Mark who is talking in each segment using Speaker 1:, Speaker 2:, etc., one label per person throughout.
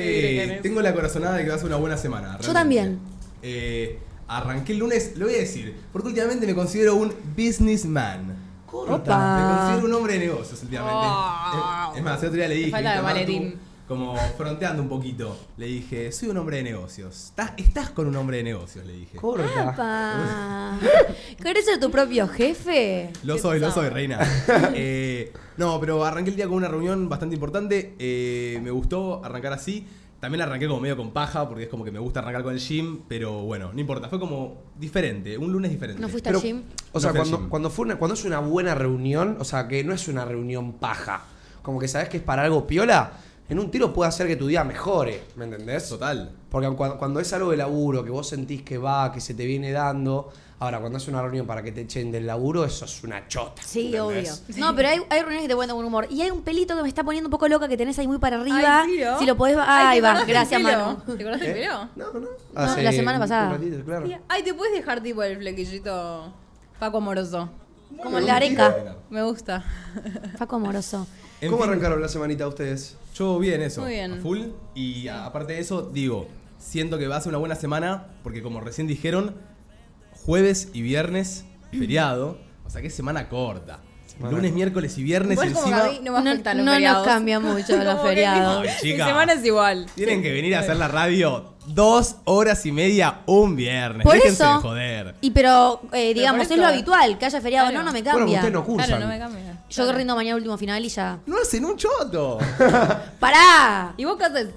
Speaker 1: Che, tengo la corazonada de que va a ser una buena semana. realmente.
Speaker 2: Yo también.
Speaker 1: Eh, arranqué el lunes, lo voy a decir, porque últimamente me considero un businessman.
Speaker 2: Opa.
Speaker 1: Me considero un hombre de negocios últimamente.
Speaker 3: Oh.
Speaker 1: Es- Es más, el otro día le dije,
Speaker 3: falta de
Speaker 1: capaz tú,
Speaker 3: maletín.
Speaker 1: como fronteando un poquito, le dije, soy un hombre de negocios. Estás, estás con un hombre de negocios, le dije.
Speaker 2: Ah,
Speaker 4: Corta.
Speaker 2: Apa. ¿Querés ser tu propio jefe?
Speaker 1: Lo soy, lo soy, reina. Eh, no, pero arranqué el día con una reunión bastante importante. eh, me gustó arrancar así. También arranqué como medio con paja, porque es como que me gusta arrancar con el gym, pero bueno, no importa. Fue como diferente, un lunes diferente.
Speaker 2: ¿No fuiste
Speaker 4: Pero,
Speaker 2: al gym?
Speaker 4: o sea,
Speaker 1: No fui al
Speaker 4: cuando,
Speaker 1: gym.
Speaker 4: cuando, fue una- cuando es una buena reunión, o sea, que no es una reunión paja, como que sabes que es para algo piola, en un tiro puede hacer que tu día mejore, ¿me entendés?
Speaker 1: Total.
Speaker 4: Porque cu- cuando, es algo de laburo, que vos sentís que va, que se te viene dando, ahora cuando es una reunión para que te echen del laburo, eso es una chota.
Speaker 2: Sí,
Speaker 4: ¿entendés? ¿Eh?
Speaker 2: obvio. No, pero hay, hay reuniones que te ponen de buen humor. Y hay un pelito que me está poniendo un poco loca que tenés ahí muy para arriba.
Speaker 3: Ay, sí, ¿no?
Speaker 2: Si lo podés.
Speaker 3: Ay,
Speaker 2: Ahí
Speaker 3: ¿te
Speaker 2: va.
Speaker 3: cortaste el
Speaker 2: Gracias,
Speaker 3: pelo?
Speaker 2: Manu.
Speaker 3: ¿Te cortaste el
Speaker 4: ¿Eh?
Speaker 3: pelo?
Speaker 4: No, no.
Speaker 2: la semana pasada.
Speaker 4: Un ratito, claro.
Speaker 3: Ay, te puedes dejar tipo el flequillito Paco Amoroso.
Speaker 2: Como la areca.
Speaker 3: Me gusta.
Speaker 2: Faco amoroso.
Speaker 1: En
Speaker 4: ¿Cómo
Speaker 1: fin,
Speaker 4: arrancaron la semanita ustedes?
Speaker 1: Yo bien eso,
Speaker 3: Muy bien.
Speaker 1: a full. Y a- aparte de eso, digo, siento que va a ser una buena semana, porque como recién dijeron, jueves y viernes, feriado, o sea que es semana corta.
Speaker 4: Semana
Speaker 1: Lunes,
Speaker 4: corta.
Speaker 1: miércoles y viernes
Speaker 3: Igual como
Speaker 1: encima...
Speaker 3: que a mí no me afectan los
Speaker 2: no
Speaker 3: feriados.
Speaker 2: nos cambia mucho
Speaker 3: Como
Speaker 2: los
Speaker 3: que
Speaker 2: feriados.
Speaker 3: mi-
Speaker 1: Ay, chica.
Speaker 3: Mi semana es igual.
Speaker 1: Tienen que venir a hacer la radio dos horas y media un viernes.
Speaker 2: Por
Speaker 1: Déjense
Speaker 2: eso.
Speaker 1: de joder.
Speaker 2: Y pero, eh, digamos,
Speaker 3: por
Speaker 2: es lo
Speaker 3: eso-
Speaker 2: habitual, que haya feriado.
Speaker 3: Claro.
Speaker 2: No, no me
Speaker 4: Bueno,
Speaker 2: cambia.
Speaker 4: ustedes no cursan.
Speaker 3: Claro, no me cambia.
Speaker 2: Yo rindo mañana último final y ya.
Speaker 1: No hacen un choto.
Speaker 2: ¡Pará!
Speaker 3: ¿Y vos qué haces? ¿En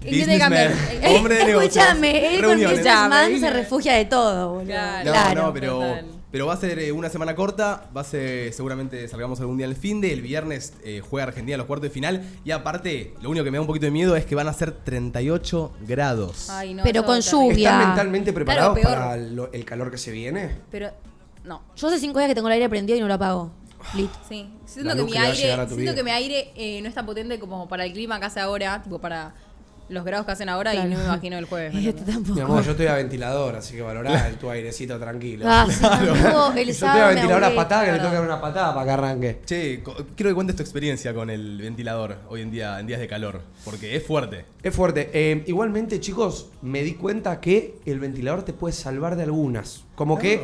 Speaker 3: qué te
Speaker 1: Businessman,
Speaker 3: cambias?
Speaker 1: Hombre de negocios.
Speaker 2: Escúchame, él con
Speaker 1: reuniones.
Speaker 3: Escuchame,
Speaker 2: Businessman se
Speaker 3: dime.
Speaker 2: refugia de todo, boludo.
Speaker 3: Claro.
Speaker 1: No,
Speaker 2: Claro.
Speaker 1: no, pero,
Speaker 3: total.
Speaker 1: pero va a ser eh, una semana corta. Va a ser, seguramente salgamos algún día en el fin de. El viernes eh, juega Argentina los cuartos de final. Y aparte, lo único que me da un poquito de miedo es que van a ser 38 grados.
Speaker 3: Ay, no,
Speaker 2: Pero
Speaker 3: yo
Speaker 2: con
Speaker 3: terrible.
Speaker 2: lluvia.
Speaker 4: ¿Están mentalmente
Speaker 3: Claro,
Speaker 4: preparados
Speaker 3: peor.
Speaker 4: para lo- el calor que se viene?
Speaker 3: Pero, no.
Speaker 2: Yo hace cinco días que tengo el aire prendido y no lo apago. Lit.
Speaker 3: Sí,
Speaker 4: La
Speaker 3: siento que
Speaker 4: luz
Speaker 3: mi
Speaker 4: que le va a
Speaker 3: aire,
Speaker 4: llegar a tu
Speaker 3: siento
Speaker 4: vida.
Speaker 3: que mi aire eh, no es tan potente como para el clima que hace ahora, tipo para los grados que hacen ahora
Speaker 2: Claro.
Speaker 3: y no me imagino el jueves. ¿me
Speaker 2: Y este
Speaker 3: entendés?
Speaker 4: Mi
Speaker 2: tampoco.
Speaker 4: amor, yo estoy a ventilador, así que valorá el- tu airecito tranquilo.
Speaker 2: Ah, sí, tampoco. El
Speaker 4: yo estoy
Speaker 2: sábado
Speaker 4: a
Speaker 2: me
Speaker 4: ventilador a
Speaker 2: ahogué,
Speaker 4: patada, que le
Speaker 2: claro.
Speaker 4: tocan una patada para que arranque.
Speaker 1: Che, co- quiero que cuentes tu experiencia con el ventilador hoy en día, en días de calor. Porque es fuerte.
Speaker 4: Es fuerte. Eh, igualmente, chicos, me di cuenta que el ventilador te puede salvar de algunas. Como que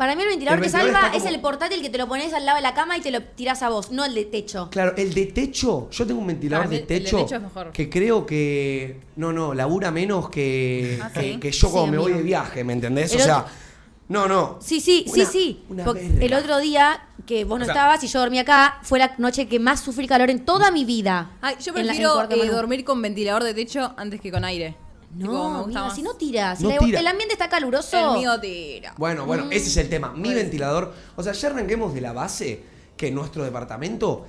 Speaker 2: Para mí el ventilador,
Speaker 4: El
Speaker 2: que
Speaker 4: ventilador
Speaker 2: salva
Speaker 4: está
Speaker 2: es
Speaker 4: como-
Speaker 2: el portátil que te lo pones al lado de la cama y te lo tirás a vos, no el de techo.
Speaker 4: Claro, el de techo, yo tengo un ventilador
Speaker 3: Para
Speaker 4: de
Speaker 3: mí el de
Speaker 4: techo,
Speaker 3: techo es mejor.
Speaker 4: que creo que no, no, labura menos que,
Speaker 3: Ah,
Speaker 4: que,
Speaker 3: ¿sí?
Speaker 4: que yo
Speaker 2: Sí,
Speaker 4: cuando me voy
Speaker 2: amigo.
Speaker 4: de viaje, ¿me entendés?
Speaker 2: El
Speaker 4: o sea,
Speaker 2: otro-
Speaker 4: no, no.
Speaker 2: Sí, sí, sí,
Speaker 4: Una-
Speaker 2: sí.
Speaker 4: una
Speaker 2: Porque
Speaker 4: verga.
Speaker 2: el otro día que vos no
Speaker 1: O sea-
Speaker 2: estabas y yo dormí acá, fue la noche que más sufrí calor en toda mi vida.
Speaker 3: Ay, yo
Speaker 2: En la- en
Speaker 3: prefiero
Speaker 2: cuarto
Speaker 3: eh,
Speaker 2: Manu.
Speaker 3: dormir con ventilador de techo antes que con aire. Tipo,
Speaker 2: No,
Speaker 3: me gusta
Speaker 2: amiga,
Speaker 3: más.
Speaker 2: si no tiras.
Speaker 4: No
Speaker 2: el,
Speaker 4: tira.
Speaker 2: el ambiente está caluroso.
Speaker 3: El mío tira.
Speaker 4: Bueno, bueno, ese es el tema. Mi ventilador, o sea, ya arranquemos de la base que nuestro departamento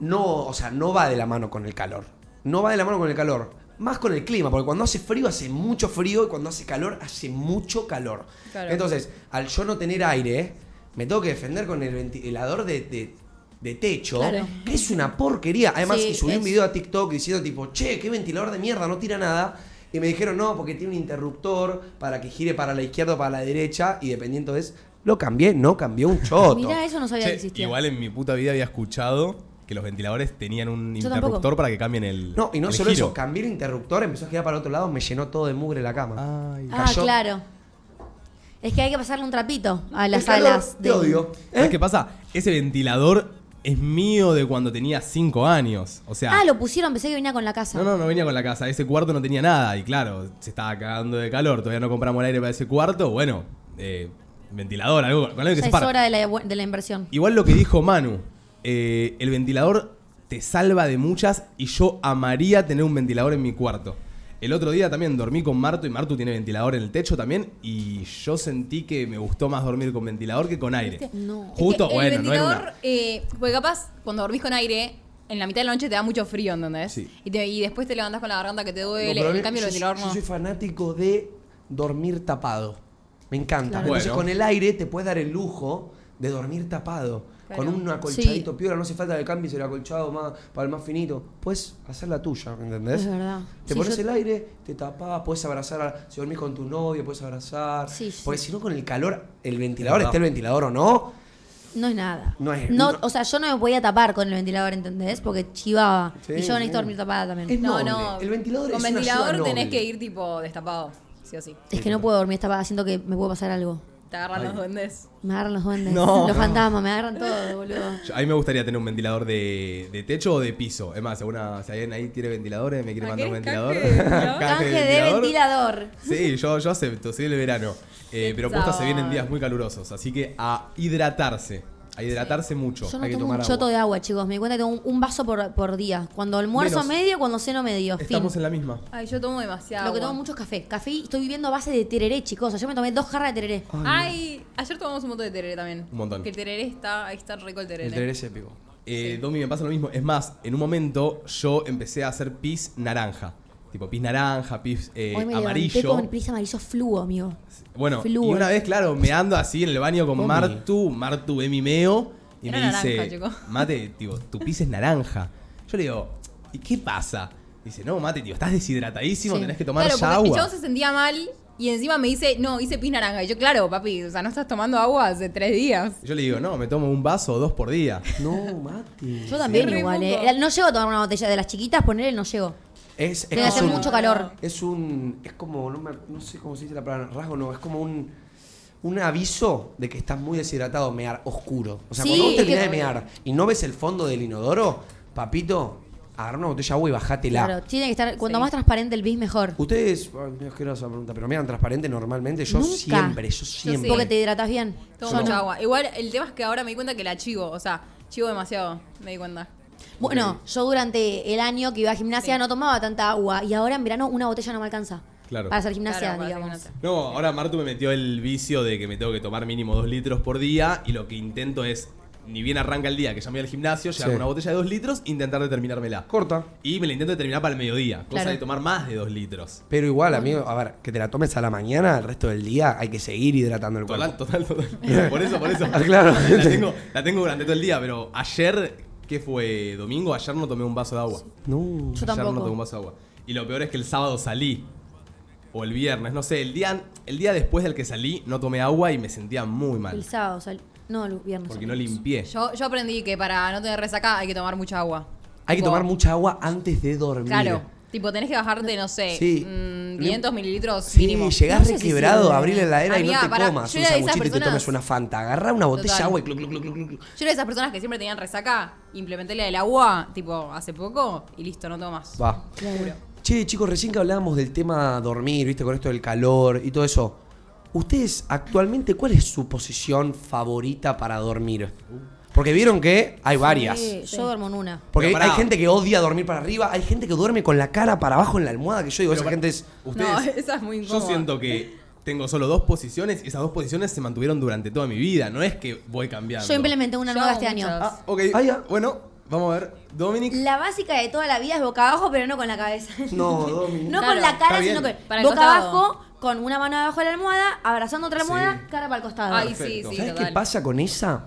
Speaker 4: no, o sea, no va de la mano con el calor. No va de la mano con el calor. Más con el clima, porque cuando hace frío hace mucho frío y cuando hace calor hace mucho calor.
Speaker 3: Claro.
Speaker 4: Entonces, al yo no tener aire, me tengo que defender con el ventilador de, de- de techo,
Speaker 2: Claro.
Speaker 4: que es una porquería. Además,
Speaker 2: Sí,
Speaker 4: y subí
Speaker 2: es-
Speaker 4: un video a TikTok diciendo tipo, che, qué ventilador de mierda, no tira nada. Y me dijeron, no, porque tiene un interruptor para que gire para la izquierda o para la derecha. Y dependiendo es, lo cambié, no cambió un choto.
Speaker 2: Mirá, eso no sabía que
Speaker 1: Che,
Speaker 2: existía.
Speaker 1: igual en mi puta vida había escuchado que los ventiladores tenían un
Speaker 2: Yo
Speaker 1: interruptor
Speaker 2: tampoco.
Speaker 1: para que cambien el.
Speaker 4: No, y no
Speaker 1: el
Speaker 4: solo
Speaker 1: giro.
Speaker 4: eso, cambié el interruptor, empezó a girar para otro lado, me llenó todo de mugre la cama.
Speaker 1: Ay.
Speaker 2: ah,
Speaker 4: cayó.
Speaker 2: claro. Es que hay que pasarle un trapito a las
Speaker 4: El calor,
Speaker 2: alas.
Speaker 4: Te
Speaker 2: del-
Speaker 4: odio.
Speaker 1: ¿Sabes
Speaker 4: ¿Eh?
Speaker 1: qué pasa? Ese ventilador es mío de cuando tenía 5 años. O sea.
Speaker 2: Ah, lo pusieron, pensé que venía con la casa.
Speaker 1: No, no, no venía con la casa. Ese cuarto no tenía nada. Y claro, se estaba cagando de calor. Todavía no compramos el aire para ese cuarto. Bueno, eh, ventilador, algo con algo que
Speaker 2: Ya
Speaker 1: se
Speaker 2: es
Speaker 1: para.
Speaker 2: hora de la, de la inversión.
Speaker 1: Igual lo que dijo Manu, eh, el ventilador te salva de muchas y yo amaría tener un ventilador en mi cuarto. El otro día también dormí con Martu y Martu tiene ventilador en el techo también y yo sentí que me gustó más dormir con ventilador que con aire.
Speaker 2: No.
Speaker 1: Justo,
Speaker 3: Es que
Speaker 1: bueno,
Speaker 3: el
Speaker 1: no era
Speaker 3: ventilador,
Speaker 1: una.
Speaker 3: eh, porque capaz cuando dormís con aire, en la mitad de la noche te da mucho frío, ¿entendés?
Speaker 1: Sí.
Speaker 3: Y, te- y después te levantás con la garganta que te
Speaker 4: No,
Speaker 3: duele.
Speaker 4: pero a mí-
Speaker 3: en cambio,
Speaker 4: yo,
Speaker 3: el ventilador
Speaker 4: yo
Speaker 3: no.
Speaker 4: soy fanático de dormir tapado. Me encanta.
Speaker 1: Claro.
Speaker 4: Entonces,
Speaker 1: Bueno.
Speaker 4: con el aire te puedes dar el lujo de dormir tapado.
Speaker 3: Claro.
Speaker 4: Con un acolchadito piola, no hace falta que cambies el acolchado más, para el más finito. Puedes hacer la tuya, ¿me ¿entendés?
Speaker 2: Es verdad.
Speaker 4: Te
Speaker 2: Sí,
Speaker 4: pones
Speaker 2: yo-
Speaker 4: el aire, te tapás, puedes abrazar. a- si dormís con tu novio, puedes abrazar.
Speaker 2: Sí, sí.
Speaker 4: Porque si no, con el calor, el ventilador,
Speaker 1: verdad.
Speaker 4: esté el ventilador o no,
Speaker 2: No es nada.
Speaker 4: No es- no-
Speaker 2: O sea, yo no me podía tapar con el ventilador, ¿entendés? Porque chivaba.
Speaker 4: Sí,
Speaker 2: y yo
Speaker 4: sí.
Speaker 2: necesito dormir tapada
Speaker 4: Es
Speaker 2: también.
Speaker 3: No,
Speaker 4: noble.
Speaker 3: no.
Speaker 4: El ventilador
Speaker 3: Con
Speaker 4: es una
Speaker 3: ventilador
Speaker 4: ayuda
Speaker 3: tenés
Speaker 4: noble.
Speaker 3: que ir tipo destapado, sí o sí.
Speaker 2: Es que no puedo dormir tapada, siento que me puede pasar algo.
Speaker 3: Te agarran los duendes.
Speaker 2: Me agarran los duendes,
Speaker 1: No.
Speaker 2: los fantasmas, me agarran todo, boludo.
Speaker 1: Yo- A mí me gustaría tener un ventilador de, de techo o de piso. Es más, alguna, si alguien ahí tiene ventiladores, me quiere
Speaker 3: ¿Ah,
Speaker 1: mandar un
Speaker 3: querés
Speaker 1: ventilador.
Speaker 3: canje de ventilador?
Speaker 2: Canje de ventilador.
Speaker 1: Sí, yo, yo acepto, soy el verano. Eh, pero posta se vienen días muy calurosos, así que a hidratarse. A hidratarse mucho.
Speaker 2: Yo no
Speaker 1: Hay que
Speaker 2: tomo
Speaker 1: tomar
Speaker 2: un choto
Speaker 1: agua.
Speaker 2: de agua, chicos. Me di cuenta que tengo un, un vaso por, por día. Cuando almuerzo
Speaker 1: Menos.
Speaker 2: medio, cuando ceno medio. Fin.
Speaker 1: Estamos en la misma.
Speaker 3: Ay, yo tomo demasiado.
Speaker 2: Lo que
Speaker 3: agua.
Speaker 2: tomo mucho es café. Café y estoy viviendo a base de tereré, chicos. Ayer me tomé dos jarras de tereré.
Speaker 3: Ay, ayer tomamos un montón de tereré también.
Speaker 1: Un montón.
Speaker 3: Que el tereré está, ahí está rico el tereré.
Speaker 4: El tereré es épico.
Speaker 1: Eh, Domi, me pasa lo mismo. Es más, en un momento yo empecé a hacer pis naranja. Tipo pis naranja, pis eh,
Speaker 2: Hoy me levanté
Speaker 1: amarillo.
Speaker 2: con el plis amarillo fluo, amigo.
Speaker 1: Bueno,
Speaker 2: Fluo.
Speaker 1: y una vez, claro, me ando así en el baño con
Speaker 4: Domi.
Speaker 1: Martu, Martu ve mi meo y
Speaker 3: Era
Speaker 1: me
Speaker 3: naranja,
Speaker 1: dice,
Speaker 3: chico.
Speaker 1: mate, digo, tu pis es naranja. Yo le digo, ¿y qué pasa? Dice, no, mate, tío, estás deshidratadísimo,
Speaker 2: Sí.
Speaker 1: tenés que tomar
Speaker 3: claro,
Speaker 1: ya
Speaker 3: porque
Speaker 1: agua.
Speaker 3: El chabón se sentía mal y encima me dice, no, hice pis naranja. Y yo, claro, papi, o sea, no estás tomando agua hace tres días.
Speaker 1: Yo le digo, no, me tomo un vaso o dos por día.
Speaker 4: No, Mati.
Speaker 2: Yo también
Speaker 3: re
Speaker 2: igual,
Speaker 3: poco.
Speaker 2: eh. No llego a tomar una botella de las chiquitas, ponerle no llego.
Speaker 4: Es, es
Speaker 2: Debe hacer
Speaker 4: un-
Speaker 2: mucho calor.
Speaker 4: Es un. Es como. No, me- no sé cómo se dice la palabra. Rasgo, no. Es como un. Un aviso de que estás muy deshidratado, mear oscuro. O sea,
Speaker 2: Sí,
Speaker 4: cuando vos
Speaker 2: es que-
Speaker 4: terminás de mear y no ves el fondo del inodoro, papito, agarra una botella de agua y bajátela.
Speaker 2: Claro, tiene que estar. Cuanto
Speaker 3: Sí.
Speaker 2: más transparente el pis, mejor.
Speaker 4: Ustedes, ay, no es que era esa pregunta, pero mean transparente normalmente. Yo
Speaker 2: Nunca.
Speaker 4: siempre, yo siempre.
Speaker 2: Porque te hidratas bien.
Speaker 3: Tomo
Speaker 2: Yo
Speaker 3: mucha
Speaker 2: no.
Speaker 3: agua. Igual el tema es que ahora me di cuenta que la chivo, o sea, chivo demasiado, me di cuenta.
Speaker 2: Bueno, yo durante el año que iba a gimnasia no tomaba tanta agua y ahora en verano una botella no me alcanza.
Speaker 1: Claro.
Speaker 2: Para hacer gimnasia,
Speaker 3: Claro, para hacer
Speaker 2: digamos.
Speaker 3: gimnasia.
Speaker 1: No, ahora Martu me metió el vicio de que me tengo que tomar mínimo dos litros por día y lo que intento es, ni bien arranca el día que ya me voy al gimnasio, llegar
Speaker 4: Sí.
Speaker 1: con una botella de dos litros e intentar determinármela.
Speaker 4: Corta.
Speaker 1: Y me la intento determinar para el mediodía, cosa
Speaker 2: Claro.
Speaker 1: de tomar más de dos litros.
Speaker 4: Pero igual, amigo, a ver, que te la tomes a la mañana, el resto del día hay que seguir hidratando el cuerpo.
Speaker 1: Total, total, total. Por eso, por eso.
Speaker 4: Ah, claro.
Speaker 1: La tengo, la tengo durante todo el día, pero ayer, ¿qué fue? Domingo, ayer no tomé un vaso de agua.
Speaker 4: No.
Speaker 2: Yo
Speaker 1: Ayer no tomé un
Speaker 2: tampoco.
Speaker 1: vaso de agua. Y lo peor es que el sábado salí. O el viernes, no sé, el día, el día después del que salí no tomé agua y me sentía muy
Speaker 2: El
Speaker 1: mal.
Speaker 2: sábado, o sea, el- no, el viernes.
Speaker 1: Porque no limpié.
Speaker 3: Yo, yo aprendí que para no tener resaca hay que tomar mucha agua.
Speaker 4: Hay que
Speaker 3: Tipo,
Speaker 4: tomar mucha agua antes de dormir.
Speaker 3: Claro, tipo tenés que bajarte, no sé,
Speaker 4: Sí.
Speaker 3: mm, 500 mililitros
Speaker 4: Sí,
Speaker 3: mínimo.
Speaker 4: llegás
Speaker 2: No sé si
Speaker 4: requebrado,
Speaker 2: sirve. Ah,
Speaker 4: abrí la heladera y no
Speaker 3: Amiga,
Speaker 4: te
Speaker 3: pará,
Speaker 4: comas
Speaker 3: yo
Speaker 4: un
Speaker 3: era de esas
Speaker 4: sanguchito y te
Speaker 3: personas-
Speaker 4: tomes una Fanta. Agarrá una botella de
Speaker 3: Total.
Speaker 4: agua y cluc, cluc, cluc, cluc, cluc.
Speaker 3: Yo era de esas personas que siempre tenían resaca, implementé la del agua, tipo, hace poco, y listo, no tomo más.
Speaker 4: Va.
Speaker 2: Claro.
Speaker 4: Che, chicos, recién que hablábamos del tema dormir, viste, con esto del calor y todo eso. Ustedes, actualmente, ¿cuál es su posición favorita para dormir? Porque vieron que hay varias.
Speaker 2: Sí, Yo duermo en una.
Speaker 4: Porque
Speaker 1: Pero pará.
Speaker 4: hay gente que odia dormir para arriba, hay gente que duerme con la cara para abajo en la almohada, que yo digo, esa gente es...
Speaker 1: Ustedes,
Speaker 3: No, esa es muy
Speaker 1: Yo
Speaker 3: incómoda.
Speaker 1: siento que tengo solo dos posiciones y esas dos posiciones se mantuvieron durante toda mi vida. No es que voy cambiando.
Speaker 2: Yo implementé una
Speaker 3: Yo
Speaker 2: nueva
Speaker 3: hago
Speaker 2: este año.
Speaker 3: muchas.
Speaker 1: Ah, ok.
Speaker 4: Ah, ya.
Speaker 1: Bueno, vamos a ver. Dominic.
Speaker 2: La básica de toda la vida es boca abajo, pero no con la cabeza.
Speaker 4: No, Domi.
Speaker 2: No
Speaker 3: Claro,
Speaker 2: con la
Speaker 4: está
Speaker 2: cara,
Speaker 4: bien.
Speaker 2: sino que
Speaker 3: Para el
Speaker 2: boca
Speaker 3: costado.
Speaker 2: abajo, con una mano abajo de la almohada, abrazando otra almohada,
Speaker 1: Sí.
Speaker 2: cara para el costado.
Speaker 3: Ay,
Speaker 1: Perfecto.
Speaker 3: sí, sí,
Speaker 4: ¿Sabes
Speaker 3: total.
Speaker 4: qué pasa con esa?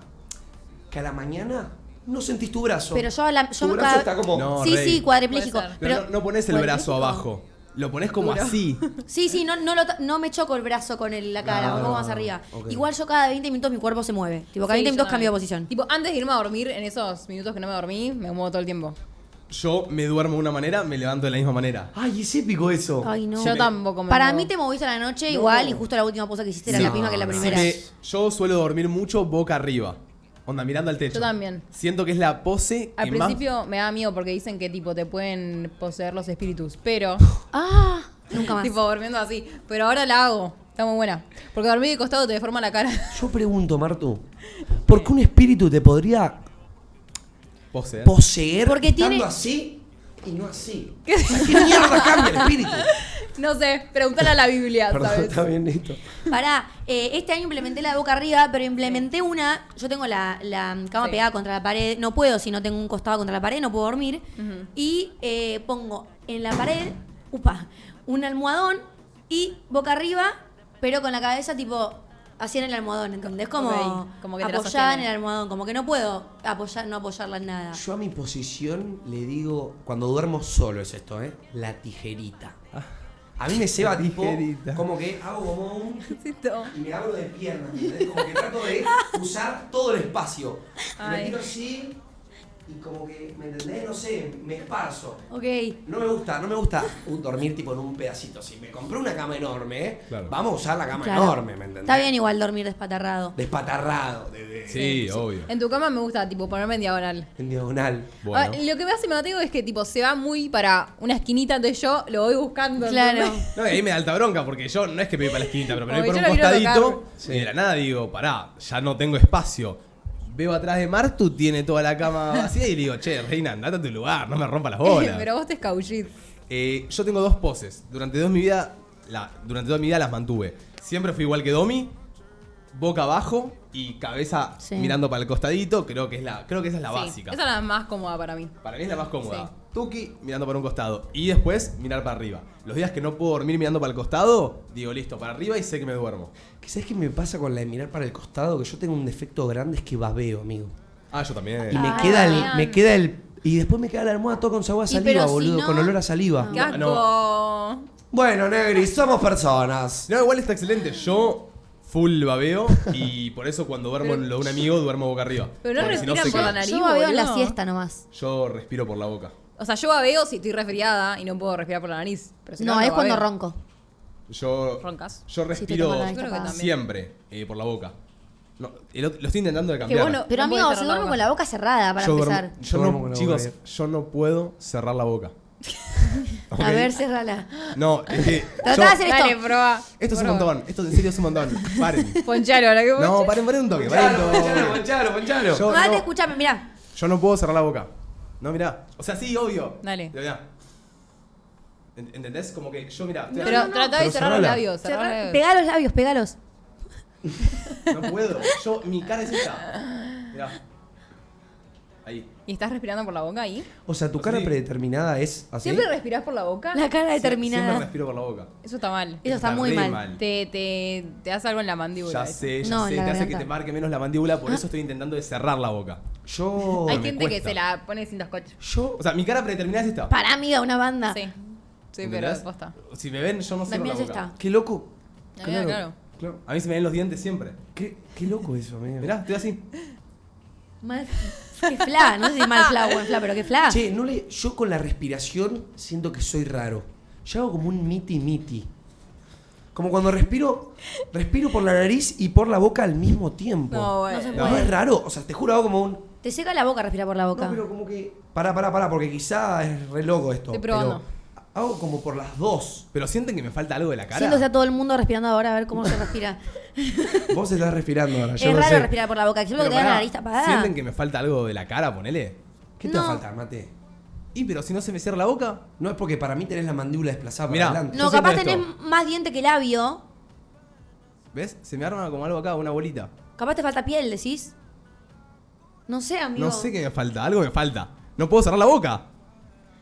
Speaker 4: Que a la mañana no sentís tu brazo.
Speaker 2: Pero yo a la- yo
Speaker 4: tu
Speaker 2: me cada-
Speaker 4: brazo está como...
Speaker 1: No,
Speaker 2: sí,
Speaker 1: rey.
Speaker 2: sí, cuadripléjico.
Speaker 3: Puede ser.
Speaker 1: Pero, no, no pones el brazo
Speaker 2: ¿cuadripléjico?
Speaker 1: abajo. Lo pones como así.
Speaker 2: Sí, sí, no, no, lo to- no me choco el brazo con el- la cara,
Speaker 4: Ah,
Speaker 2: un poco más arriba.
Speaker 4: ok.
Speaker 2: Igual yo cada 20 minutos mi cuerpo se mueve. Tipo, cada
Speaker 3: Sí,
Speaker 2: 20
Speaker 3: yo
Speaker 2: minutos cambio
Speaker 3: también.
Speaker 2: de posición.
Speaker 3: Tipo, antes de irme a dormir, en esos minutos que no me dormí, me muevo todo el tiempo.
Speaker 1: Yo me duermo de una manera, me levanto de la misma manera.
Speaker 4: Ay, es épico eso.
Speaker 2: Ay, no.
Speaker 3: Yo tampoco me
Speaker 2: Para
Speaker 3: muevo.
Speaker 2: mí te moviste a la noche igual y justo la última posa que hiciste era
Speaker 4: No,
Speaker 2: la misma que la
Speaker 4: no.
Speaker 2: primera.
Speaker 1: Eh, yo suelo dormir mucho boca arriba. Onda, mirando al techo.
Speaker 3: Yo también.
Speaker 1: Siento que es la pose
Speaker 3: Al
Speaker 1: que más-
Speaker 3: principio me da miedo porque dicen que tipo te pueden poseer los espíritus, pero
Speaker 2: Ah, nunca más.
Speaker 3: tipo durmiendo así, pero ahora la hago. Está muy buena. Porque dormir de costado te deforma la cara.
Speaker 4: Yo pregunto, Martu, ¿por qué un espíritu te podría
Speaker 1: Pose. ¿eh?
Speaker 4: poseer
Speaker 2: Porque
Speaker 4: estando
Speaker 2: tiene-
Speaker 4: así y no así? O sea, ¿Qué mierda cambia el espíritu?
Speaker 3: No sé, preguntale a la Biblia,
Speaker 4: Perdón,
Speaker 3: ¿sabes?
Speaker 4: está bien listo.
Speaker 2: Pará, eh, este año implementé la de boca arriba, pero implementé una. Yo tengo la, la cama
Speaker 3: Sí.
Speaker 2: pegada contra la pared. No puedo si no tengo un costado contra la pared, no puedo dormir. Y eh, pongo en la pared, upa, un almohadón y boca arriba, pero con la cabeza tipo así en el almohadón, ¿entendés? Como,
Speaker 3: Ok, como que te la
Speaker 2: apoyada en
Speaker 3: sostiene.
Speaker 2: el almohadón, como que no puedo apoyar, no apoyarla en nada.
Speaker 4: Yo a mi posición le digo, cuando duermo solo es esto, ¿eh? La tijerita. A mí me ceba tipo,
Speaker 1: Ligerita.
Speaker 4: como que hago como un...
Speaker 3: Necesito.
Speaker 4: Y me abro de pierna, ¿entendés? Como que trato de usar todo el espacio. Y Me
Speaker 3: Ay.
Speaker 4: tiro así y como que, ¿me entendés? No sé, me esparzo.
Speaker 2: Ok.
Speaker 4: No me gusta, no me gusta un- dormir tipo en un pedacito. Si me compré una cama enorme, ¿eh?
Speaker 1: Claro.
Speaker 4: vamos a usar la cama
Speaker 2: Claro.
Speaker 4: enorme, ¿me entendés?
Speaker 2: Está bien igual dormir despatarrado.
Speaker 4: Despatarrado, de, de-
Speaker 1: Sí, obvio.
Speaker 3: En tu cama me gusta, tipo, ponerme en diagonal.
Speaker 4: en diagonal.
Speaker 1: Bueno.
Speaker 3: Ah, lo que me hace Mateo es que, tipo, se va muy para una esquinita, entonces yo lo voy buscando.
Speaker 2: Claro.
Speaker 3: ¿entendés?
Speaker 1: No, y ahí me da alta bronca porque yo no es que me voy para la esquinita, pero me voy
Speaker 3: Como
Speaker 1: por
Speaker 3: que
Speaker 1: un
Speaker 3: yo lo quiero
Speaker 1: costadito
Speaker 3: tocar.
Speaker 1: y de la nada digo, pará, ya no tengo espacio. Veo atrás de Martu, tiene toda la cama vacía y le digo, che, reina, andate a tu lugar, no me rompa las bolas.
Speaker 3: Pero vos te escaullís.
Speaker 1: Eh, yo tengo dos poses. Durante toda mi vida, la- durante toda mi vida las mantuve. Siempre fui igual que Domi, boca abajo y cabeza
Speaker 2: Sí.
Speaker 1: mirando para el costadito. Creo que es la, creo que esa es la
Speaker 3: Sí,
Speaker 1: básica.
Speaker 3: Esa es la más cómoda para mí.
Speaker 1: Para mí es la más cómoda.
Speaker 3: Sí.
Speaker 1: Tuki mirando para un costado y después mirar para arriba. Los días que no puedo dormir mirando para el costado, digo listo, para arriba y sé que me duermo.
Speaker 4: Que ¿Sabes qué me pasa con la de mirar para el costado? Que yo tengo un defecto grande, es que babeo, amigo.
Speaker 1: Ah, yo también.
Speaker 4: Y me
Speaker 2: Ah.
Speaker 4: queda el, me queda el. Y después me queda la almohada todo con sabor a
Speaker 2: Y
Speaker 4: saliva,
Speaker 2: pero si
Speaker 4: boludo,
Speaker 2: no-
Speaker 4: con olor a saliva.
Speaker 3: ¡Qué
Speaker 1: No,
Speaker 3: asco!
Speaker 4: Bueno, Negri, somos personas.
Speaker 1: No, igual está excelente. Yo full babeo y por eso cuando duermo en lo de un amigo duermo boca arriba.
Speaker 3: Pero no
Speaker 1: Porque si no
Speaker 3: respiran
Speaker 1: sé
Speaker 3: por
Speaker 1: que
Speaker 3: la nariz,
Speaker 2: Yo babeo en la
Speaker 3: boludo.
Speaker 2: siesta nomás.
Speaker 1: yo respiro por la boca.
Speaker 3: O sea, yo babeo si estoy resfriada y no puedo respirar por la nariz. Pero si no,
Speaker 2: no, es cuando
Speaker 3: babeo.
Speaker 2: ronco.
Speaker 1: Yo
Speaker 3: ¿Roncas?
Speaker 1: yo
Speaker 2: Si te
Speaker 1: respiro
Speaker 2: tocan la
Speaker 3: Yo creo que
Speaker 2: destapada.
Speaker 3: también.
Speaker 1: siempre eh, por la boca. No, el otro- lo estoy intentando de
Speaker 3: Que
Speaker 1: cambiar.
Speaker 3: vos no-
Speaker 2: Pero amigo,
Speaker 3: podés
Speaker 2: se
Speaker 3: cerrar la
Speaker 2: duerme
Speaker 3: boca.
Speaker 2: con la boca cerrada para
Speaker 1: yo duermo-
Speaker 2: empezar.
Speaker 1: yo
Speaker 4: Yo
Speaker 1: no-
Speaker 4: duermo con la boca
Speaker 1: chicos,
Speaker 4: abierta.
Speaker 1: yo no puedo cerrar la boca. Ok.
Speaker 2: A ver, cerrala.
Speaker 1: No, es que
Speaker 2: Tratá
Speaker 1: yo-
Speaker 2: de hacer
Speaker 3: Dale,
Speaker 2: esto.
Speaker 3: proba.
Speaker 1: Esto es un
Speaker 3: Proba.
Speaker 1: montón, esto en serio es un montón. Paren.
Speaker 3: Ponchalo, la que
Speaker 1: No, paren, paren un toque, paren un toque.
Speaker 4: ponchalo, ponchalo.
Speaker 1: Yo
Speaker 2: Mate,
Speaker 1: no,
Speaker 2: escúchame, mirá.
Speaker 1: yo no puedo cerrar la boca. No, mirá. O sea, sí, obvio.
Speaker 3: Dale.
Speaker 1: Pero mirá. En- ¿Entendés? Como que yo, mirá, estoy
Speaker 3: Pero
Speaker 1: así.
Speaker 3: tratá de
Speaker 4: Pero
Speaker 3: cerrar los
Speaker 4: cerrala.
Speaker 3: labios. cerrar los
Speaker 2: Cerrá-
Speaker 3: labios.
Speaker 2: Pegá los labios, pegalos.
Speaker 1: no puedo. Yo, mi cara es esta. Mirá. Ahí.
Speaker 3: ¿Y estás respirando por la boca ahí?
Speaker 4: O sea, tu cara
Speaker 1: Sí.
Speaker 4: predeterminada es así.
Speaker 3: ¿Siempre respirás por la boca?
Speaker 2: La cara
Speaker 1: Siempre
Speaker 2: determinada.
Speaker 1: respiro por la boca.
Speaker 3: Eso está mal.
Speaker 2: Eso está muy
Speaker 1: re
Speaker 2: mal.
Speaker 3: Te, te, te hace algo en la mandíbula.
Speaker 1: Ya
Speaker 3: eso.
Speaker 1: sé, ya
Speaker 2: No,
Speaker 1: sé.
Speaker 2: en
Speaker 1: Te
Speaker 2: la
Speaker 1: hace que
Speaker 2: garganta. Ah.
Speaker 1: te marque menos la mandíbula, por eso estoy intentando de cerrar la boca.
Speaker 4: Yo.
Speaker 3: Hay
Speaker 1: me
Speaker 3: gente que
Speaker 1: cuesta.
Speaker 3: se la pone sin descoche.
Speaker 1: Yo, o sea, mi cara predeterminada es esta.
Speaker 2: Pará, amiga, una banda.
Speaker 3: Sí. Sí, pero
Speaker 1: ¿Entendés?
Speaker 3: posta.
Speaker 1: Si me ven, yo no
Speaker 2: La
Speaker 1: cierro
Speaker 2: mía
Speaker 1: la
Speaker 2: ya
Speaker 1: boca.
Speaker 2: está.
Speaker 4: Qué loco.
Speaker 3: La mía, claro.
Speaker 4: claro.
Speaker 1: A mí se me ven los dientes siempre.
Speaker 4: Qué, qué loco eso, amigo.
Speaker 1: Mirá, estoy así.
Speaker 2: Mal- Qué fla, no sé si mal fla o buen fla, pero qué fla.
Speaker 4: Che, no le, yo con la respiración siento que soy raro. Yo hago como un miti miti. Como cuando respiro, respiro por la nariz y por la boca al mismo tiempo.
Speaker 3: No, bueno.
Speaker 2: No se
Speaker 4: No,
Speaker 2: puede.
Speaker 4: es raro. O sea, te juro, hago como un.
Speaker 2: Te seca la boca respirar por la boca.
Speaker 4: No, pero como que. Pará, pará, pará, porque quizá es re loco esto.
Speaker 3: Estoy probando.
Speaker 4: pero hago como por las dos.
Speaker 1: Pero sienten que me falta algo de la cara.
Speaker 2: Siéntose a todo el mundo respirando ahora a ver cómo se respira.
Speaker 4: Vos estás respirando ahora. Yo
Speaker 2: es
Speaker 4: no
Speaker 2: raro
Speaker 4: sé.
Speaker 2: respirar por la boca, que solo
Speaker 1: Pero
Speaker 2: te da la
Speaker 1: pará,
Speaker 2: nariz tapada.
Speaker 1: Sienten que me falta algo de la cara, ponele.
Speaker 4: ¿Qué te va a
Speaker 2: No.
Speaker 4: faltar, mate?
Speaker 1: Y pero si no se me cierra la boca.
Speaker 4: No es porque para mí tenés la mandíbula desplazada
Speaker 1: Mirá.
Speaker 4: para adelante.
Speaker 1: Yo
Speaker 2: No, capaz
Speaker 1: siento
Speaker 2: tenés
Speaker 1: esto.
Speaker 2: más diente que labio.
Speaker 1: ¿Ves? Se me arma como algo acá, una bolita.
Speaker 2: Capaz te falta piel, decís. No sé, amigo.
Speaker 1: No sé qué me falta, algo me falta. No puedo cerrar la boca.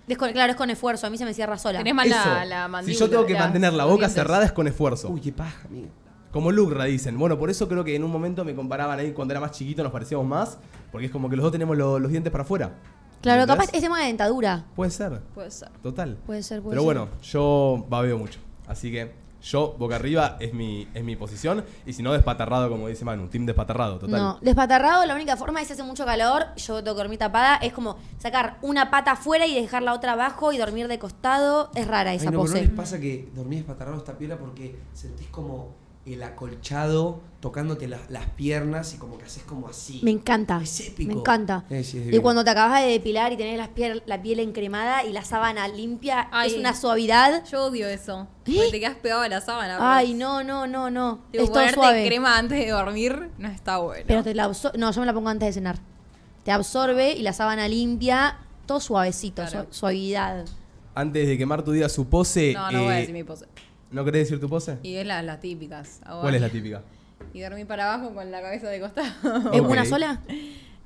Speaker 2: Descon- claro, es con esfuerzo. A mí se me cierra sola.
Speaker 3: Tenés más la,
Speaker 1: Eso.
Speaker 3: la mandíbula.
Speaker 1: si yo tengo que
Speaker 3: la-
Speaker 1: mantener la
Speaker 3: los
Speaker 1: boca
Speaker 3: dientes.
Speaker 1: cerrada es con esfuerzo.
Speaker 4: Uy, qué paja, amigo.
Speaker 1: Como Lucra dicen. Bueno, por eso creo que en un momento me comparaban ahí cuando era más chiquito, nos parecíamos más. Porque es como que los dos tenemos lo- los dientes para afuera.
Speaker 2: Claro,
Speaker 1: ¿Entendés?
Speaker 2: capaz es tema de dentadura.
Speaker 1: Puede ser,
Speaker 3: Puede ser.
Speaker 1: total.
Speaker 2: Puede ser, puede
Speaker 1: Pero
Speaker 2: ser.
Speaker 1: bueno, yo babeo mucho. Así que yo, boca arriba, es mi, es mi posición. Y si no, despatarrado, como dice Manu. Team despatarrado, total.
Speaker 2: No, despatarrado, la única forma es si hace mucho calor, yo tengo que dormir tapada, es como sacar una pata afuera y dejar la otra abajo y dormir de costado. Es rara esa
Speaker 4: Ay, no, pero
Speaker 2: pose.
Speaker 4: ¿no les pasa que dormís espatarrado esta piola porque sentís como el acolchado tocándote la- las piernas y como que haces como así?
Speaker 2: Me encanta.
Speaker 4: Es épico.
Speaker 2: Me encanta.
Speaker 4: Eh, sí, es
Speaker 2: y
Speaker 4: divino.
Speaker 2: cuando te acabas de depilar y tenés las piel- la piel encremada y la sábana limpia,
Speaker 3: Ay.
Speaker 2: es una suavidad.
Speaker 3: Yo odio eso.
Speaker 2: ¿Eh?
Speaker 3: Porque Te quedas pegado a la sábana. pero-
Speaker 2: Ay, no, no, no, no.
Speaker 3: Tipo,
Speaker 2: es todo
Speaker 3: ponerte
Speaker 2: suave.
Speaker 3: crema antes de dormir no está bueno.
Speaker 2: Pero te la absor- No, yo me la pongo antes de cenar. Te absorbe y la sábana limpia, todo suavecito,
Speaker 3: Claro.
Speaker 2: su- suavidad.
Speaker 1: Antes de quemar tu día su pose.
Speaker 3: no, no
Speaker 1: eh,
Speaker 3: voy a decir mi pose.
Speaker 1: ¿no querés decir tu pose?
Speaker 3: Y es la- las típicas. Ah,
Speaker 1: ¿Cuál
Speaker 3: bueno.
Speaker 1: es la típica?
Speaker 3: Y dormir para abajo con la cabeza de costado.
Speaker 2: ¿Es
Speaker 1: Ok.
Speaker 2: una sola?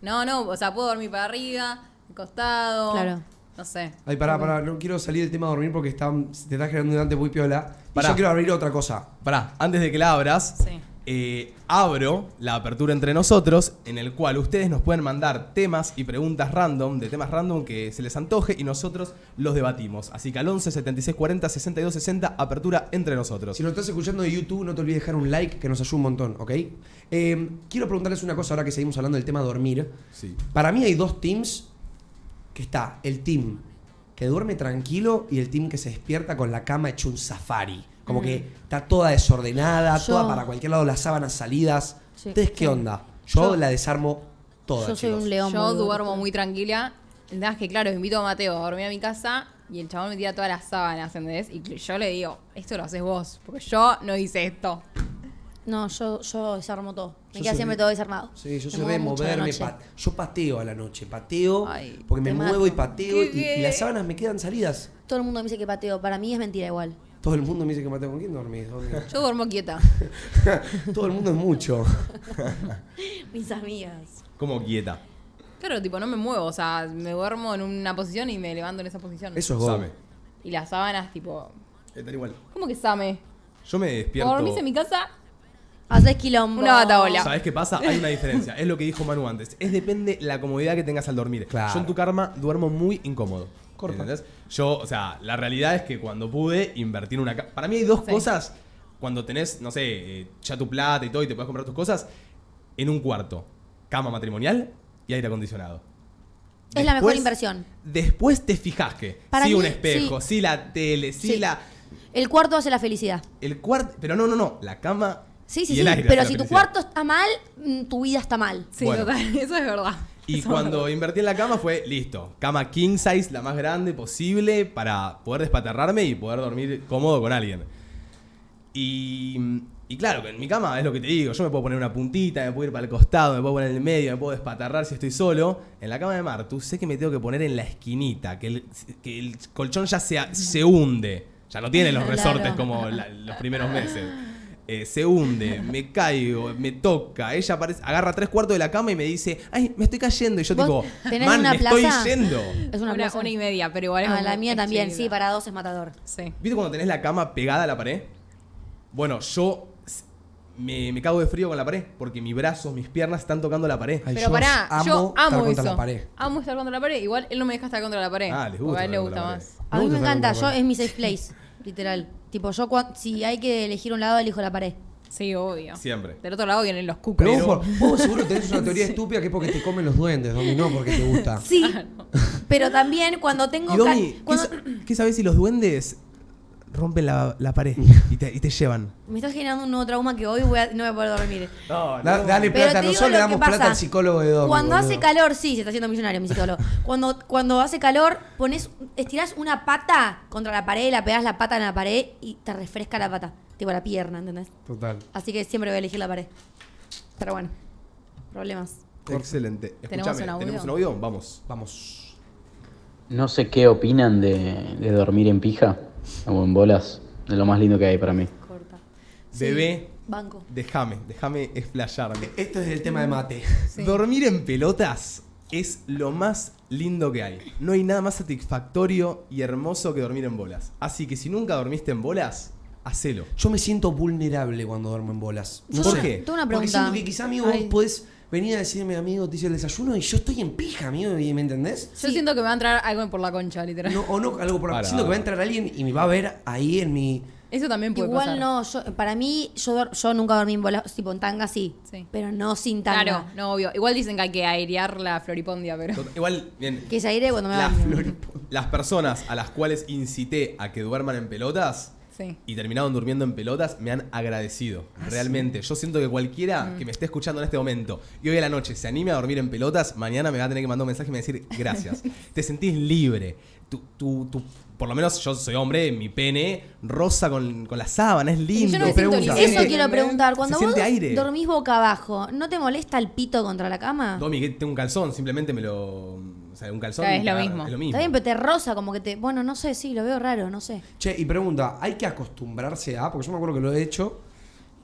Speaker 3: no, no, o sea, puedo dormir para arriba, de costado.
Speaker 2: Claro.
Speaker 3: No sé.
Speaker 4: Ay, pará, pará, no quiero salir del tema de dormir porque está- te estás generando un dante muy piola. Y
Speaker 1: Pará.
Speaker 4: yo quiero abrir otra cosa.
Speaker 1: Pará, antes de que la abras,
Speaker 3: Sí.
Speaker 1: eh, abro la apertura entre nosotros, en el cual ustedes nos pueden mandar temas y preguntas random, de temas random que se les antoje y nosotros los debatimos. Así que al 11 76 40 62 60, apertura entre nosotros.
Speaker 4: Si nos estás escuchando de YouTube, no te olvides dejar un like que nos ayuda un montón, ¿ok? Eh, quiero preguntarles una cosa ahora que seguimos hablando del tema dormir.
Speaker 1: Sí.
Speaker 4: Para mí hay dos teams que está el team que duerme tranquilo y el team que se despierta con la cama hecho un safari. Como que está toda desordenada,
Speaker 2: Mm. Yo-
Speaker 4: toda para cualquier lado, las sábanas salidas.
Speaker 2: Sí,
Speaker 4: ¿Ustedes qué
Speaker 2: sí.
Speaker 4: onda? Yo,
Speaker 2: Yo-
Speaker 4: la desarmo toda,
Speaker 2: Yo soy
Speaker 4: chicos.
Speaker 2: un león.
Speaker 3: Yo
Speaker 2: boludo.
Speaker 3: duermo muy tranquila. Nada, es que claro, invito a Mateo a dormir a mi casa y el chabón me tira todas las sábanas, ¿entendés? Y yo le digo, esto lo haces vos, porque yo no hice esto.
Speaker 2: No, yo, yo desarmo todo. Me
Speaker 4: Yo
Speaker 2: queda
Speaker 4: soy
Speaker 2: siempre
Speaker 4: de-
Speaker 2: todo desarmado.
Speaker 4: Sí,
Speaker 2: Me
Speaker 4: yo soy
Speaker 2: muevo
Speaker 4: de
Speaker 2: mucho de
Speaker 4: moverme.
Speaker 2: noche.
Speaker 4: pa- yo pateo a la noche. Pateo
Speaker 3: Ay,
Speaker 4: porque me
Speaker 2: te
Speaker 4: muevo
Speaker 2: mato.
Speaker 4: y pateo y,
Speaker 3: ¿Qué?
Speaker 4: y las sábanas me quedan salidas.
Speaker 2: Todo el mundo me dice que pateo. Para mí es mentira igual.
Speaker 4: Todo el mundo me dice que mateo. ¿Con quién dormís? ¿Dónde?
Speaker 3: Yo duermo quieta.
Speaker 4: Todo el mundo es mucho.
Speaker 2: Mis amigas.
Speaker 1: Como quieta.
Speaker 3: Claro, tipo, no me muevo, o sea, me duermo en una posición y me levanto en esa posición.
Speaker 4: Eso es
Speaker 1: Same.
Speaker 4: gome.
Speaker 3: Y las sábanas, tipo,
Speaker 1: Están igual.
Speaker 3: ¿cómo que same?
Speaker 1: Yo me
Speaker 3: Cuando
Speaker 1: despierto.
Speaker 3: dormís en mi casa,
Speaker 2: Haces quilombo.
Speaker 3: Una bataola.
Speaker 1: ¿Sabes qué pasa? Hay una diferencia. Es lo que dijo Manu antes. Es depende la comodidad que tengas al dormir.
Speaker 4: Claro.
Speaker 1: Yo en tu karma duermo muy incómodo.
Speaker 4: Corta.
Speaker 1: ¿Entendés? Yo, o sea, la realidad es que cuando pude invertir en una cama. Para mí hay dos
Speaker 3: Sí.
Speaker 1: cosas. Cuando tenés, no sé, eh, ya tu plata y todo y te puedes comprar tus cosas, en un cuarto, cama matrimonial y aire acondicionado.
Speaker 2: Es la mejor inversión.
Speaker 1: Después te fijas que.
Speaker 2: Para
Speaker 1: sí,
Speaker 2: mí,
Speaker 1: un espejo, sí, la tele, sí,
Speaker 2: Sí.
Speaker 1: la.
Speaker 2: El cuarto hace la felicidad.
Speaker 1: El cuarto. Pero no, no, no. La cama.
Speaker 2: Sí, sí,
Speaker 1: y
Speaker 2: sí.
Speaker 1: el aire
Speaker 2: Pero
Speaker 1: hace
Speaker 2: si
Speaker 1: la
Speaker 2: tu
Speaker 1: felicidad.
Speaker 2: cuarto está mal, mm, tu vida está mal.
Speaker 3: sí,
Speaker 1: Bueno.
Speaker 3: total, eso es verdad.
Speaker 1: Y
Speaker 3: Eso es
Speaker 1: cuando invertí en la cama fue listo. Cama king size, la más grande posible, para poder despaterrarme y poder dormir cómodo con alguien. Y, y claro, en mi cama es lo que te digo. Yo me puedo poner una puntita, me puedo ir para el costado, me puedo poner en el medio, me puedo despatarrar si estoy solo. En la cama de Martu sé que me tengo que poner en la esquinita, que el, que el colchón ya se, a- se hunde. Ya no tiene los
Speaker 2: Claro.
Speaker 1: resortes como la- los primeros meses. Eh, se hunde, me caigo, me toca. Ella aparece- agarra tres cuartos de la cama y me dice, ay, me estoy cayendo. Y yo
Speaker 2: ¿Vos
Speaker 1: tipo,
Speaker 2: tenés
Speaker 1: man,
Speaker 2: una
Speaker 1: me
Speaker 2: plaza?"
Speaker 1: estoy yendo.
Speaker 2: Es una,
Speaker 3: Una,
Speaker 2: plaza.
Speaker 3: una y media, pero igual es
Speaker 2: Ah,
Speaker 3: como-
Speaker 2: la mía
Speaker 3: es
Speaker 2: también,
Speaker 3: chiquita.
Speaker 2: sí, para dos es matador.
Speaker 3: Sí.
Speaker 1: ¿Viste cuando tenés la cama pegada a la pared? Bueno, yo s- me, me cago de frío con la pared porque mis brazos, mis piernas están tocando la pared.
Speaker 4: Ay,
Speaker 3: Pero
Speaker 4: yo
Speaker 3: pará, yo
Speaker 4: estar
Speaker 3: amo
Speaker 4: contra
Speaker 3: eso.
Speaker 4: la pared.
Speaker 3: Amo estar contra la pared. Igual él no me deja estar contra la pared.
Speaker 1: Ah, les gusta
Speaker 3: porque A él le
Speaker 1: estar contra
Speaker 3: gusta
Speaker 1: la
Speaker 3: más.
Speaker 2: A mí
Speaker 4: gusta
Speaker 2: me
Speaker 4: estar
Speaker 2: encanta,
Speaker 4: con la
Speaker 2: yo
Speaker 1: ¿eh?
Speaker 4: pared.
Speaker 2: es mi safe place, literal. Tipo, yo cua- si hay que elegir un lado, elijo la pared.
Speaker 3: Sí, obvio.
Speaker 1: Siempre.
Speaker 3: Del otro lado vienen los cucos.
Speaker 4: Pero, vos, vos seguro tenés una teoría estúpida que es porque te comen los duendes, Domi, no porque te gusta.
Speaker 2: Sí, pero también cuando tengo...
Speaker 1: Y
Speaker 2: ca-
Speaker 1: Domi, ¿qué,
Speaker 2: cuando-
Speaker 1: sa- qué sabés si los duendes rompen la, la pared y te, y te llevan?
Speaker 2: Me estás generando un nuevo trauma que hoy voy a- no voy a poder dormir.
Speaker 4: Da- dale
Speaker 2: Pero
Speaker 4: Eh, plata,
Speaker 2: te digo
Speaker 4: nosotros
Speaker 2: lo
Speaker 4: le
Speaker 2: que
Speaker 4: damos plata
Speaker 2: pasa.
Speaker 4: al psicólogo de Domi.
Speaker 2: Cuando hace
Speaker 4: boludo.
Speaker 2: calor, sí, se está haciendo millonario mi psicólogo. Cuando, cuando hace calor, pones, estirás una pata contra la pared, la pegás la pata en la pared y te refresca la pata. Tipo la pierna, ¿entendés?
Speaker 4: Total.
Speaker 2: Así que siempre voy a elegir la pared. Pero bueno, problemas.
Speaker 1: Excelente.
Speaker 3: ¿Tenemos
Speaker 1: Escuchame,
Speaker 3: un audio?
Speaker 1: ¿tenemos un audio? Vamos.
Speaker 4: Vamos.
Speaker 5: No sé qué opinan de, de dormir en pija o en bolas. Es lo más lindo que hay para mí.
Speaker 2: Corta.
Speaker 1: Bebé,
Speaker 2: Banco.
Speaker 1: déjame, déjame explayarme.
Speaker 4: Esto es el tema de mate.
Speaker 3: Sí.
Speaker 1: Dormir en pelotas es lo más lindo que hay. No hay nada más satisfactorio y hermoso que dormir en bolas. Así que si nunca dormiste en bolas, hacelo.
Speaker 4: Yo me siento vulnerable cuando duermo en bolas.
Speaker 1: Yo
Speaker 4: sé.
Speaker 1: ¿Por qué?
Speaker 2: Tengo una
Speaker 4: Porque
Speaker 2: pregunta.
Speaker 4: siento que quizá, amigo, vos
Speaker 2: Ay.
Speaker 4: podés venir a decirme, amigo, te hice el desayuno y yo estoy en pija, amigo, ¿y ¿me entendés?
Speaker 3: Yo siento que me va a entrar algo por la concha, literal.
Speaker 4: No, o no, algo por la...
Speaker 1: Para.
Speaker 4: Siento que va a entrar alguien y me va a ver ahí en mi...
Speaker 3: Eso también puede pasar.
Speaker 2: Igual no, yo, para mí, yo, dor- yo nunca dormí en bolas, tipo en tanga sí,
Speaker 3: Sí.
Speaker 2: pero no sin tanga.
Speaker 3: Claro, no, obvio. Igual dicen que hay que airear la floripondia, pero.
Speaker 1: Tot- Igual, bien,
Speaker 2: Que se aire cuando me
Speaker 1: la-
Speaker 2: baño.
Speaker 1: las personas a las cuales incité a que duerman en pelotas
Speaker 3: Sí.
Speaker 1: y terminaron durmiendo en pelotas me han agradecido. Realmente. Yo siento que cualquiera que me esté escuchando en este momento y hoy a la noche se anime a dormir en pelotas, mañana me va a tener que mandar un mensaje y me va a decir gracias. Te sentís libre. Tu, tu- tu- por lo menos yo soy hombre, mi pene rosa con, con la sábana, es lindo.
Speaker 3: yo no me siento
Speaker 1: Pregunta. Este,
Speaker 3: libre.
Speaker 2: Eso
Speaker 3: Sí.
Speaker 2: quiero preguntar. Cuando
Speaker 1: Se
Speaker 2: vos
Speaker 1: siente aire.
Speaker 2: dormís boca abajo, ¿no te molesta el pito contra la cama?
Speaker 1: Domi, que tengo un calzón, simplemente me lo. O sea, un calzón.
Speaker 3: Ah, es lo
Speaker 1: agarra,
Speaker 3: mismo.
Speaker 1: Es lo mismo.
Speaker 2: Está bien, pero te rosa, como que te. Bueno, no sé, sí, lo veo raro, no sé.
Speaker 4: Che, y pregunta, ¿hay que acostumbrarse a? Porque yo me acuerdo que lo he hecho.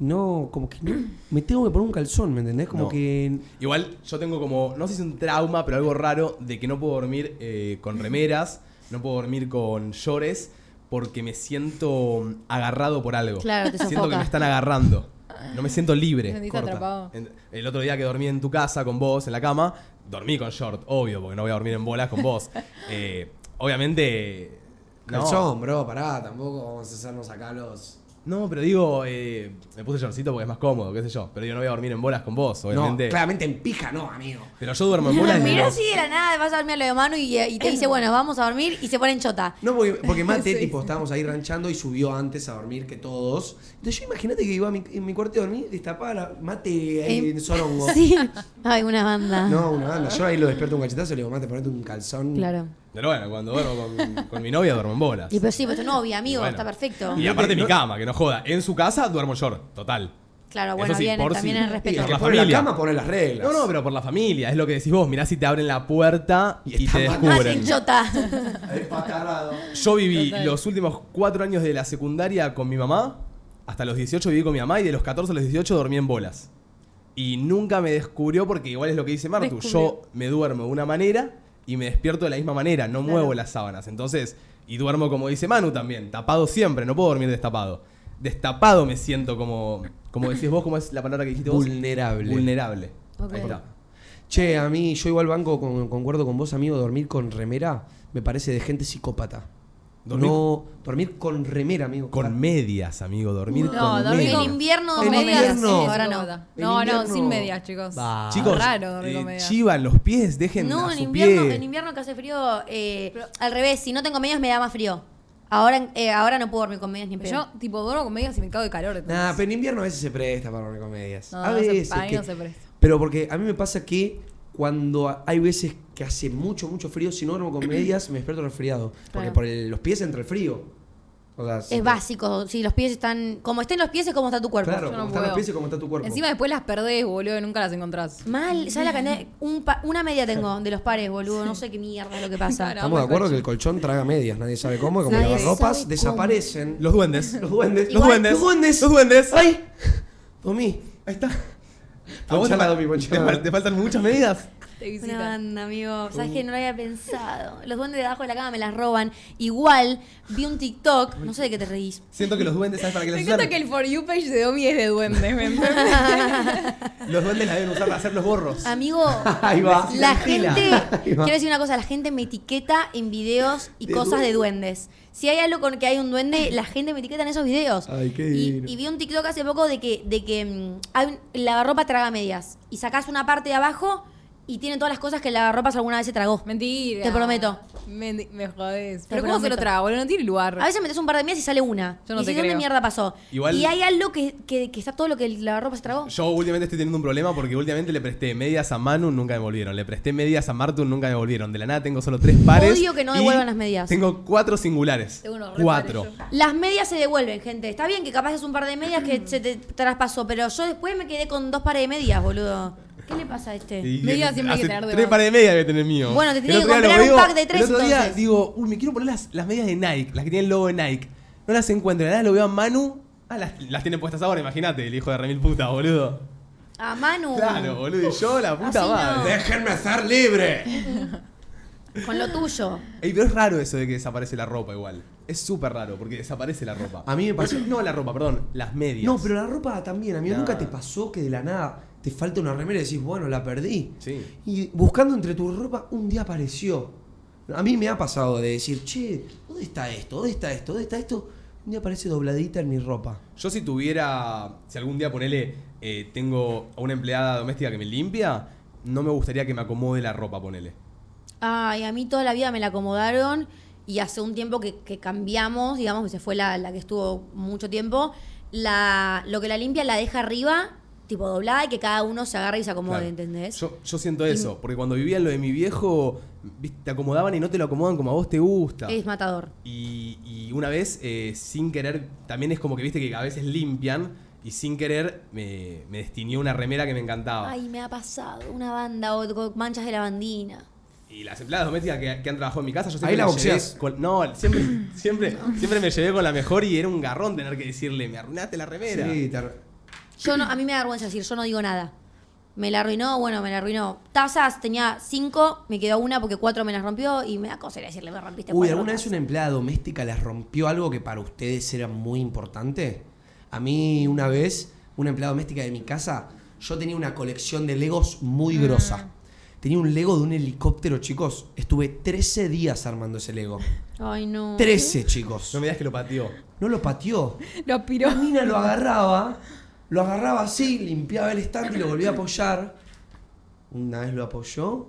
Speaker 4: No, como que no. Me tengo que poner un calzón, ¿me entendés? Como
Speaker 1: No.
Speaker 4: que.
Speaker 1: Igual yo tengo como, no sé si es un trauma, pero algo raro de que no puedo dormir eh, con remeras, no puedo dormir con llores, porque me siento agarrado por algo.
Speaker 2: Claro, te
Speaker 1: Siento
Speaker 2: sofoca.
Speaker 1: que me están agarrando. No me siento libre.
Speaker 3: Te sentiste
Speaker 1: corta.
Speaker 3: atrapado.
Speaker 1: En- El otro día que dormí en tu casa con vos, en la cama, dormí con short, obvio, porque no voy a dormir en bolas con vos. Eh, obviamente. no.
Speaker 4: Calzón, bro, pará, tampoco vamos a hacernos acá los.
Speaker 1: No, pero digo, eh, me puse shortcito porque es más cómodo, qué sé yo. Pero yo no voy a dormir en bolas con vos, obviamente.
Speaker 4: No, claramente en pija no, amigo.
Speaker 1: Pero yo duermo en bolas. desde
Speaker 2: Mira
Speaker 1: los-
Speaker 2: así de la nada, vas a dormir a lo de Manu y, eh, y te dice, bueno, vamos a dormir y se ponen chota.
Speaker 4: No, porque, porque Mate,
Speaker 3: Sí.
Speaker 4: tipo, estábamos ahí ranchando y subió antes a dormir que todos. Entonces yo imagínate que iba a mi, en mi cuarto a dormir, destapaba la Mate ahí en Sorongo.
Speaker 2: Eh, Sí. Ay, una banda.
Speaker 4: No, una banda. Yo ahí lo despierto un cachetazo y le digo, Mate, ponete un calzón.
Speaker 2: Claro.
Speaker 1: Pero bueno, cuando duermo con, con mi novia duermo en bolas.
Speaker 2: Y pero sí, pues tu novia, amigo,
Speaker 1: Bueno.
Speaker 2: está perfecto.
Speaker 1: Y aparte mi cama, que no joda. En su casa duermo short, total.
Speaker 2: Claro,
Speaker 1: Eso
Speaker 2: bueno,
Speaker 1: sí,
Speaker 2: bien,
Speaker 1: por
Speaker 2: también
Speaker 1: sí.
Speaker 2: el
Speaker 4: Y
Speaker 1: Por
Speaker 2: respeto.
Speaker 4: el que
Speaker 1: la
Speaker 4: pone la
Speaker 1: familia.
Speaker 4: cama pone las reglas.
Speaker 1: No, no, pero por la familia, es lo que decís vos. Mirá si te abren la puerta
Speaker 4: Y
Speaker 1: y,
Speaker 4: está
Speaker 1: te
Speaker 4: mal.
Speaker 1: descubren.
Speaker 2: Hacen chota.
Speaker 4: El patarrado.
Speaker 1: Yo viví los últimos cuatro años de la secundaria con mi mamá. Hasta los 18 viví con mi mamá y de los 14 a los 18 dormí en bolas. Y nunca me descubrió porque igual es lo que dice Martu. Yo me duermo de una manera y me despierto de la misma manera. No muevo las sábanas. Entonces, y duermo como dice Manu también. Tapado siempre. No puedo dormir destapado. Destapado me siento como... Como decís vos, ¿cómo es la palabra que dijiste vos?
Speaker 4: Vulnerable.
Speaker 1: Vulnerable. Ahí está.
Speaker 4: Che, a mí, yo igual banco, con- concuerdo con vos, amigo, dormir con remera me parece de gente psicópata.
Speaker 1: Dormir-
Speaker 4: No, dormir con remera, amigo.
Speaker 1: Con medias, amigo. Dormir
Speaker 3: No,
Speaker 1: con
Speaker 3: dormir
Speaker 1: medias.
Speaker 2: En invierno,
Speaker 4: En
Speaker 2: con medias,
Speaker 4: invierno.
Speaker 2: sí,
Speaker 4: En
Speaker 2: ahora no.
Speaker 4: En
Speaker 3: No, no,
Speaker 4: invierno.
Speaker 3: sin medias, chicos.
Speaker 4: Va.
Speaker 1: Chicos,
Speaker 3: raro dormir
Speaker 1: eh,
Speaker 3: con medias.
Speaker 1: chivan los pies, dejen
Speaker 2: No,
Speaker 1: a
Speaker 2: en
Speaker 1: su
Speaker 2: invierno,
Speaker 1: pie.
Speaker 2: en invierno que hace frío, eh, al revés, si no tengo medias me da más frío. Ahora, eh, ahora no puedo dormir con medias ni en pedo.
Speaker 3: Yo, tipo, duermo con medias y me cago de calor. entonces.
Speaker 4: Nah, pero en invierno a veces se presta para dormir con medias.
Speaker 3: No,
Speaker 4: a
Speaker 3: no se-
Speaker 4: veces.
Speaker 3: para mí
Speaker 4: que-
Speaker 3: no se presta.
Speaker 4: Pero porque a mí me pasa que cuando a- hay veces que hace mucho, mucho frío, si no duermo con medias, me despierto resfriado. Porque
Speaker 2: Claro.
Speaker 4: por el- los pies entra el frío. O sea, se te-
Speaker 2: es básico, si los pies están... Como estén los pies es como está tu cuerpo.
Speaker 4: Claro,
Speaker 3: Yo no
Speaker 4: como están los
Speaker 3: puedo.
Speaker 4: pies y como está tu cuerpo.
Speaker 3: Encima después las perdés, boludo, y nunca las encontrás.
Speaker 2: Mal, ¿sabes la cantidad? Un pa- una media tengo de los pares, boludo. No sé qué mierda es lo que pasa.
Speaker 3: Claro.
Speaker 4: Estamos de acuerdo que el colchón traga medias, nadie sabe cómo, y como
Speaker 2: Nadie
Speaker 4: las ropas
Speaker 2: sabe
Speaker 4: desaparecen.
Speaker 1: Los duendes.
Speaker 4: Los duendes.
Speaker 1: Los duendes.
Speaker 4: Los duendes.
Speaker 1: Los duendes.
Speaker 4: ¡Ay! Tomí.
Speaker 1: Ahí está.
Speaker 4: Ponchala,
Speaker 1: ¿A vos te fal-
Speaker 4: Domi,
Speaker 1: te,
Speaker 4: ponchala.
Speaker 1: fal- te faltan muchas medidas?
Speaker 3: Te
Speaker 2: Una
Speaker 3: visitan.
Speaker 2: banda, amigo. Sabes
Speaker 1: Uh.
Speaker 2: que no lo había pensado. Los duendes de abajo de la cama me las roban. Igual, vi un TikTok, no sé de qué te reís.
Speaker 1: Siento que los duendes, ¿sabes para qué
Speaker 3: Me
Speaker 1: los
Speaker 3: encanta
Speaker 1: usan?
Speaker 3: que el For You page de Domi es de duendes, ¿me entendés?
Speaker 1: Los duendes la deben usar para hacer los gorros.
Speaker 2: Amigo,
Speaker 4: Ahí va.
Speaker 2: la
Speaker 4: Tranquila.
Speaker 2: gente.
Speaker 4: Ahí
Speaker 2: Quiero
Speaker 4: va.
Speaker 2: decir una cosa, la gente me etiqueta en videos y cosas de duendes. Si hay algo con que hay un duende, la gente me etiqueta en esos videos.
Speaker 4: Ay, qué
Speaker 2: y,
Speaker 4: divino.
Speaker 2: y vi un TikTok hace poco de que, de que mm, hay un- la ropa traga medias. Y sacás una parte de abajo y tiene todas las cosas que la ropa alguna vez se tragó.
Speaker 3: Mentira.
Speaker 2: Te prometo.
Speaker 3: Mendi- me jodés.
Speaker 2: Te
Speaker 3: Pero ¿cómo se lo
Speaker 2: prometo.
Speaker 3: traga, boludo? No tiene lugar.
Speaker 2: A veces metes un par de medias y sale una.
Speaker 3: Yo no
Speaker 2: y
Speaker 3: te
Speaker 2: si ¿dónde
Speaker 3: creo.
Speaker 2: mierda pasó?
Speaker 1: Igual-
Speaker 2: y hay algo que, que- que está todo lo que la ropa se tragó.
Speaker 1: Yo últimamente estoy teniendo un problema porque últimamente le presté medias a Manu, nunca me volvieron. Le presté medias a Martu, nunca me volvieron. De la nada tengo solo tres pares.
Speaker 2: Odio que no
Speaker 1: y
Speaker 2: devuelvan las medias.
Speaker 1: Tengo cuatro singulares.
Speaker 3: Tengo unos re
Speaker 1: cuatro.
Speaker 3: pares
Speaker 2: Las medias se devuelven, gente. Está bien que capaz es un par de medias que se te traspasó, pero yo después me quedé con dos pares de medias, boludo. ¿Qué le pasa a este?
Speaker 1: Y
Speaker 3: Medias
Speaker 1: que-
Speaker 3: siempre hay que
Speaker 1: hace
Speaker 3: tener de
Speaker 1: Tres
Speaker 3: más.
Speaker 1: pares de medias voy a tener mío.
Speaker 2: Bueno, te
Speaker 1: El
Speaker 2: tenés que
Speaker 1: otro día lo
Speaker 2: comprar un
Speaker 1: digo-
Speaker 2: pack de tres,
Speaker 1: El otro día
Speaker 2: entonces.
Speaker 1: digo, uy, me quiero poner las, las medias de Nike, las que tienen el logo de Nike. No las encuentro, de la nada lo veo a Manu. Ah, las, las tiene puestas ahora, imagínate, el hijo de Remil puta, boludo.
Speaker 2: A Manu.
Speaker 1: Claro, boludo, y yo la puta
Speaker 2: Así
Speaker 1: madre.
Speaker 4: ¡Déjenme estar libre!
Speaker 2: Con lo tuyo.
Speaker 1: Ey, pero es raro eso de que desaparece la ropa igual. Es súper raro, porque desaparece la ropa.
Speaker 4: A mí me pasó-
Speaker 1: No la ropa, perdón, las medias.
Speaker 4: No, pero la ropa también, amigo.
Speaker 1: No.
Speaker 4: ¿Nunca te pasó que de la nada te falta una remera y decís, bueno, la perdí?
Speaker 1: Sí.
Speaker 4: Y buscando entre tu ropa, un día apareció. A mí me ha pasado de decir, che, ¿dónde está esto? ¿Dónde está esto? ¿Dónde está esto? Un día aparece dobladita en mi ropa.
Speaker 1: Yo si tuviera, si algún día ponele, eh, tengo a una empleada doméstica que me limpia, no me gustaría que me acomode la ropa, ponele.
Speaker 2: Ay, a mí toda la vida me la acomodaron y hace un tiempo que, que cambiamos, digamos, que se fue la, la que estuvo mucho tiempo. La, lo que la limpia la deja arriba, tipo doblada, y que cada uno se agarre y se acomode,
Speaker 1: Claro.
Speaker 2: ¿entendés?
Speaker 1: Yo, yo siento eso, porque cuando vivía en lo de mi viejo, viste, te acomodaban y no te lo acomodan como a vos te gusta.
Speaker 2: Es matador.
Speaker 1: Y, y una vez, eh, sin querer, también es como que viste que a veces limpian y sin querer me, me destiné una remera que me encantaba.
Speaker 2: Ay, me ha pasado una banda o o manchas de lavandina.
Speaker 1: Y las empleadas domésticas que, que han trabajado en mi casa, yo siempre
Speaker 4: Ahí la
Speaker 1: me llevé
Speaker 4: boxeás.
Speaker 1: con- No, siempre, siempre, siempre me llevé con la mejor y era un garrón tener que decirle, me arruinaste la remera.
Speaker 4: Sí, te ar-
Speaker 2: Yo no, a mí me da vergüenza decir, yo no digo nada. Me la arruinó, bueno, me la arruinó. Tazas tenía cinco, me quedó una porque cuatro me las rompió y me da cosa ir a decirle, me rompiste
Speaker 4: Uy,
Speaker 2: cuatro
Speaker 4: ¿alguna vez
Speaker 2: tazas".
Speaker 4: una empleada doméstica les rompió algo que para ustedes era muy importante? A mí una vez una empleada doméstica de mi casa, yo tenía una colección de Legos muy grosa. Tenía un Lego de un helicóptero, chicos. Estuve 13 días armando ese Lego.
Speaker 2: Ay, no.
Speaker 4: 13, chicos.
Speaker 1: No me digas que lo pateó.
Speaker 4: No lo pateó.
Speaker 3: Lo piró.
Speaker 4: La mina lo agarraba, lo agarraba así, limpiaba el estante y lo volvía a apoyar. Una vez lo apoyó,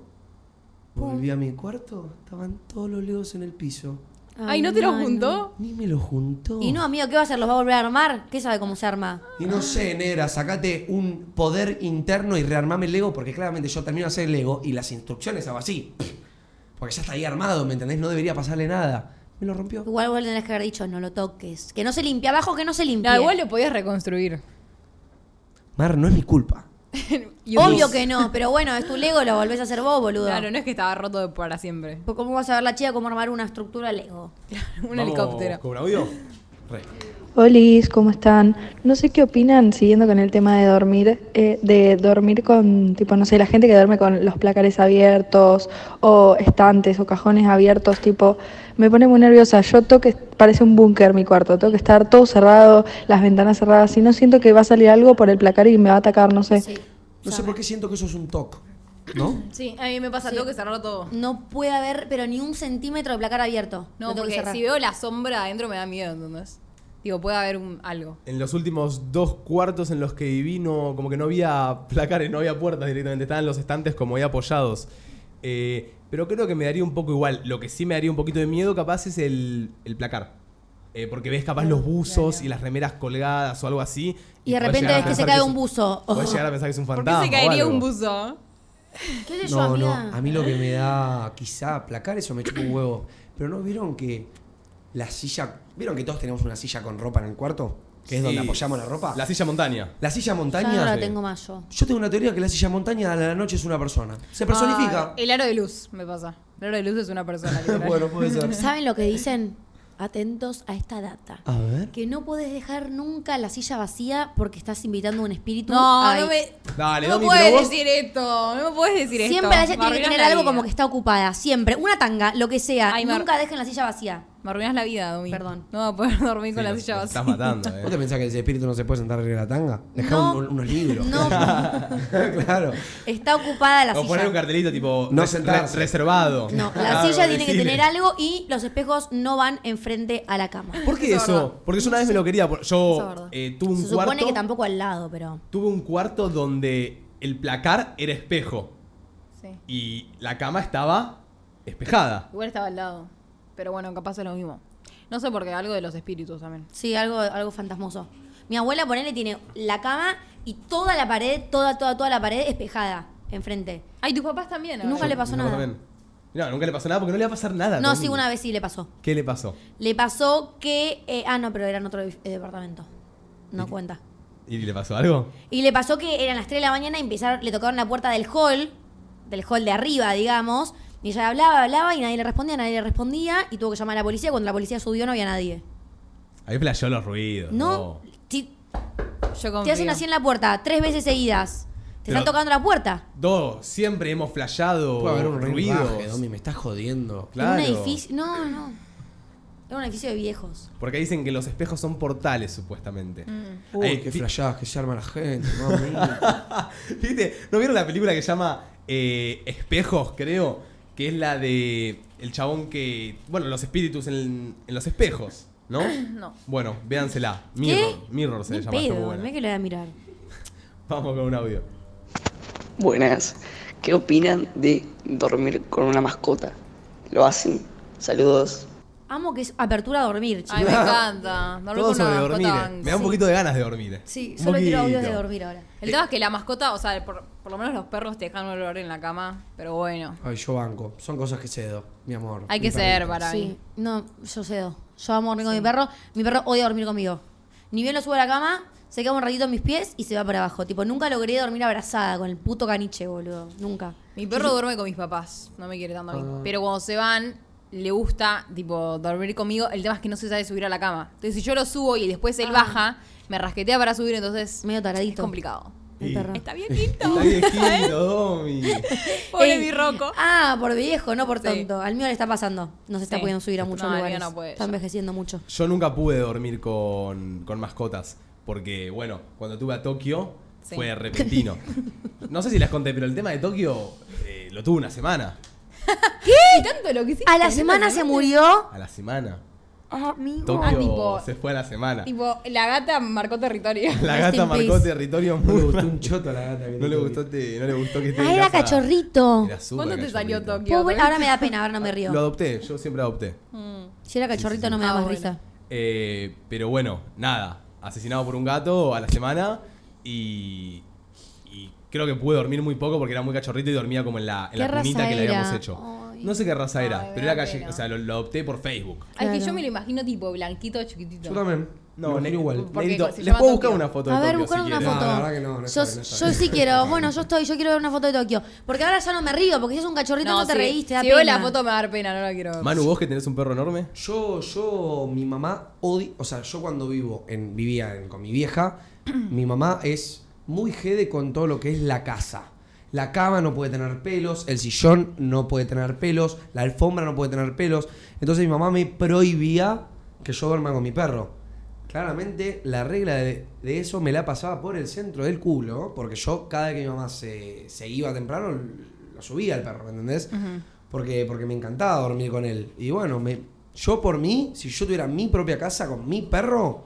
Speaker 4: volví a mi cuarto, estaban todos los legos en el piso.
Speaker 3: Ay, ¿no te lo
Speaker 2: no.
Speaker 3: juntó?
Speaker 4: Ni me lo juntó.
Speaker 2: Y no, amigo, ¿qué va a hacer? ¿Los va a volver a armar? ¿Qué sabe cómo se arma?
Speaker 4: Y no sé, negra, sacate un poder interno y rearmame el Lego, porque claramente yo termino de hacer el Lego y las instrucciones hago así. Porque ya está ahí armado, ¿me entendés? No debería pasarle nada. Me lo rompió.
Speaker 2: Igual vos le tenés que haber dicho, no lo toques. Que no se limpie, abajo que no se limpie.
Speaker 3: No, igual lo podías reconstruir.
Speaker 4: Mar, no es mi culpa.
Speaker 3: Y
Speaker 2: Obvio
Speaker 3: vos-
Speaker 2: que no, pero bueno, es tu Lego, lo volvés a hacer vos, boludo.
Speaker 3: Claro, no es que estaba roto de para siempre.
Speaker 2: Pues, ¿Cómo vas a ver la chica cómo armar una estructura Lego?
Speaker 3: Un
Speaker 1: Vamos
Speaker 3: helicóptero.
Speaker 1: ¿Con audio? Re.
Speaker 6: Olis, ¿cómo están? No sé qué opinan, siguiendo con el tema de dormir, eh, de dormir con, tipo, no sé, la gente que duerme con los placares abiertos o estantes o cajones abiertos, tipo, me pone muy nerviosa. Yo tengo que, parece un búnker mi cuarto, tengo que estar todo cerrado, las ventanas cerradas, si no siento que va a salir algo por el placar y me va a atacar, no sé.
Speaker 2: Sí.
Speaker 4: No sé por qué siento que eso es un toque, ¿no?
Speaker 3: Sí, a mí me pasa,
Speaker 2: Sí.
Speaker 3: tengo que cerrar todo.
Speaker 2: No puede haber, pero ni un centímetro de placar abierto. Lo
Speaker 3: No,
Speaker 2: tengo que
Speaker 3: porque
Speaker 2: cerrar.
Speaker 3: si veo la sombra adentro me da miedo, ¿entendés? Digo, puede haber un, algo.
Speaker 1: En los últimos dos cuartos en los que viví, no, como que no había placares, no había puertas directamente, estaban los estantes como ahí apoyados. Eh, pero creo que me daría un poco igual. Lo que sí me daría un poquito de miedo, capaz, es el, el placar. Eh, porque ves capaz los buzos y las remeras colgadas o algo así.
Speaker 2: Ah, Y de
Speaker 1: podés
Speaker 2: repente
Speaker 1: llegar a
Speaker 2: ves que se
Speaker 1: pensar
Speaker 2: cae
Speaker 1: es
Speaker 2: un buzo. Oh.
Speaker 1: Podés llegar a pensar que es un
Speaker 3: ¿Por
Speaker 1: fantasma.
Speaker 3: qué se caería
Speaker 1: o algo.
Speaker 3: un buzo?
Speaker 2: ¿Qué sé yo,
Speaker 4: No, no,
Speaker 2: amiga?
Speaker 4: a mí lo que me da quizá aplacar eso me chupa un huevo. Pero ¿no vieron que la silla... ¿Vieron que todos tenemos una silla con ropa en el cuarto? Que es
Speaker 1: Sí.
Speaker 4: donde apoyamos la ropa.
Speaker 1: La
Speaker 4: La,
Speaker 1: silla montaña.
Speaker 4: silla
Speaker 2: Ya no
Speaker 4: montaña...
Speaker 2: la tengo más yo.
Speaker 4: Yo tengo una teoría que la silla montaña a la noche es una persona. Se personifica.
Speaker 3: Ah, el aro de luz me pasa. El aro de luz es una persona. literal.
Speaker 4: bueno, puede ser.
Speaker 2: ¿Saben lo que dicen? Atentos a esta data.
Speaker 4: A ver.
Speaker 2: Que no podés dejar nunca la silla vacía porque estás invitando a un espíritu.
Speaker 3: No,
Speaker 2: Ay.
Speaker 3: no me.
Speaker 1: Dale,
Speaker 3: no
Speaker 1: Domi,
Speaker 3: me
Speaker 1: pero
Speaker 3: puedes
Speaker 1: vos-
Speaker 3: decir esto. No me puedes decir esto.
Speaker 2: Siempre la silla
Speaker 3: Me
Speaker 2: tiene que
Speaker 3: arruinás
Speaker 2: tener
Speaker 3: la
Speaker 2: algo
Speaker 3: vida.
Speaker 2: como que está ocupada. Siempre. Una tanga, lo que sea.
Speaker 3: Ay, Mar-
Speaker 2: Nunca dejen la silla vacía.
Speaker 3: Me arruinás la vida, Domi.
Speaker 2: Perdón.
Speaker 3: No va a poder dormir con
Speaker 1: Sí,
Speaker 3: la
Speaker 1: lo-
Speaker 3: silla
Speaker 1: lo
Speaker 3: vacía.
Speaker 1: Estás matando, eh.
Speaker 4: ¿Vos te pensás que el espíritu no se puede sentar arriba de la tanga? Dejá
Speaker 2: No.
Speaker 4: un- unos libros.
Speaker 2: No.
Speaker 4: claro.
Speaker 2: Está ocupada la
Speaker 1: O
Speaker 2: silla.
Speaker 1: poner un Ah, cartelito tipo
Speaker 4: No
Speaker 1: re-
Speaker 4: sentarse.
Speaker 1: re- reservado.
Speaker 2: No, la
Speaker 1: Claro,
Speaker 2: silla tiene que
Speaker 1: decile.
Speaker 2: tener algo y los espejos no van enfrente a la cama.
Speaker 1: ¿Por qué
Speaker 3: Eso es verdad.
Speaker 1: eso? Porque yo una vez me lo quería. por-
Speaker 3: Eso es
Speaker 1: Yo
Speaker 3: verdad.
Speaker 1: eh, tuve un
Speaker 2: Se supone
Speaker 1: cuarto.
Speaker 2: que tampoco al lado, pero.
Speaker 1: Tuve un cuarto donde el placar era espejo
Speaker 3: Sí.
Speaker 1: y la cama estaba espejada.
Speaker 3: Igual estaba al lado. Pero bueno, capaz es lo mismo. No sé por qué, algo de los espíritus también.
Speaker 2: Sí, algo, algo fantasmoso. Mi abuela, ponele, tiene la cama y toda la pared, toda, toda, toda la pared espejada enfrente.
Speaker 3: Ay, tus papás también. ahora?
Speaker 2: Nunca le pasó
Speaker 1: Mi
Speaker 2: nada.
Speaker 1: papá también. No, nunca le pasó nada porque no le va a pasar nada.
Speaker 2: No,
Speaker 1: Tommy.
Speaker 2: sí, una vez sí le pasó.
Speaker 1: ¿Qué le pasó?
Speaker 2: Le pasó que. eh, ah, no, pero era en otro eh, departamento. No cuenta.
Speaker 1: ¿Y le pasó algo?
Speaker 2: Y le pasó que eran las 3 de la mañana y empezaron, le tocaron la puerta del hall, del hall de arriba, digamos. Y ella hablaba, hablaba y nadie le respondía, nadie le respondía. Y tuvo que llamar a la policía. Cuando la policía subió, no había nadie.
Speaker 1: Ahí flasheó los ruidos.
Speaker 2: No, si
Speaker 3: Yo confío.
Speaker 2: te hacen así en la puerta, tres veces seguidas. Te
Speaker 1: Pero-
Speaker 2: están tocando la puerta.
Speaker 1: Dos, siempre hemos flasheado
Speaker 4: Puede haber un ruido.
Speaker 1: ruidos.
Speaker 4: Domi, me estás jodiendo.
Speaker 1: Claro.
Speaker 2: Era un edificio. No, no. Era un edificio de viejos.
Speaker 1: Porque dicen que los espejos son portales, supuestamente.
Speaker 2: Mm.
Speaker 4: Uy,
Speaker 1: Ay,
Speaker 4: qué
Speaker 1: fi-
Speaker 4: flashadas que se arma la gente, mamá mía.
Speaker 1: ¿Viste? ¿No vieron la película que se llama eh, Espejos, creo? Que es la de el chabón que. Bueno, los espíritus en, en los espejos, ¿no?
Speaker 3: No.
Speaker 1: Bueno, véansela.
Speaker 2: ¿Qué?
Speaker 1: Mirror, Mirror se
Speaker 2: Ni
Speaker 1: llama. está muy
Speaker 2: pedo,
Speaker 1: buena.
Speaker 2: mirá que lo voy a mirar.
Speaker 1: Vamos con un audio.
Speaker 7: Buenas, ¿qué opinan de dormir con una mascota? ¿Lo hacen? Saludos.
Speaker 2: Amo que es apertura a dormir, chicos.
Speaker 3: Ay, me encanta. Dormir
Speaker 1: Todo
Speaker 3: con una
Speaker 1: sobre dormir.
Speaker 3: mascota.
Speaker 1: eh. Me da un poquito de ganas de dormir. eh.
Speaker 2: Sí,
Speaker 1: Un
Speaker 2: solo quiero audios de
Speaker 1: poquito.
Speaker 2: dormir ahora.
Speaker 3: El tema es que la mascota, o sea, por, por lo menos los perros te dejan un olor en la cama, pero bueno.
Speaker 4: Ay, yo banco. Son cosas que cedo, mi amor.
Speaker 3: Hay
Speaker 4: Mi
Speaker 3: que ser
Speaker 4: perrito.
Speaker 3: para
Speaker 2: Sí,
Speaker 3: mí.
Speaker 2: no, yo cedo. Yo amo dormir con mi perro. Mi perro odia dormir conmigo. Ni bien lo subo a la cama, se queda un ratito en mis pies y se va para abajo. Tipo, nunca logré dormir abrazada con el puto caniche, boludo. Nunca.
Speaker 3: Mi perro duerme con mis papás, no me quiere tanto a mí. Pero cuando se van, le gusta, tipo, dormir conmigo. El tema es que no se sabe subir a la cama. Entonces, si yo lo subo y después él baja, me rasquetea para subir, entonces
Speaker 2: Ah. Medio taradito.
Speaker 3: es complicado.
Speaker 2: El
Speaker 1: Y-
Speaker 2: perro.
Speaker 3: Está bien lindo.
Speaker 1: Está viejito, Domi.
Speaker 3: Pobre
Speaker 2: Ey.
Speaker 3: mi roco.
Speaker 2: Ah, por viejo, no por
Speaker 3: Sí.
Speaker 2: tonto. Al mío le está pasando. No se está
Speaker 3: Sí.
Speaker 2: pudiendo subir a muchos
Speaker 3: No, al mío
Speaker 2: lugares.
Speaker 3: no puede,
Speaker 2: está
Speaker 3: ya.
Speaker 2: envejeciendo mucho.
Speaker 1: Yo nunca pude dormir con, con mascotas. Porque, bueno, cuando tuve a Tokio
Speaker 3: Sí.
Speaker 1: fue repentino. No sé si las conté, pero el tema de Tokio eh, lo tuve una semana.
Speaker 3: ¿Qué? eh, ¿Tanto lo que hiciste?
Speaker 2: A la semana se murió.
Speaker 1: A la semana.
Speaker 2: Amigo.
Speaker 1: Tokio
Speaker 3: Ah, tipo-
Speaker 1: se fue a la semana.
Speaker 3: Tipo, la gata marcó territorio.
Speaker 1: La
Speaker 2: Rest
Speaker 1: gata
Speaker 2: in
Speaker 1: marcó
Speaker 2: peace.
Speaker 1: territorio
Speaker 4: No le
Speaker 1: muy
Speaker 4: gustó un choto a la gata. que
Speaker 1: No le
Speaker 4: te-
Speaker 1: gustó, te- no le gustó que esté
Speaker 2: Ah,
Speaker 1: en
Speaker 2: era
Speaker 1: casa.
Speaker 2: cachorrito.
Speaker 1: Era súper
Speaker 3: ¿Cuándo te salió
Speaker 1: cachorrito.
Speaker 3: Tokio?
Speaker 2: Pobre- ahora me da pena, ahora no me
Speaker 1: Lo
Speaker 2: río.
Speaker 1: adopté, yo siempre adopté.
Speaker 2: Si era cachorrito no me da
Speaker 3: Ah,
Speaker 2: más
Speaker 3: bueno.
Speaker 2: risa.
Speaker 1: Eh, pero bueno, nada. Asesinado por un gato a la semana y, y creo que pude dormir muy poco porque era muy cachorrito y dormía como en la, en la
Speaker 2: ¿Qué raza
Speaker 1: cunita que le habíamos
Speaker 2: era?
Speaker 1: hecho.
Speaker 2: Ay.
Speaker 1: No sé qué raza era,
Speaker 3: Ay, me
Speaker 1: pero era
Speaker 3: da
Speaker 1: calle,
Speaker 3: pena.
Speaker 1: o sea, lo, lo adopté por Facebook.
Speaker 3: Ay, que
Speaker 2: Claro.
Speaker 3: yo me lo imagino tipo blanquito, chiquitito.
Speaker 4: Yo también.
Speaker 1: No,
Speaker 4: no
Speaker 1: ne-
Speaker 4: igual.
Speaker 3: Porque
Speaker 1: negrito,
Speaker 3: se
Speaker 1: les
Speaker 3: llama
Speaker 1: puedo buscar
Speaker 3: Tokio.
Speaker 1: una foto de
Speaker 2: A ver,
Speaker 1: Tokio si
Speaker 2: buscar una
Speaker 1: quieren.
Speaker 4: No, la
Speaker 2: foto.
Speaker 4: verdad que no,
Speaker 2: yo,
Speaker 4: no está bien, no está
Speaker 2: yo
Speaker 4: bien.
Speaker 2: sí quiero, bueno, yo estoy, yo quiero ver una foto de Tokio. Porque ahora ya no me río, porque si es un cachorrito no, te
Speaker 3: si-
Speaker 2: reíste, da
Speaker 3: Si veo la
Speaker 2: pena.
Speaker 3: foto me va a dar pena, no la quiero ver.
Speaker 1: Manu, vos que tenés un perro enorme.
Speaker 4: Yo, yo, mi mamá odia. O sea, yo cuando vivo en, vivía en- con mi vieja, mi mamá es muy jede con todo lo que es la casa. La cama no puede tener pelos, el sillón no puede tener pelos, la alfombra no puede tener pelos. Entonces mi mamá me prohibía que yo duerma con mi perro. Claramente la regla de, de eso me la pasaba por el centro del culo, porque yo cada vez que mi mamá se, se iba temprano, lo subía al perro, ¿me entendés? porque, porque me encantaba dormir con él. Y bueno, me, yo por mí, si yo tuviera mi propia casa con mi perro,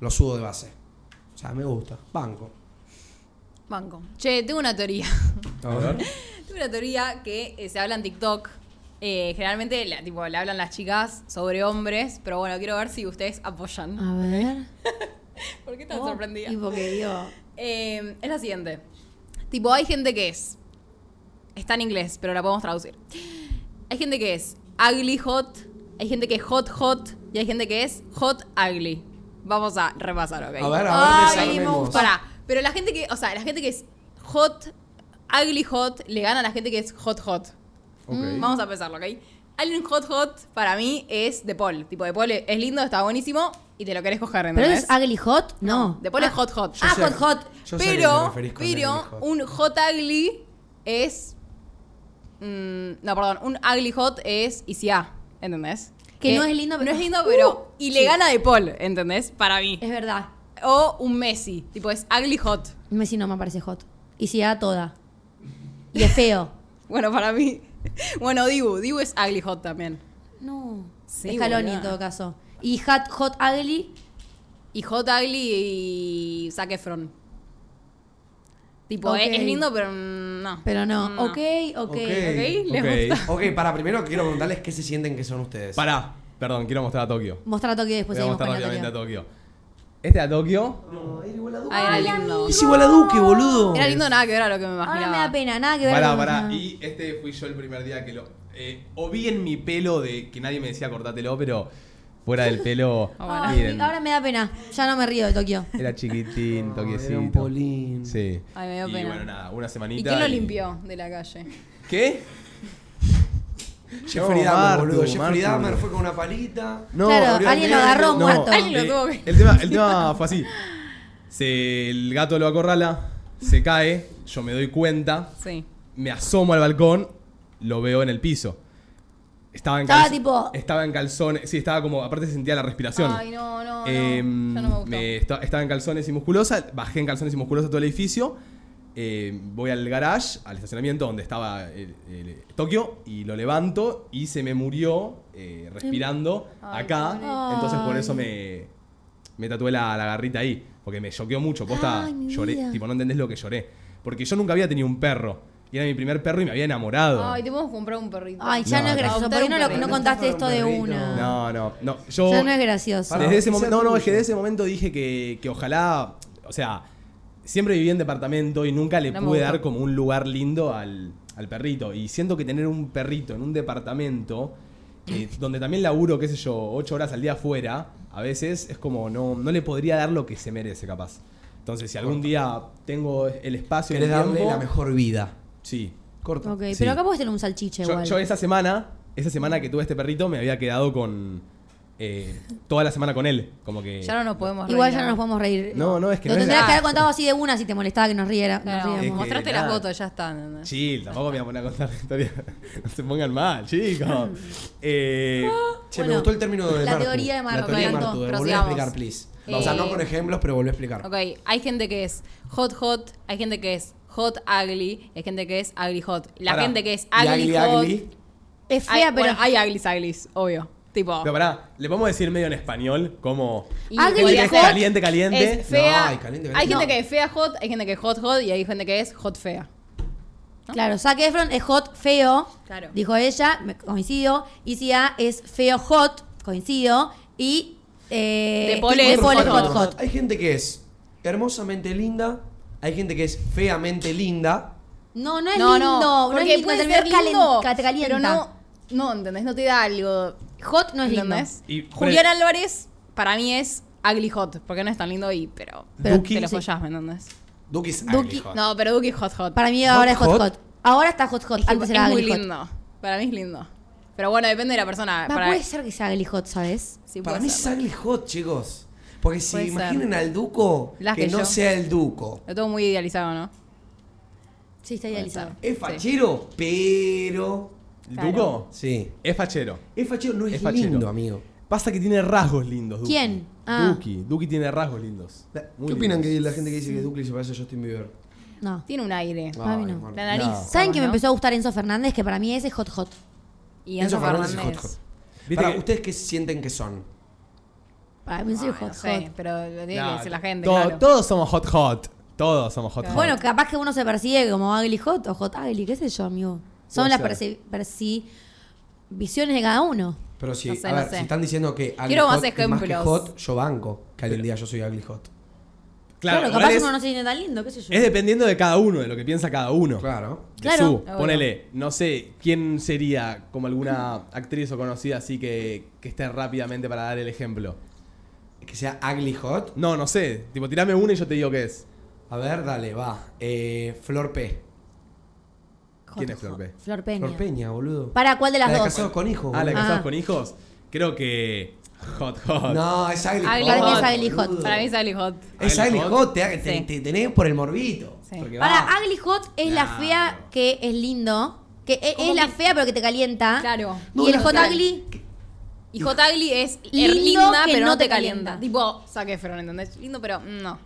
Speaker 4: lo subo de base. O sea, me gusta. Banco.
Speaker 3: Banco. Che, tengo una teoría.
Speaker 4: A ver.
Speaker 3: tengo una teoría que eh, se habla en TikTok. Eh, generalmente la, tipo, le hablan las chicas sobre hombres, pero bueno, quiero ver si ustedes apoyan.
Speaker 2: A ver.
Speaker 3: ¿Por qué tan
Speaker 2: Ah. Oh,
Speaker 3: sorprendida?
Speaker 2: Y porque digo.
Speaker 3: Eh, es la siguiente. Tipo, hay gente que es. Está en inglés, pero la podemos traducir. Hay gente que es ugly hot, hay gente que es hot hot y hay gente que es hot ugly. Vamos a repasar, ¿ok?
Speaker 4: A ver, a
Speaker 2: Ay,
Speaker 4: ver,
Speaker 2: me
Speaker 4: desarmemos.
Speaker 2: gusta.
Speaker 3: Pará, pero la gente que, o sea, la gente que es hot, ugly hot, le gana a la gente que es hot hot. Mm, Vamos a pensarlo, ¿ok? Alguien hot hot para mí es De Paul. Tipo, De Paul es lindo, está buenísimo y te lo querés coger,
Speaker 2: ¿Pero
Speaker 3: ¿entendés?
Speaker 2: es ugly hot? No.
Speaker 3: De Paul es hot hot.
Speaker 4: Yo
Speaker 2: Ah,
Speaker 4: sé-
Speaker 2: hot hot.
Speaker 4: yo sé a qué te
Speaker 3: Pero,
Speaker 4: referís con
Speaker 3: pero
Speaker 4: ugly hot.
Speaker 3: un hot ugly es. mm, no, perdón, un ugly hot es ICA, ¿entendés?
Speaker 2: Que no es lindo,
Speaker 3: pero.
Speaker 2: pero-
Speaker 3: eh, No es lindo, pero.
Speaker 2: Uh,
Speaker 3: y le
Speaker 2: sí. Eh.
Speaker 3: gana de Paul, ¿entendés? Para mí.
Speaker 2: Es verdad.
Speaker 3: O un Messi, tipo es ugly hot.
Speaker 2: Messi no me parece hot. Y si da toda. Y es feo.
Speaker 3: Bueno, para mí. Bueno, Dibu, Dibu es ugly hot también.
Speaker 2: No.
Speaker 3: Sí,
Speaker 2: es Caloni
Speaker 3: boluda.
Speaker 2: en todo caso. Y hot, hot ugly.
Speaker 3: Y hot ugly y Zac Efron. Tipo,
Speaker 2: Ok.
Speaker 3: es- es lindo, pero mm, no.
Speaker 2: Pero no.
Speaker 3: No.
Speaker 2: Ok, ok.
Speaker 3: ¿Ok? ¿Les
Speaker 1: Ok.
Speaker 3: gusta?
Speaker 4: Ok, para primero quiero preguntarles qué se sienten que son ustedes.
Speaker 1: Pará, perdón, quiero mostrar a Tokio.
Speaker 3: Pues
Speaker 2: Mostrar a Tokio
Speaker 1: Voy
Speaker 2: después.
Speaker 1: a
Speaker 2: seguimos
Speaker 1: mostrar
Speaker 2: con la
Speaker 1: rápidamente a
Speaker 2: Tokio.
Speaker 1: Tokio. Este a Tokio.
Speaker 4: No, era igual a Duque.
Speaker 3: Ah, era lindo.
Speaker 4: Es igual a Duque, boludo.
Speaker 3: Era lindo nada que ver a lo que me imaginaba.
Speaker 2: Ahora me da pena, nada que ver.
Speaker 1: Pará,
Speaker 2: con-
Speaker 1: pará. Y este fui yo el primer día que lo. eh, o vi en mi pelo de que nadie me decía cortátelo, pero fuera del pelo.
Speaker 3: Ah,
Speaker 4: Ah,
Speaker 2: Ay,
Speaker 1: miren,
Speaker 2: ahora me da pena. Ya no me río de Tokio.
Speaker 1: Era chiquitín, toquecito.
Speaker 4: Era un polín.
Speaker 1: Sí.
Speaker 3: Ay, me dio
Speaker 1: y
Speaker 3: pena.
Speaker 1: bueno, nada, una semanita.
Speaker 3: ¿Y quién lo limpió de la calle?
Speaker 1: ¿Qué?
Speaker 4: Jeffrey
Speaker 1: No,
Speaker 4: Dahmer,
Speaker 1: Martu,
Speaker 4: boludo. Jeffrey
Speaker 1: Martu.
Speaker 4: Dahmer fue con una palita.
Speaker 2: Claro,
Speaker 1: abrió la
Speaker 2: alguien lo
Speaker 1: nevera,
Speaker 2: agarró
Speaker 1: no,
Speaker 2: muerto.
Speaker 3: Alguien
Speaker 1: eh,
Speaker 3: lo tuvo que-
Speaker 1: el, tema, el tema fue así. Se- el gato lo acorrala, se cae, yo me doy cuenta,
Speaker 3: Sí.
Speaker 1: me asomo al balcón, lo veo en el piso. Estaba en
Speaker 2: Estaba
Speaker 1: calz-
Speaker 2: tipo-
Speaker 1: Estaba en calzones. Sí, estaba como. Aparte sentía la respiración.
Speaker 3: Ay, no, no, no.
Speaker 1: Eh,
Speaker 3: Ya no me gustó.
Speaker 1: me esta- estaba en calzones y musculosa, bajé en calzones y musculosa todo el edificio. eh, voy al garage, al estacionamiento donde estaba el- el Tokio, y lo levanto y se me murió eh, respirando
Speaker 3: Em, Ay,
Speaker 1: acá.
Speaker 2: pobre.
Speaker 1: Entonces por
Speaker 2: Ay.
Speaker 1: eso me, me tatué la, la garrita ahí, porque me choqueó mucho. Posta,
Speaker 2: Ay, mi
Speaker 1: lloré,
Speaker 2: vida.
Speaker 1: tipo, no entendés lo que lloré. Porque yo nunca había tenido un perro, y era mi primer perro y me había enamorado.
Speaker 3: Ay, te podemos comprar un perrito.
Speaker 2: Ay, ya no,
Speaker 1: No,
Speaker 2: es
Speaker 1: no.
Speaker 2: gracioso. ¿Por qué no, lo- no
Speaker 4: Adoptar un
Speaker 2: contaste esto de
Speaker 4: perrito.
Speaker 2: una?
Speaker 1: no, no, no. Yo,
Speaker 2: Ya no es gracioso.
Speaker 4: Pará,
Speaker 1: Desde ese
Speaker 4: que sea
Speaker 1: momento, no, no, es que
Speaker 4: tuyo.
Speaker 1: desde ese momento dije que, que ojalá, o sea, siempre viví en departamento y nunca le
Speaker 3: No me
Speaker 1: pude
Speaker 3: gustó.
Speaker 1: dar como un lugar lindo al, al perrito. Y siento que tener un perrito en un departamento, eh, donde también laburo, qué sé yo, ocho horas al día afuera, a veces es como no, no le podría dar lo que se merece, capaz. Entonces, si algún día tengo el espacio y el
Speaker 4: Querés darle
Speaker 1: tiempo,
Speaker 4: la mejor vida.
Speaker 1: Sí.
Speaker 4: Corto.
Speaker 2: Ok,
Speaker 1: Sí.
Speaker 2: pero acá podés tener un salchicha
Speaker 1: Yo,
Speaker 2: igual.
Speaker 1: yo esa semana, esa semana que tuve este perrito, me había quedado con... eh, toda la semana con él, como que...
Speaker 3: Ya no nos podemos reír,
Speaker 2: Igual ya no
Speaker 3: ¿no?
Speaker 2: nos podemos reír.
Speaker 1: No, no, es que
Speaker 2: Lo
Speaker 1: no es
Speaker 2: tendrías
Speaker 1: grave.
Speaker 2: que haber contado así de una si te molestaba que nos riera. nos
Speaker 3: Claro,
Speaker 2: riéramos.
Speaker 1: Es
Speaker 3: mostraste
Speaker 1: que
Speaker 3: la
Speaker 1: nada.
Speaker 3: foto, ya está. ¿no?
Speaker 1: Chill, tampoco me voy a poner a contar la historia. No se pongan mal, chicos. Eh,
Speaker 4: Che,
Speaker 2: Bueno,
Speaker 4: me gustó el término de
Speaker 2: la
Speaker 4: Martu.
Speaker 2: teoría de Martu,
Speaker 4: La teoría
Speaker 2: me
Speaker 4: de Martu.
Speaker 2: encantó.
Speaker 4: de volver a
Speaker 3: Prosigamos.
Speaker 4: explicar, please. O sea, no
Speaker 3: Eh,
Speaker 4: con ejemplos, pero volví a explicar.
Speaker 3: Ok, hay gente que es hot hot, hay gente que es hot ugly, hay gente que es ugly hot. La
Speaker 1: Pará,
Speaker 3: gente que es
Speaker 4: Y
Speaker 3: ugly, hot.
Speaker 4: ugly.
Speaker 2: Es fea,
Speaker 3: Hay,
Speaker 2: pero.
Speaker 3: bueno, hay uglies uglies, obvio. Tipo.
Speaker 1: Pero pará, le podemos decir medio en español como
Speaker 3: y
Speaker 2: Ugly
Speaker 3: podría
Speaker 2: es
Speaker 3: ser-
Speaker 1: caliente, caliente.
Speaker 3: Es fea.
Speaker 4: No, y caliente,
Speaker 3: Hay
Speaker 4: caliente.
Speaker 3: gente
Speaker 4: No.
Speaker 3: que es fea hot, hay gente que es hot hot y hay gente que es hot fea.
Speaker 2: Claro, Zac Efron es hot, feo.
Speaker 3: Claro.
Speaker 2: Dijo ella, me- coincido. ICA es feo, hot, coincido. Y. Eh,
Speaker 3: De Paul es
Speaker 2: De Paul es
Speaker 3: hot,
Speaker 2: hot, hot.
Speaker 4: Hay gente que es hermosamente linda, hay gente que es feamente linda.
Speaker 2: No, no es lindo. No,
Speaker 3: porque
Speaker 2: es lindo.
Speaker 3: puede
Speaker 2: terminar
Speaker 3: ser
Speaker 2: calen-
Speaker 3: lindo,
Speaker 2: ca- te calienta.
Speaker 3: Pero no, no, ¿entendés? No te da algo.
Speaker 2: Hot no es lindo.
Speaker 3: ¿Entendés?
Speaker 1: Y- pero-
Speaker 3: Julián Álvarez, para mí es ugly hot, porque no es tan lindo y, pero,
Speaker 1: Pero-
Speaker 3: te lo
Speaker 1: Duki,
Speaker 3: follás, ¿me entendés?
Speaker 4: Duki es
Speaker 2: Duki-
Speaker 4: ugly, joder.
Speaker 3: No, pero Duki es hot hot.
Speaker 2: Para mí
Speaker 4: Hot,
Speaker 2: ahora es hot,
Speaker 4: hot.
Speaker 2: hot Ahora está hot, hot.
Speaker 3: es, que
Speaker 2: Antes
Speaker 3: es
Speaker 2: era
Speaker 3: muy
Speaker 2: ugly, hot.
Speaker 3: lindo. Para mí es lindo. Pero bueno, depende de la persona.
Speaker 2: Va, pues.
Speaker 3: para,
Speaker 2: puede ser que sea ugly hot, ¿sabes?
Speaker 3: sí,
Speaker 4: Para
Speaker 3: puede
Speaker 4: mí es
Speaker 3: ser.
Speaker 4: ugly hot, chicos. Porque si
Speaker 3: Puede ser.
Speaker 4: imaginen al Duco,
Speaker 3: Las
Speaker 4: que,
Speaker 3: que
Speaker 4: no
Speaker 3: yo.
Speaker 4: sea el Duco.
Speaker 3: Lo tengo muy idealizado, ¿no?
Speaker 2: Sí, está idealizado.
Speaker 4: Es fachero, pero.
Speaker 1: ¿El
Speaker 3: Claro.
Speaker 1: Duco
Speaker 4: Sí.
Speaker 1: es fachero.
Speaker 4: Es fachero, no es,
Speaker 1: Es fachero.
Speaker 4: lindo, amigo.
Speaker 1: Pasa que tiene rasgos lindos, Duki.
Speaker 2: ¿Quién? Ah.
Speaker 1: Duki. Duki tiene rasgos lindos. Muy
Speaker 4: ¿Qué
Speaker 1: lindos.
Speaker 4: opinan que la gente que dice que Duki se parece a Justin Bieber?
Speaker 2: No.
Speaker 3: Tiene un aire.
Speaker 2: Para mí no.
Speaker 4: Marta.
Speaker 3: La nariz.
Speaker 1: No.
Speaker 2: ¿Saben que me
Speaker 3: ¿no?
Speaker 2: empezó a gustar Enzo Fernández? Que para mí ese es hot, hot.
Speaker 3: Y Enzo, Fernández.
Speaker 4: es hot, hot.
Speaker 1: Viste
Speaker 4: Pará,
Speaker 1: que-
Speaker 4: ¿ustedes qué sienten que son?
Speaker 2: Para mí sí es
Speaker 3: Ay,
Speaker 2: hot,
Speaker 3: no sé,
Speaker 2: hot.
Speaker 3: pero lo tiene que
Speaker 1: No,
Speaker 3: decir la gente,
Speaker 1: to-
Speaker 3: claro.
Speaker 1: Todos somos hot hot. Todos somos hot hot.
Speaker 2: Bueno, capaz que uno se percibe como ugly hot o hot ugly, qué sé yo, amigo. Son
Speaker 1: Puede
Speaker 2: las
Speaker 1: ser.
Speaker 2: perci- percibiciones de cada uno.
Speaker 4: Pero si,
Speaker 3: No sé,
Speaker 4: a
Speaker 3: no
Speaker 4: ver,
Speaker 3: sé.
Speaker 4: si están diciendo que ugly
Speaker 3: Quiero más
Speaker 4: hot es más que
Speaker 3: ejemplos.
Speaker 4: hot, yo banco que al día yo soy ugly hot.
Speaker 2: Claro,
Speaker 1: igual
Speaker 2: capaz
Speaker 1: es,
Speaker 2: uno no se siente tan lindo, qué sé yo.
Speaker 1: es dependiendo de cada uno, de lo que piensa cada uno.
Speaker 4: Claro.
Speaker 1: De
Speaker 2: Claro.
Speaker 1: su,
Speaker 3: Obvio.
Speaker 1: ponele, no sé, ¿quién sería como alguna actriz o conocida así que, que esté rápidamente para dar el ejemplo?
Speaker 4: Que sea ugly hot.
Speaker 1: No, no sé. Tipo, tirame una y yo te digo qué es.
Speaker 4: A ver, dale, va. Eh, Flor P.
Speaker 2: Hot,
Speaker 1: ¿Quién es
Speaker 2: hot.
Speaker 1: Flor P?
Speaker 2: Flor Peña.
Speaker 4: Flor Peña, boludo.
Speaker 2: ¿Para cuál de las
Speaker 4: la de
Speaker 2: dos?
Speaker 4: casados con hijos.
Speaker 1: Ah, la de
Speaker 4: boludo.
Speaker 1: casados
Speaker 2: Ah.
Speaker 1: con hijos. Creo que. Hot hot.
Speaker 4: No, es
Speaker 3: Ugly
Speaker 4: ugly hot.
Speaker 2: Para mí
Speaker 3: hot.
Speaker 2: es ugly hot.
Speaker 4: boludo.
Speaker 3: Para mí es ugly hot.
Speaker 4: Es ugly
Speaker 1: Ugly
Speaker 4: hot, te, te-
Speaker 3: Sí.
Speaker 4: te tenés por el morbito.
Speaker 3: Sí.
Speaker 4: Porque
Speaker 2: Para
Speaker 4: va.
Speaker 2: ugly hot es la
Speaker 1: Claro.
Speaker 2: fea que es lindo, que e- es,
Speaker 3: Como
Speaker 2: la
Speaker 3: que-
Speaker 2: fea pero que te calienta.
Speaker 3: Claro.
Speaker 2: Y el
Speaker 4: la
Speaker 2: hot
Speaker 4: fea-
Speaker 2: ugly
Speaker 3: Y Hot Ugly es er-
Speaker 2: Lindo
Speaker 3: linda,
Speaker 2: que
Speaker 3: pero
Speaker 2: no
Speaker 3: no
Speaker 2: te
Speaker 3: te
Speaker 2: calienta.
Speaker 3: calienta. Tipo, saque Efron, ¿entendés? Lindo, pero mm, no.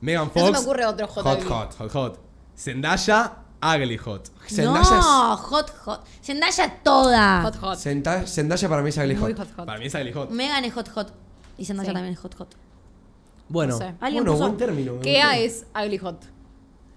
Speaker 1: Megan
Speaker 3: No
Speaker 1: Fox.
Speaker 3: se me ocurre otro Hot,
Speaker 4: Hot,
Speaker 3: Ugly.
Speaker 4: hot.
Speaker 1: Hot hot. Zendaya, ugly hot.
Speaker 4: Zendaya
Speaker 2: no, hot, hot. Zendaya toda.
Speaker 3: Hot, hot.
Speaker 4: es- Zenda- Zendaya para mí es ugly
Speaker 3: Muy
Speaker 4: hot.
Speaker 3: hot, hot.
Speaker 1: Para mí es ugly hot.
Speaker 2: Megan es hot, hot. Y Zendaya
Speaker 3: Sí.
Speaker 2: también es hot, hot.
Speaker 1: Bueno.
Speaker 3: No sé.
Speaker 2: Alguien
Speaker 4: Bueno,
Speaker 2: puso-
Speaker 4: buen término. me
Speaker 3: Kea
Speaker 4: gustó.
Speaker 3: es Ugly Hot.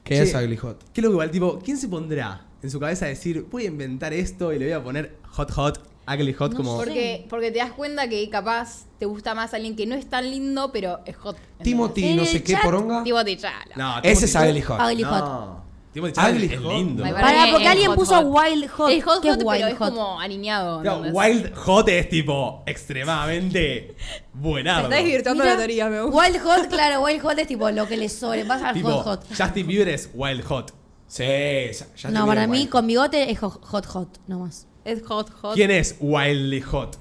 Speaker 4: Kea es
Speaker 1: Che,
Speaker 4: ugly hot.
Speaker 1: Qué loco igual, tipo, ¿quién se pondrá en su cabeza a decir, voy a inventar esto y le voy a poner hot hot, ugly hot
Speaker 2: No
Speaker 1: como...
Speaker 2: sé.
Speaker 3: Porque, porque te das cuenta que capaz te gusta más alguien que no es tan lindo, pero es hot. ¿entendés?
Speaker 4: Timothy,
Speaker 2: En
Speaker 4: no
Speaker 2: el
Speaker 4: sé qué
Speaker 2: chat-
Speaker 4: poronga.
Speaker 3: Timothy Chalamet.
Speaker 1: No,
Speaker 4: Ese es
Speaker 1: Timothy-
Speaker 4: ugly hot.
Speaker 2: Ugly hot.
Speaker 1: No. Timothy Chalamet
Speaker 4: Ugly
Speaker 1: es
Speaker 4: hot.
Speaker 1: lindo.
Speaker 3: Ay,
Speaker 2: Para,
Speaker 3: mí
Speaker 2: porque
Speaker 3: es
Speaker 2: alguien
Speaker 3: hot,
Speaker 2: puso
Speaker 3: hot.
Speaker 2: wild hot.
Speaker 3: Es hot,
Speaker 2: ¿Qué
Speaker 3: hot,
Speaker 2: es
Speaker 3: pero
Speaker 2: wild
Speaker 3: es
Speaker 2: hot?
Speaker 3: como aniñado.
Speaker 1: No,
Speaker 3: ¿entendés?
Speaker 1: wild hot es tipo extremadamente
Speaker 3: Se
Speaker 1: buenardo.
Speaker 3: está desvirtuando
Speaker 2: Mira,
Speaker 3: la teoría, me gusta.
Speaker 2: Wild hot, claro, wild hot es tipo lo que le sobrepasa al
Speaker 1: Tipo,
Speaker 2: hot, hot.
Speaker 1: Justin Bieber es wild hot.
Speaker 4: Sí, esa- ya te
Speaker 2: No, para
Speaker 4: digo
Speaker 2: mí
Speaker 4: igual.
Speaker 2: con bigote es hot, hot, hot nomás.
Speaker 3: Es hot, hot.
Speaker 1: ¿Quién es wildly hot?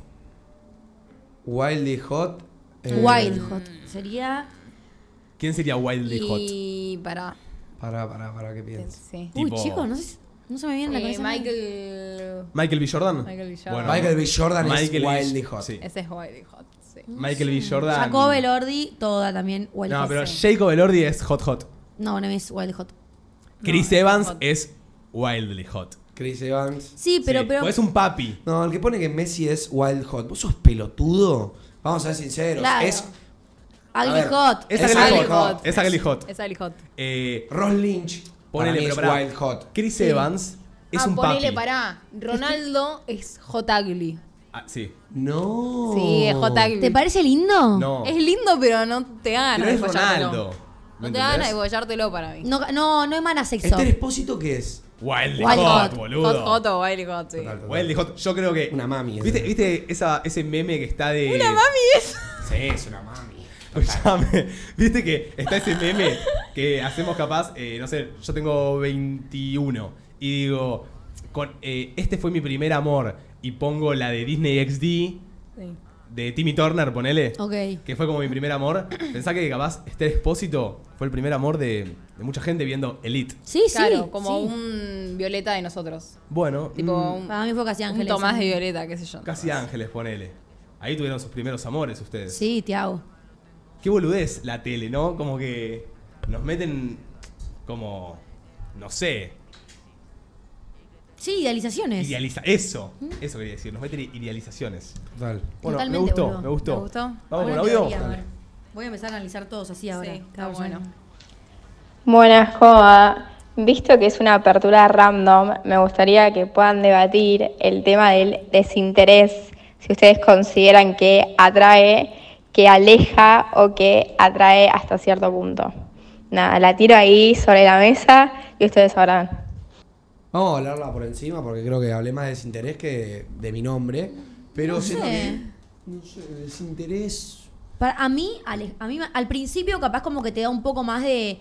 Speaker 4: Wildy hot. eh,
Speaker 2: Wild hot. Sería.
Speaker 1: ¿Quién sería wildly hot?
Speaker 3: Y para.
Speaker 4: Pará, pará, pará, ¿qué piensas?
Speaker 3: Sí.
Speaker 2: Uy,
Speaker 1: Tipo-
Speaker 2: chicos, no, sé, si- no se me viene en la
Speaker 3: Eh,
Speaker 2: cabeza.
Speaker 3: Michael.
Speaker 1: Michael B. Jordan.
Speaker 3: Michael B. Jordan.
Speaker 4: Michael B. Jordan
Speaker 1: Michael B.
Speaker 4: es wildly hot.
Speaker 1: Sí.
Speaker 3: Ese es Wiley Hot. Sí.
Speaker 1: Michael B. Jordan.
Speaker 2: Jacob Elordi, toda también wild
Speaker 1: No,
Speaker 2: hot.
Speaker 1: pero Jacob Elordi es hot hot.
Speaker 2: No, para mí es wild hot.
Speaker 1: Chris
Speaker 3: es
Speaker 1: Evans
Speaker 3: hot.
Speaker 1: es wildly hot.
Speaker 4: Chris Evans.
Speaker 2: Sí, pero.
Speaker 1: Sí,
Speaker 2: pero
Speaker 1: porque es un papi.
Speaker 4: No, el que pone que Messi es wild hot. ¿Vos sos pelotudo? Vamos a ser sinceros.
Speaker 2: Claro.
Speaker 4: Es
Speaker 2: ugly
Speaker 4: ver,
Speaker 2: hot.
Speaker 1: Es
Speaker 4: Es
Speaker 1: ugly
Speaker 4: ugly
Speaker 1: hot.
Speaker 4: hot.
Speaker 1: Es ugly hot.
Speaker 3: Es Ugly Hot.
Speaker 1: Eh,
Speaker 4: Ross Lynch.
Speaker 1: ponele,
Speaker 4: para mí
Speaker 1: pero
Speaker 4: es
Speaker 1: pará.
Speaker 4: wild hot.
Speaker 1: Chris Evans es
Speaker 3: ah,
Speaker 1: un
Speaker 3: ponele
Speaker 1: papi.
Speaker 3: pará. Ronaldo es Hot Ugly.
Speaker 1: Ah, sí.
Speaker 4: No.
Speaker 3: Sí, es Hot Ugly.
Speaker 2: ¿Te parece lindo?
Speaker 1: Oh. No.
Speaker 3: Es lindo, pero Ah, no te dan
Speaker 1: Pero
Speaker 3: ganas de
Speaker 1: es
Speaker 3: follártelo.
Speaker 1: Ronaldo.
Speaker 3: No
Speaker 1: ¿Me
Speaker 3: te dan ganas de
Speaker 1: entendés?
Speaker 3: bollártelo para mí.
Speaker 2: No, no, no emana sexo.
Speaker 4: ¿Este expósito qué es?
Speaker 1: Wildly
Speaker 2: Wild
Speaker 1: hot,
Speaker 2: hot.
Speaker 1: boludo.
Speaker 3: Hot Hot o Wiley Hot, sí.
Speaker 4: Total.
Speaker 1: Eh, Wildly hot. Yo creo que.
Speaker 4: Una mami, eh.
Speaker 1: ¿Viste,
Speaker 4: ese.
Speaker 1: viste esa, ese meme que está de.
Speaker 3: Una mami es.
Speaker 4: Sí, es una mami.
Speaker 1: Escuchame, viste que está ese meme que hacemos capaz, eh, no sé, yo tengo 21 y digo, con, eh, este fue mi primer amor y pongo la de Disney XD
Speaker 3: Sí.
Speaker 1: de Timmy Turner, ponele,
Speaker 2: Ok.
Speaker 1: que fue como mi primer amor. Pensá que capaz este expósito fue el primer amor de, de mucha gente viendo Elite.
Speaker 2: Sí,
Speaker 3: Claro,
Speaker 2: sí.
Speaker 3: como
Speaker 2: sí.
Speaker 3: un Violeta de nosotros.
Speaker 1: Bueno,
Speaker 3: Tipo
Speaker 1: mm,
Speaker 3: un,
Speaker 2: Para mí fue casi
Speaker 3: un
Speaker 2: Ángeles.
Speaker 3: Tomás de Violeta, qué sé yo.
Speaker 1: casi ángeles, ponele. Ahí tuvieron sus primeros amores ustedes.
Speaker 2: Sí, Tiago.
Speaker 1: Qué boludez la tele, ¿no? Como que nos meten como, no sé,
Speaker 2: Sí, idealizaciones.
Speaker 1: idealiza eso. Eso quería decir, nos meten idealizaciones.
Speaker 4: Total.
Speaker 1: Bueno, me
Speaker 2: Totalmente,
Speaker 1: gustó,
Speaker 2: boludo.
Speaker 1: me gustó.
Speaker 3: ¿Te gustó?
Speaker 1: Vamos con
Speaker 2: Alguna
Speaker 1: audio.
Speaker 2: teoría, a ver. Voy a empezar a analizar todos así ahora.
Speaker 3: Sí,
Speaker 2: cada
Speaker 3: está
Speaker 2: persona.
Speaker 3: bueno.
Speaker 8: Buenas, Joa. Visto que es una apertura random, me gustaría que puedan debatir el tema del desinterés, si ustedes consideran que atrae, que aleja o que atrae hasta cierto punto. Nada, la tiro ahí sobre la mesa y ustedes sabrán.
Speaker 4: Vamos a hablarla por encima porque creo que hablé más de desinterés que de mi nombre. Pero
Speaker 2: No
Speaker 4: siento
Speaker 2: sé.
Speaker 4: que. No sé, desinterés.
Speaker 2: Para, a mí, Ale- a mí, al principio capaz como que te da un poco más de,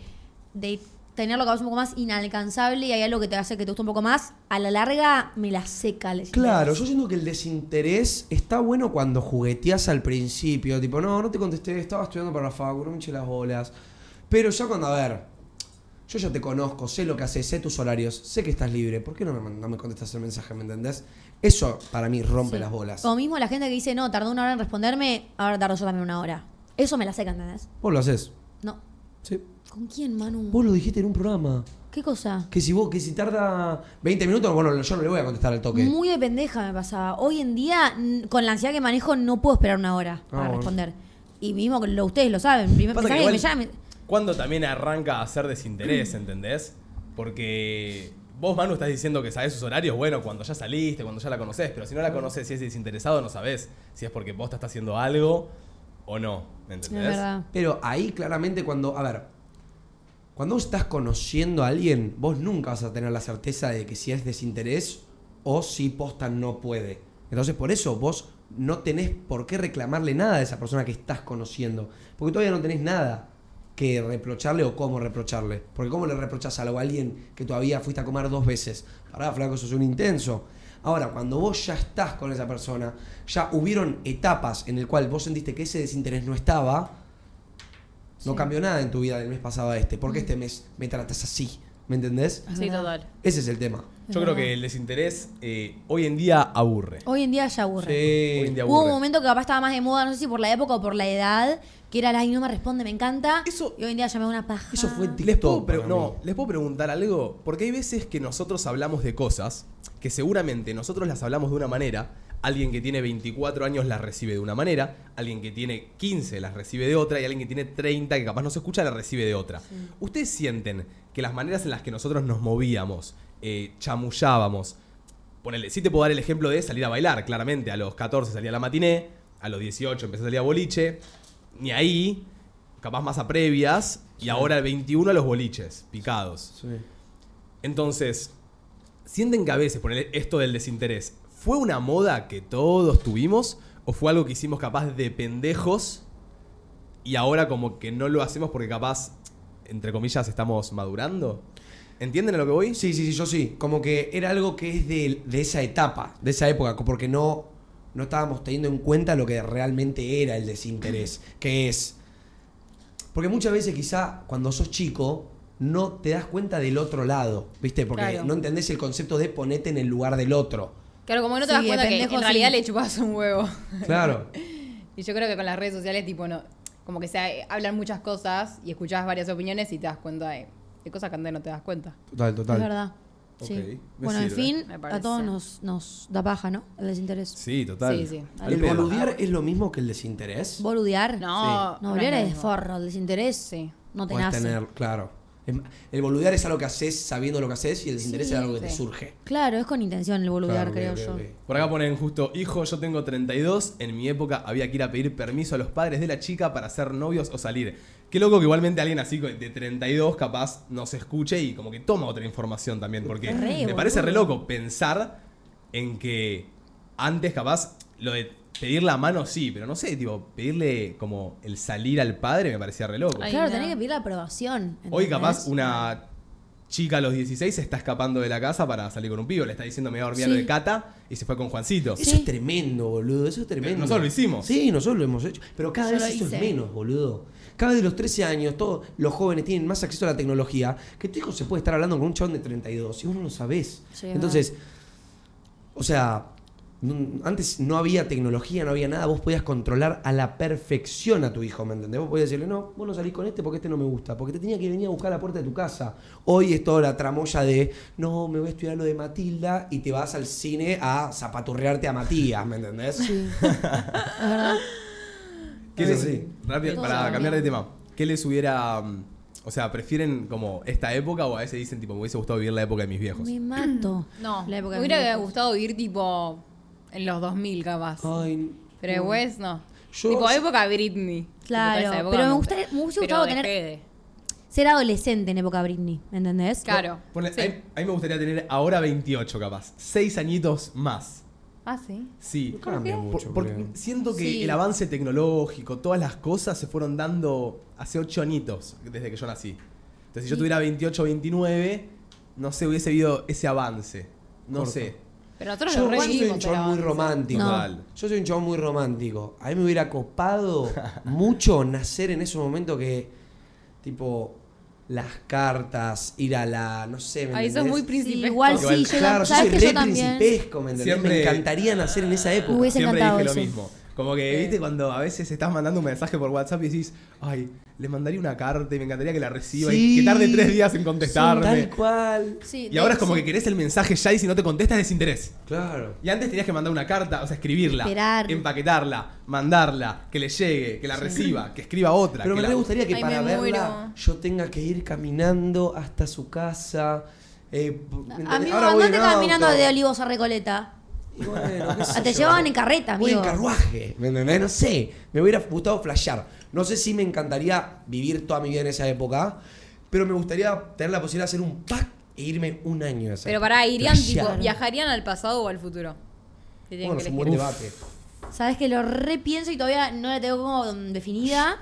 Speaker 2: de tenerlo capaz un poco más inalcanzable y hay algo que te hace que te guste un poco más. A la larga me la seca. el desinterés.
Speaker 4: Claro, yo siento que el desinterés está bueno cuando jugueteas al principio. Tipo, no, no te contesté, estaba estudiando para la facu, no me eché las bolas. Pero ya cuando, a ver, yo ya te conozco, sé lo que haces, sé tus horarios, sé que estás libre. ¿Por qué no me, man- no me contestas el mensaje, me entendés? Eso para mí rompe
Speaker 2: Sí.
Speaker 4: las bolas.
Speaker 2: Como mismo la gente que dice, no, tardó una hora en responderme, ahora tardo yo también una hora. Eso me la seca, ¿entendés?
Speaker 4: Vos lo haces.
Speaker 2: No.
Speaker 4: Sí.
Speaker 2: ¿Con quién, Manu?
Speaker 4: Vos lo dijiste en un programa.
Speaker 2: ¿Qué cosa?
Speaker 4: Que si vos, que si tarda 20 minutos, bueno, yo no le voy a contestar al toque.
Speaker 2: Muy de pendeja me pasaba. Hoy en día, n- con la ansiedad que manejo, no puedo esperar una hora para
Speaker 4: Ah, bueno.
Speaker 2: responder. Y mismo que lo, ustedes lo saben. Primer
Speaker 1: Pasa que
Speaker 2: mensaje que me
Speaker 1: igual-
Speaker 2: llamen.
Speaker 1: ¿Cuándo también arranca a ser desinterés, entendés? Porque vos, Manu, estás diciendo que sabés sus horarios, bueno, cuando ya saliste, cuando ya la conocés, pero si no la conocés, si es desinteresado, no sabés si es porque vos te estás haciendo algo o no,
Speaker 2: Es
Speaker 1: ¿entendés?
Speaker 2: verdad.
Speaker 4: Pero ahí claramente cuando, a ver, cuando vos estás conociendo a alguien, vos nunca vas a tener la certeza de que si es desinterés o si posta no puede. Entonces por eso vos no tenés por qué reclamarle nada a esa persona que estás conociendo, porque todavía no tenés nada que reprocharle o cómo reprocharle. Porque cómo le reprochas algo a alguien que todavía fuiste a comer dos veces. Pará, flaco, sos un intenso. Ahora, cuando vos ya estás con esa persona, ya hubieron etapas en el cual vos sentiste que ese desinterés no estaba, no cambió nada en tu vida del mes pasado a este. ¿Por qué este mes me tratas así? ¿Me entendés?
Speaker 3: Sí, total.
Speaker 4: Ese es el tema.
Speaker 1: Yo creo que el desinterés eh, hoy en día aburre.
Speaker 2: Hoy en día ya aburre.
Speaker 1: Hoy en día
Speaker 2: Hubo
Speaker 1: aburre.
Speaker 2: un momento que capaz estaba más de moda, no sé si por la época o por la edad, que era, ay, no me responde, me encanta.
Speaker 1: Eso-
Speaker 2: y hoy en día ya me da una paja.
Speaker 4: Eso fue
Speaker 1: Les puedo,
Speaker 4: TikTok para
Speaker 1: pre- no,
Speaker 4: mí.
Speaker 1: les puedo preguntar algo, porque hay veces que nosotros hablamos de cosas que seguramente nosotros las hablamos de una manera, alguien que tiene 24 años las recibe de una manera, alguien que tiene 15 las recibe de otra y alguien que tiene 30 que capaz no se escucha las recibe de otra. ¿Ustedes sienten que las maneras en las que nosotros nos movíamos, eh, chamullábamos, ponele, sí te puedo dar el ejemplo de salir a bailar, claramente, a los 14 salía a la matiné, a los 18 empecé a salir a boliche, ni ahí, capaz más a previas, y ahora al 21 a los boliches, picados.
Speaker 4: Sí.
Speaker 1: Entonces, sienten que a veces, ponele esto del desinterés, ¿fue una moda que todos tuvimos o fue algo que hicimos capaz de pendejos y ahora como que no lo hacemos porque capaz, entre comillas, estamos madurando? ¿Entienden a lo que voy?
Speaker 4: Sí, sí, sí, yo sí. Como que era algo que es de, de esa etapa, de esa época, co- porque no, no estábamos teniendo en cuenta lo que realmente era el desinterés, que es... Porque muchas veces quizá cuando sos chico no te das cuenta del otro lado, ¿viste? Porque
Speaker 3: Claro.
Speaker 4: no entendés el concepto de ponete en el lugar del otro.
Speaker 3: Claro, como que no te
Speaker 2: Sí,
Speaker 3: das
Speaker 2: de
Speaker 3: cuenta que
Speaker 2: pendejo,
Speaker 3: en realidad
Speaker 2: sí.
Speaker 3: le chupas un huevo.
Speaker 4: Claro.
Speaker 3: Y yo creo que con las redes sociales, tipo, no. Como que se hablan muchas cosas y escuchás varias opiniones y te das cuenta de, de cosas que antes no te das cuenta.
Speaker 4: Total,
Speaker 2: Es
Speaker 4: total.
Speaker 2: verdad. Sí.
Speaker 1: Ok, me
Speaker 2: Bueno,
Speaker 1: sirve.
Speaker 2: en fin,
Speaker 3: Me parece.
Speaker 2: a todos nos, nos da paja, ¿no? El desinterés.
Speaker 1: Sí, total.
Speaker 3: Sí, sí.
Speaker 1: Al
Speaker 4: ¿El
Speaker 1: pedo.
Speaker 4: boludear es lo mismo que el desinterés?
Speaker 2: Boludear.
Speaker 3: No,
Speaker 2: No,
Speaker 3: no es
Speaker 2: boludear
Speaker 3: lo
Speaker 2: es de
Speaker 3: mismo.
Speaker 2: forro. El desinterés
Speaker 3: Sí.
Speaker 2: no te
Speaker 4: Podés
Speaker 2: nace.
Speaker 4: tener, claro. Es ma- El boludear es algo que haces sabiendo lo que haces y el desinterés es algo que te
Speaker 3: sí.
Speaker 4: surge.
Speaker 2: Claro, es con intención el boludear,
Speaker 4: Claro, ok,
Speaker 2: creo
Speaker 4: ok,
Speaker 2: yo.
Speaker 4: ok.
Speaker 1: Por acá ponen justo, hijo, yo tengo 32, en mi época había que ir a pedir permiso a los padres de la chica para ser novios o salir. Qué loco que igualmente alguien así de 32 capaz nos escuche y como que toma otra información también, porque
Speaker 2: Re,
Speaker 1: me
Speaker 2: boludo.
Speaker 1: parece re loco pensar en que antes capaz lo de pedir la mano sí, pero no sé, tipo, pedirle como el salir al padre me parecía re loco.
Speaker 3: Ay,
Speaker 2: claro,
Speaker 3: no.
Speaker 2: tenés que pedir la aprobación.
Speaker 1: Hoy
Speaker 2: ¿entendés?
Speaker 1: capaz una chica a los 16 se está escapando de la casa para salir con un pibe, le está diciendo me voy a dormir a lo
Speaker 2: Sí.
Speaker 1: de Cata y se fue con Juancito.
Speaker 4: Eso
Speaker 2: Sí.
Speaker 4: es tremendo, boludo. Eso es tremendo.
Speaker 1: nosotros lo hicimos.
Speaker 4: Sí, nosotros lo hemos hecho. Pero cada
Speaker 2: Yo
Speaker 4: vez
Speaker 2: lo
Speaker 4: eso
Speaker 2: hice.
Speaker 4: es menos, boludo. Cada vez de los 13 años, todos los jóvenes tienen más acceso a la tecnología. Que tu hijo se puede estar hablando con un chabón de 32 y vos no lo sabés.
Speaker 2: Sí, es
Speaker 4: Entonces, o sea, no- antes no había tecnología, no había nada, vos podías controlar a la perfección a tu hijo, ¿me entendés? Vos podías decirle, no, vos no salís con este porque este no me gusta, porque te tenía que venir a buscar a la puerta de tu casa. Hoy es toda la tramoya de, no, me voy a estudiar lo de Matilda y te vas al cine a zapaturrearte a Matías, ¿me entendés?
Speaker 1: ¿Qué
Speaker 4: Es
Speaker 1: les-
Speaker 4: así.
Speaker 1: rápido, para cambiar de tema. ¿Qué les hubiera... mm, o sea, ¿prefieren como esta época o a veces dicen tipo me hubiese gustado vivir la época de mis viejos?
Speaker 2: Me mato.
Speaker 3: No,
Speaker 2: La época
Speaker 3: me
Speaker 2: de
Speaker 3: hubiera
Speaker 2: mis viejos.
Speaker 3: gustado vivir tipo en los 2000 capaz.
Speaker 4: Ay,
Speaker 3: Pero después no.
Speaker 4: Yo-
Speaker 3: tipo época Britney. Tipo, toda
Speaker 2: Claro,
Speaker 3: esa época
Speaker 2: pero me
Speaker 3: donde-
Speaker 2: gustaría- me hubiese
Speaker 3: pero
Speaker 2: gustado tener-
Speaker 3: dejé de-
Speaker 2: Ser adolescente en época Britney, ¿me entendés?
Speaker 3: Claro.
Speaker 1: Ponle-
Speaker 3: Sí.
Speaker 1: a, mí, a mí me gustaría tener ahora 28 capaz. Seis añitos más.
Speaker 3: Ah, sí.
Speaker 1: Sí.
Speaker 4: cambia
Speaker 1: Por-
Speaker 4: mucho.
Speaker 1: porque
Speaker 4: creo.
Speaker 1: siento que
Speaker 2: Sí.
Speaker 1: el avance tecnológico, todas las cosas se fueron dando hace 8 añitos desde que yo nací. Entonces, si yo tuviera 28 29, no sé, hubiese habido ese avance. No
Speaker 4: Corto.
Speaker 1: sé.
Speaker 3: Pero nosotros lo
Speaker 4: Yo, yo soy un
Speaker 3: revivimos.
Speaker 4: chabón muy romántico.
Speaker 2: No.
Speaker 1: Mal.
Speaker 4: Yo soy un chabón muy romántico. A mí me hubiera copado mucho nacer en ese momento que, tipo, las cartas, ir a la, no sé, ¿me
Speaker 3: Ahí sos
Speaker 4: entendés?
Speaker 3: muy
Speaker 2: Sí,
Speaker 3: príncipe.
Speaker 2: igual
Speaker 1: Igual,
Speaker 2: sí, yo,
Speaker 4: Claro, yo soy
Speaker 2: sabes que
Speaker 4: re
Speaker 2: yo también.
Speaker 4: principesco, ¿me entendés? Me
Speaker 1: Siempre-
Speaker 4: encantaría nacer en esa época.
Speaker 2: Hubiese
Speaker 1: Siempre
Speaker 2: encantado
Speaker 1: dije lo
Speaker 2: eso.
Speaker 1: mismo. Como que, viste, cuando a veces estás mandando un mensaje por WhatsApp y decís, ay, le mandaría una carta y me encantaría que la reciba y
Speaker 4: Sí.
Speaker 1: que tarde tres días en contestarme.
Speaker 4: Tal cual.
Speaker 2: Sí,
Speaker 1: y
Speaker 2: de-
Speaker 1: ahora es como
Speaker 2: sí.
Speaker 1: que querés el mensaje ya y si no te contestas desinterés.
Speaker 4: Claro.
Speaker 1: Y antes tenías que mandar una carta, o sea, escribirla,
Speaker 2: Esperar.
Speaker 1: empaquetarla, mandarla, que le llegue, que la reciba, que escriba otra.
Speaker 4: Pero
Speaker 1: que
Speaker 4: me
Speaker 1: la-
Speaker 4: re gustaría que
Speaker 3: Ay,
Speaker 4: para
Speaker 3: me
Speaker 4: verla
Speaker 3: muero.
Speaker 4: yo tenga que ir caminando hasta su casa. eh, ¿me
Speaker 2: A mí
Speaker 4: entendés?
Speaker 2: me
Speaker 4: Ahora voy
Speaker 2: mandaste
Speaker 4: en auto.
Speaker 2: caminando de Olivos a Recoleta.
Speaker 4: Y bueno, qué sé
Speaker 2: Ah, te
Speaker 4: yo.
Speaker 2: llevaban en carreta,
Speaker 4: Voy en
Speaker 2: amigo.
Speaker 4: carruaje, ¿me entendés? No sé, me hubiera gustado flashear. No sé si me encantaría vivir toda mi vida en esa época, pero me gustaría tener la posibilidad de hacer un pack e irme un año a esa
Speaker 3: Pero
Speaker 4: época.
Speaker 3: pará, irían tipo,
Speaker 4: Flashear.
Speaker 3: viajarían al pasado o al futuro. Si tienen
Speaker 4: Bueno,
Speaker 3: que
Speaker 4: es un
Speaker 3: elegir.
Speaker 4: buen debate.
Speaker 2: Sabes que lo repienso y todavía no la tengo como mm, definida,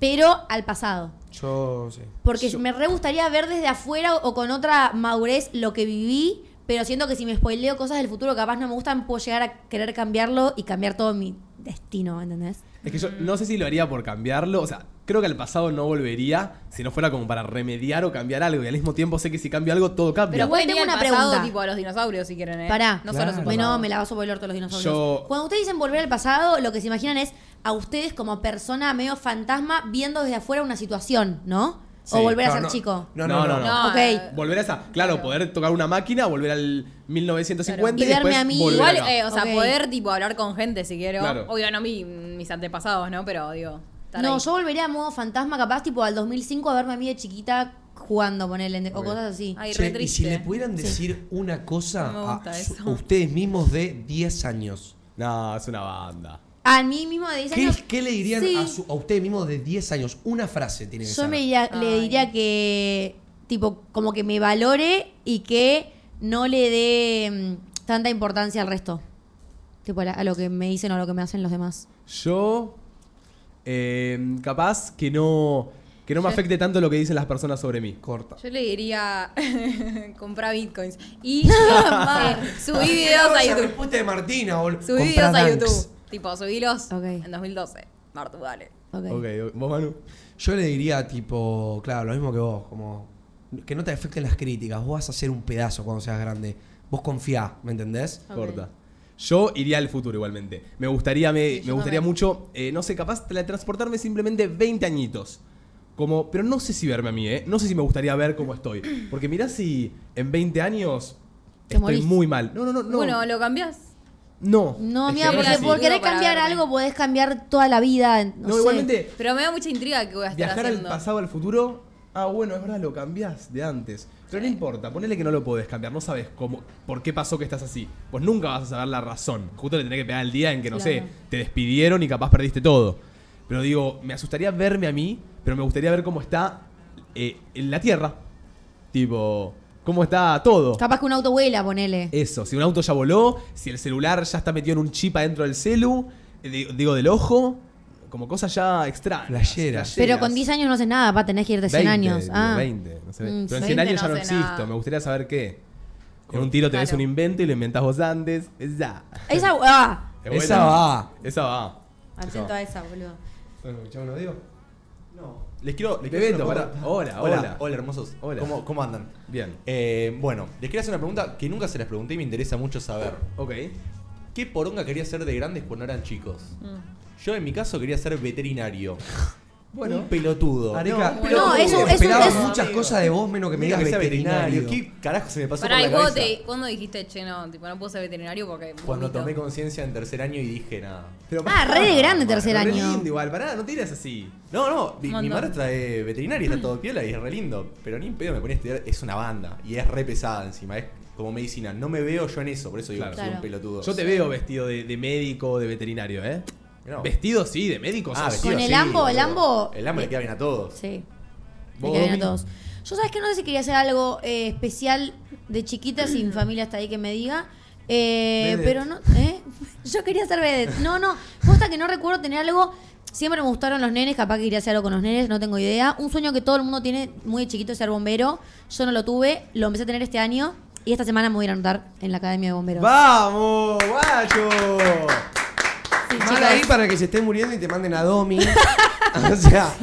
Speaker 2: pero al pasado.
Speaker 4: Yo sé.
Speaker 2: Porque me re gustaría ver desde afuera o con otra madurez lo que viví, pero siento que si me spoileo cosas del futuro que capaz no me gustan, puedo llegar a querer cambiarlo y cambiar todo mi destino, ¿entendés?
Speaker 1: Es que yo no sé si lo haría por cambiarlo, o sea, creo que al pasado no volvería si no fuera como para remediar o cambiar algo. Y al mismo tiempo sé que si cambio algo, todo cambia.
Speaker 3: Pero
Speaker 2: Igual
Speaker 3: pueden ir
Speaker 2: tengo
Speaker 3: al
Speaker 2: una
Speaker 3: pasado
Speaker 2: pregunta.
Speaker 3: tipo a los dinosaurios si quieren, ¿eh?
Speaker 2: Pará.
Speaker 3: No solo a su
Speaker 4: Claro.
Speaker 2: Me-
Speaker 3: pasado.
Speaker 2: no, me la vas a volver todos los dinosaurios.
Speaker 1: Yo-
Speaker 2: Cuando ustedes dicen volver al pasado, lo que se imaginan es a ustedes como persona medio fantasma viendo desde afuera una situación, ¿no?
Speaker 1: Sí,
Speaker 2: o volver a
Speaker 4: no,
Speaker 2: ser
Speaker 4: no.
Speaker 2: chico.
Speaker 4: No, no, no.
Speaker 3: No,
Speaker 2: Ok.
Speaker 3: eh,
Speaker 1: Volver a esa, claro, poder tocar una máquina, volver al 1950
Speaker 2: Y
Speaker 1: y,
Speaker 2: verme
Speaker 1: después
Speaker 2: a mí.
Speaker 1: volver
Speaker 3: Igual,
Speaker 1: acá.
Speaker 3: eh, o sea,
Speaker 2: Ok.
Speaker 3: poder tipo hablar con gente si quiero.
Speaker 1: Claro.
Speaker 3: Obvio, no mi- mis antepasados, ¿no? Pero digo. estar
Speaker 2: No,
Speaker 3: ahí.
Speaker 2: yo volvería a modo fantasma, capaz tipo al 2005 a verme a mí de chiquita jugando, ponele, ende- o cosas así.
Speaker 3: Ay,
Speaker 4: Che,
Speaker 3: re
Speaker 4: y
Speaker 3: triste.
Speaker 4: si le pudieran decir una cosa
Speaker 3: No me
Speaker 4: a
Speaker 3: gusta
Speaker 4: su-
Speaker 3: eso.
Speaker 4: ustedes mismos de 10 años,
Speaker 1: No, es una banda.
Speaker 2: A mí mismo de 10
Speaker 4: ¿qué,
Speaker 2: años.
Speaker 4: qué le dirían
Speaker 2: Sí.
Speaker 4: a, su- a ustedes mismos de 10 años? Una frase tiene que
Speaker 2: Yo
Speaker 4: ser.
Speaker 2: me diría- le
Speaker 3: Ay.
Speaker 2: diría que, tipo, como que me valore y que no le dé mm, tanta importancia al resto. Tipo, a la- a lo que me dicen o a lo que me hacen los demás.
Speaker 1: Yo, eh, capaz que no, que no me afecte tanto lo que dicen las personas sobre mí.
Speaker 4: Corta.
Speaker 3: Yo le diría comprar bitcoins y eh, subí videos a
Speaker 4: Esa
Speaker 3: YouTube.
Speaker 4: respuesta de Martina, boludo.
Speaker 3: Subí
Speaker 4: Comprá
Speaker 3: videos a
Speaker 4: Dunks.
Speaker 3: YouTube. Tipo, subilos
Speaker 2: Ok.
Speaker 3: en 2012. Martu, dale.
Speaker 2: Ok.
Speaker 1: Ok, vos Manu.
Speaker 4: Yo le diría, tipo, claro, lo mismo que vos, como que no te afecten las críticas, vos vas a ser un pedazo cuando seas grande. Vos confiá, ¿me entendés?
Speaker 1: Corta. Yo iría al futuro igualmente. Me gustaría, me,
Speaker 3: yo
Speaker 1: me gustaría
Speaker 3: también.
Speaker 1: mucho, eh, no sé, capaz teletransportarme simplemente 20 añitos. Como, pero no sé si verme a mí, ¿eh? No sé si me gustaría ver cómo estoy. Porque mirá si en 20 años
Speaker 2: Te
Speaker 1: estoy
Speaker 2: morís.
Speaker 1: muy mal. No, no, no, no.
Speaker 3: Bueno, ¿lo cambiás?
Speaker 1: no.
Speaker 2: No,
Speaker 1: Es que
Speaker 2: mira,
Speaker 1: es
Speaker 2: porque
Speaker 1: así.
Speaker 3: Era
Speaker 2: por querer
Speaker 3: para
Speaker 2: cambiar
Speaker 3: verme.
Speaker 2: algo podés cambiar toda la vida. No,
Speaker 1: No,
Speaker 2: sé.
Speaker 1: igualmente,
Speaker 3: Pero me da mucha intriga que voy a estar
Speaker 1: viajar al
Speaker 3: haciendo.
Speaker 1: pasado, al futuro. Ah, bueno, es verdad, lo cambiás de antes. Pero no importa, ponele que no lo podés cambiar, no sabes cómo, por qué pasó que estás así. Pues nunca vas a saber la razón. Justo le tenés que pegar el día en que, no sé,
Speaker 2: Claro.
Speaker 1: te despidieron y capaz perdiste todo. Pero digo, me asustaría verme a mí, pero me gustaría ver cómo está eh, en la Tierra. Tipo, cómo está todo.
Speaker 2: Capaz que un auto vuela, ponele.
Speaker 1: Eso, si un auto ya voló, si el celular ya está metido en un chip adentro del celu, eh, di- digo, del ojo, como cosas ya extrañas.
Speaker 4: Flasheras.
Speaker 2: Pero con
Speaker 1: flasheras.
Speaker 2: 10 años no haces nada, pa, tenés que irte 100 años.
Speaker 1: digo,
Speaker 2: Ah.
Speaker 1: 20, no sé.
Speaker 2: Mm,
Speaker 1: Pero en 100
Speaker 3: 20
Speaker 1: años ya no
Speaker 3: no sé
Speaker 1: existo.
Speaker 3: nada.
Speaker 1: Me gustaría saber qué. En un tiro tenés
Speaker 3: Claro.
Speaker 1: un invento y lo inventás vos antes. Esa.
Speaker 2: Esa, ah.
Speaker 1: Es buena.
Speaker 4: Esa va.
Speaker 1: Esa va.
Speaker 2: Atento a esa, boludo.
Speaker 4: no digo?
Speaker 9: Les quiero. Les
Speaker 1: Bebeto,
Speaker 9: quiero hacer una
Speaker 1: pará.
Speaker 9: pregunta.
Speaker 1: Hola, hola.
Speaker 9: hola. Hola, hermosos.
Speaker 1: Hola.
Speaker 9: ¿Cómo, cómo andan?
Speaker 1: Bien.
Speaker 9: Eh, bueno, les quería hacer una pregunta que nunca se las pregunté y me interesa mucho saber.
Speaker 1: Ok.
Speaker 9: ¿Qué poronga quería ser de grandes cuando eran chicos? Yo en mi caso quería ser veterinario.
Speaker 4: Bueno.
Speaker 9: un pelotudo.
Speaker 4: Arica,
Speaker 3: No,
Speaker 4: pero
Speaker 2: no, es un- es un-
Speaker 4: esperaba
Speaker 2: es un-
Speaker 4: muchas cosas de vos menos que me
Speaker 9: Mira
Speaker 4: digas
Speaker 9: que sea
Speaker 4: veterinario.
Speaker 9: veterinario. ¿Qué carajo se me pasó
Speaker 3: Pará, ¿y
Speaker 9: por la
Speaker 3: vos
Speaker 9: cabeza?
Speaker 3: te- cuándo dijiste, che, no, tipo, no puedo ser veterinario porque.
Speaker 9: Cuando
Speaker 3: vomito"?
Speaker 9: tomé conciencia en tercer año y dije nada.
Speaker 1: Pero-
Speaker 2: Ah, re de grande
Speaker 1: Bueno,
Speaker 2: tercer
Speaker 1: re
Speaker 2: año.
Speaker 1: lindo igual, pará, no tires así.
Speaker 9: No, no, mi, mi
Speaker 3: Montón.
Speaker 9: maestra es veterinaria, está todo piola y es re lindo. Pero ni en pedo me ponía a estudiar, es una banda y es re pesada encima, es como medicina. No me veo yo en eso, por eso digo
Speaker 1: Claro.
Speaker 9: que soy un
Speaker 2: Claro.
Speaker 9: pelotudo.
Speaker 1: Yo te veo vestido de, de médico, de veterinario, ¿eh?
Speaker 9: No.
Speaker 1: Vestido sí, de médico.
Speaker 9: Ah,
Speaker 1: sos.
Speaker 9: vestido
Speaker 2: Con el
Speaker 9: así,
Speaker 2: ambo, el
Speaker 9: boludo.
Speaker 2: ambo-
Speaker 9: El ambo le queda bien a todos.
Speaker 2: Sí. Me
Speaker 1: ¿Vos,
Speaker 2: quedé bien a
Speaker 1: Domi?
Speaker 2: todos. Yo sabes que no sé si quería hacer algo eh, especial de chiquita, si mi familia está ahí que me diga. Eh,
Speaker 4: Vedette.
Speaker 2: pero no, ¿eh? Yo quería ser vedette. No, no. Posta que no recuerdo tener algo. Siempre me gustaron los nenes, capaz que quería hacer algo con los nenes, no tengo idea. Un sueño que todo el mundo tiene muy de chiquito es ser bombero. Yo no lo tuve, lo empecé a tener este año y esta semana me voy a ir a anotar en la Academia de Bomberos.
Speaker 4: ¡Vamos, guacho!
Speaker 2: Sí,
Speaker 4: Mal
Speaker 2: chicos.
Speaker 4: ahí para que se esté muriendo y te manden a Domi. o sea,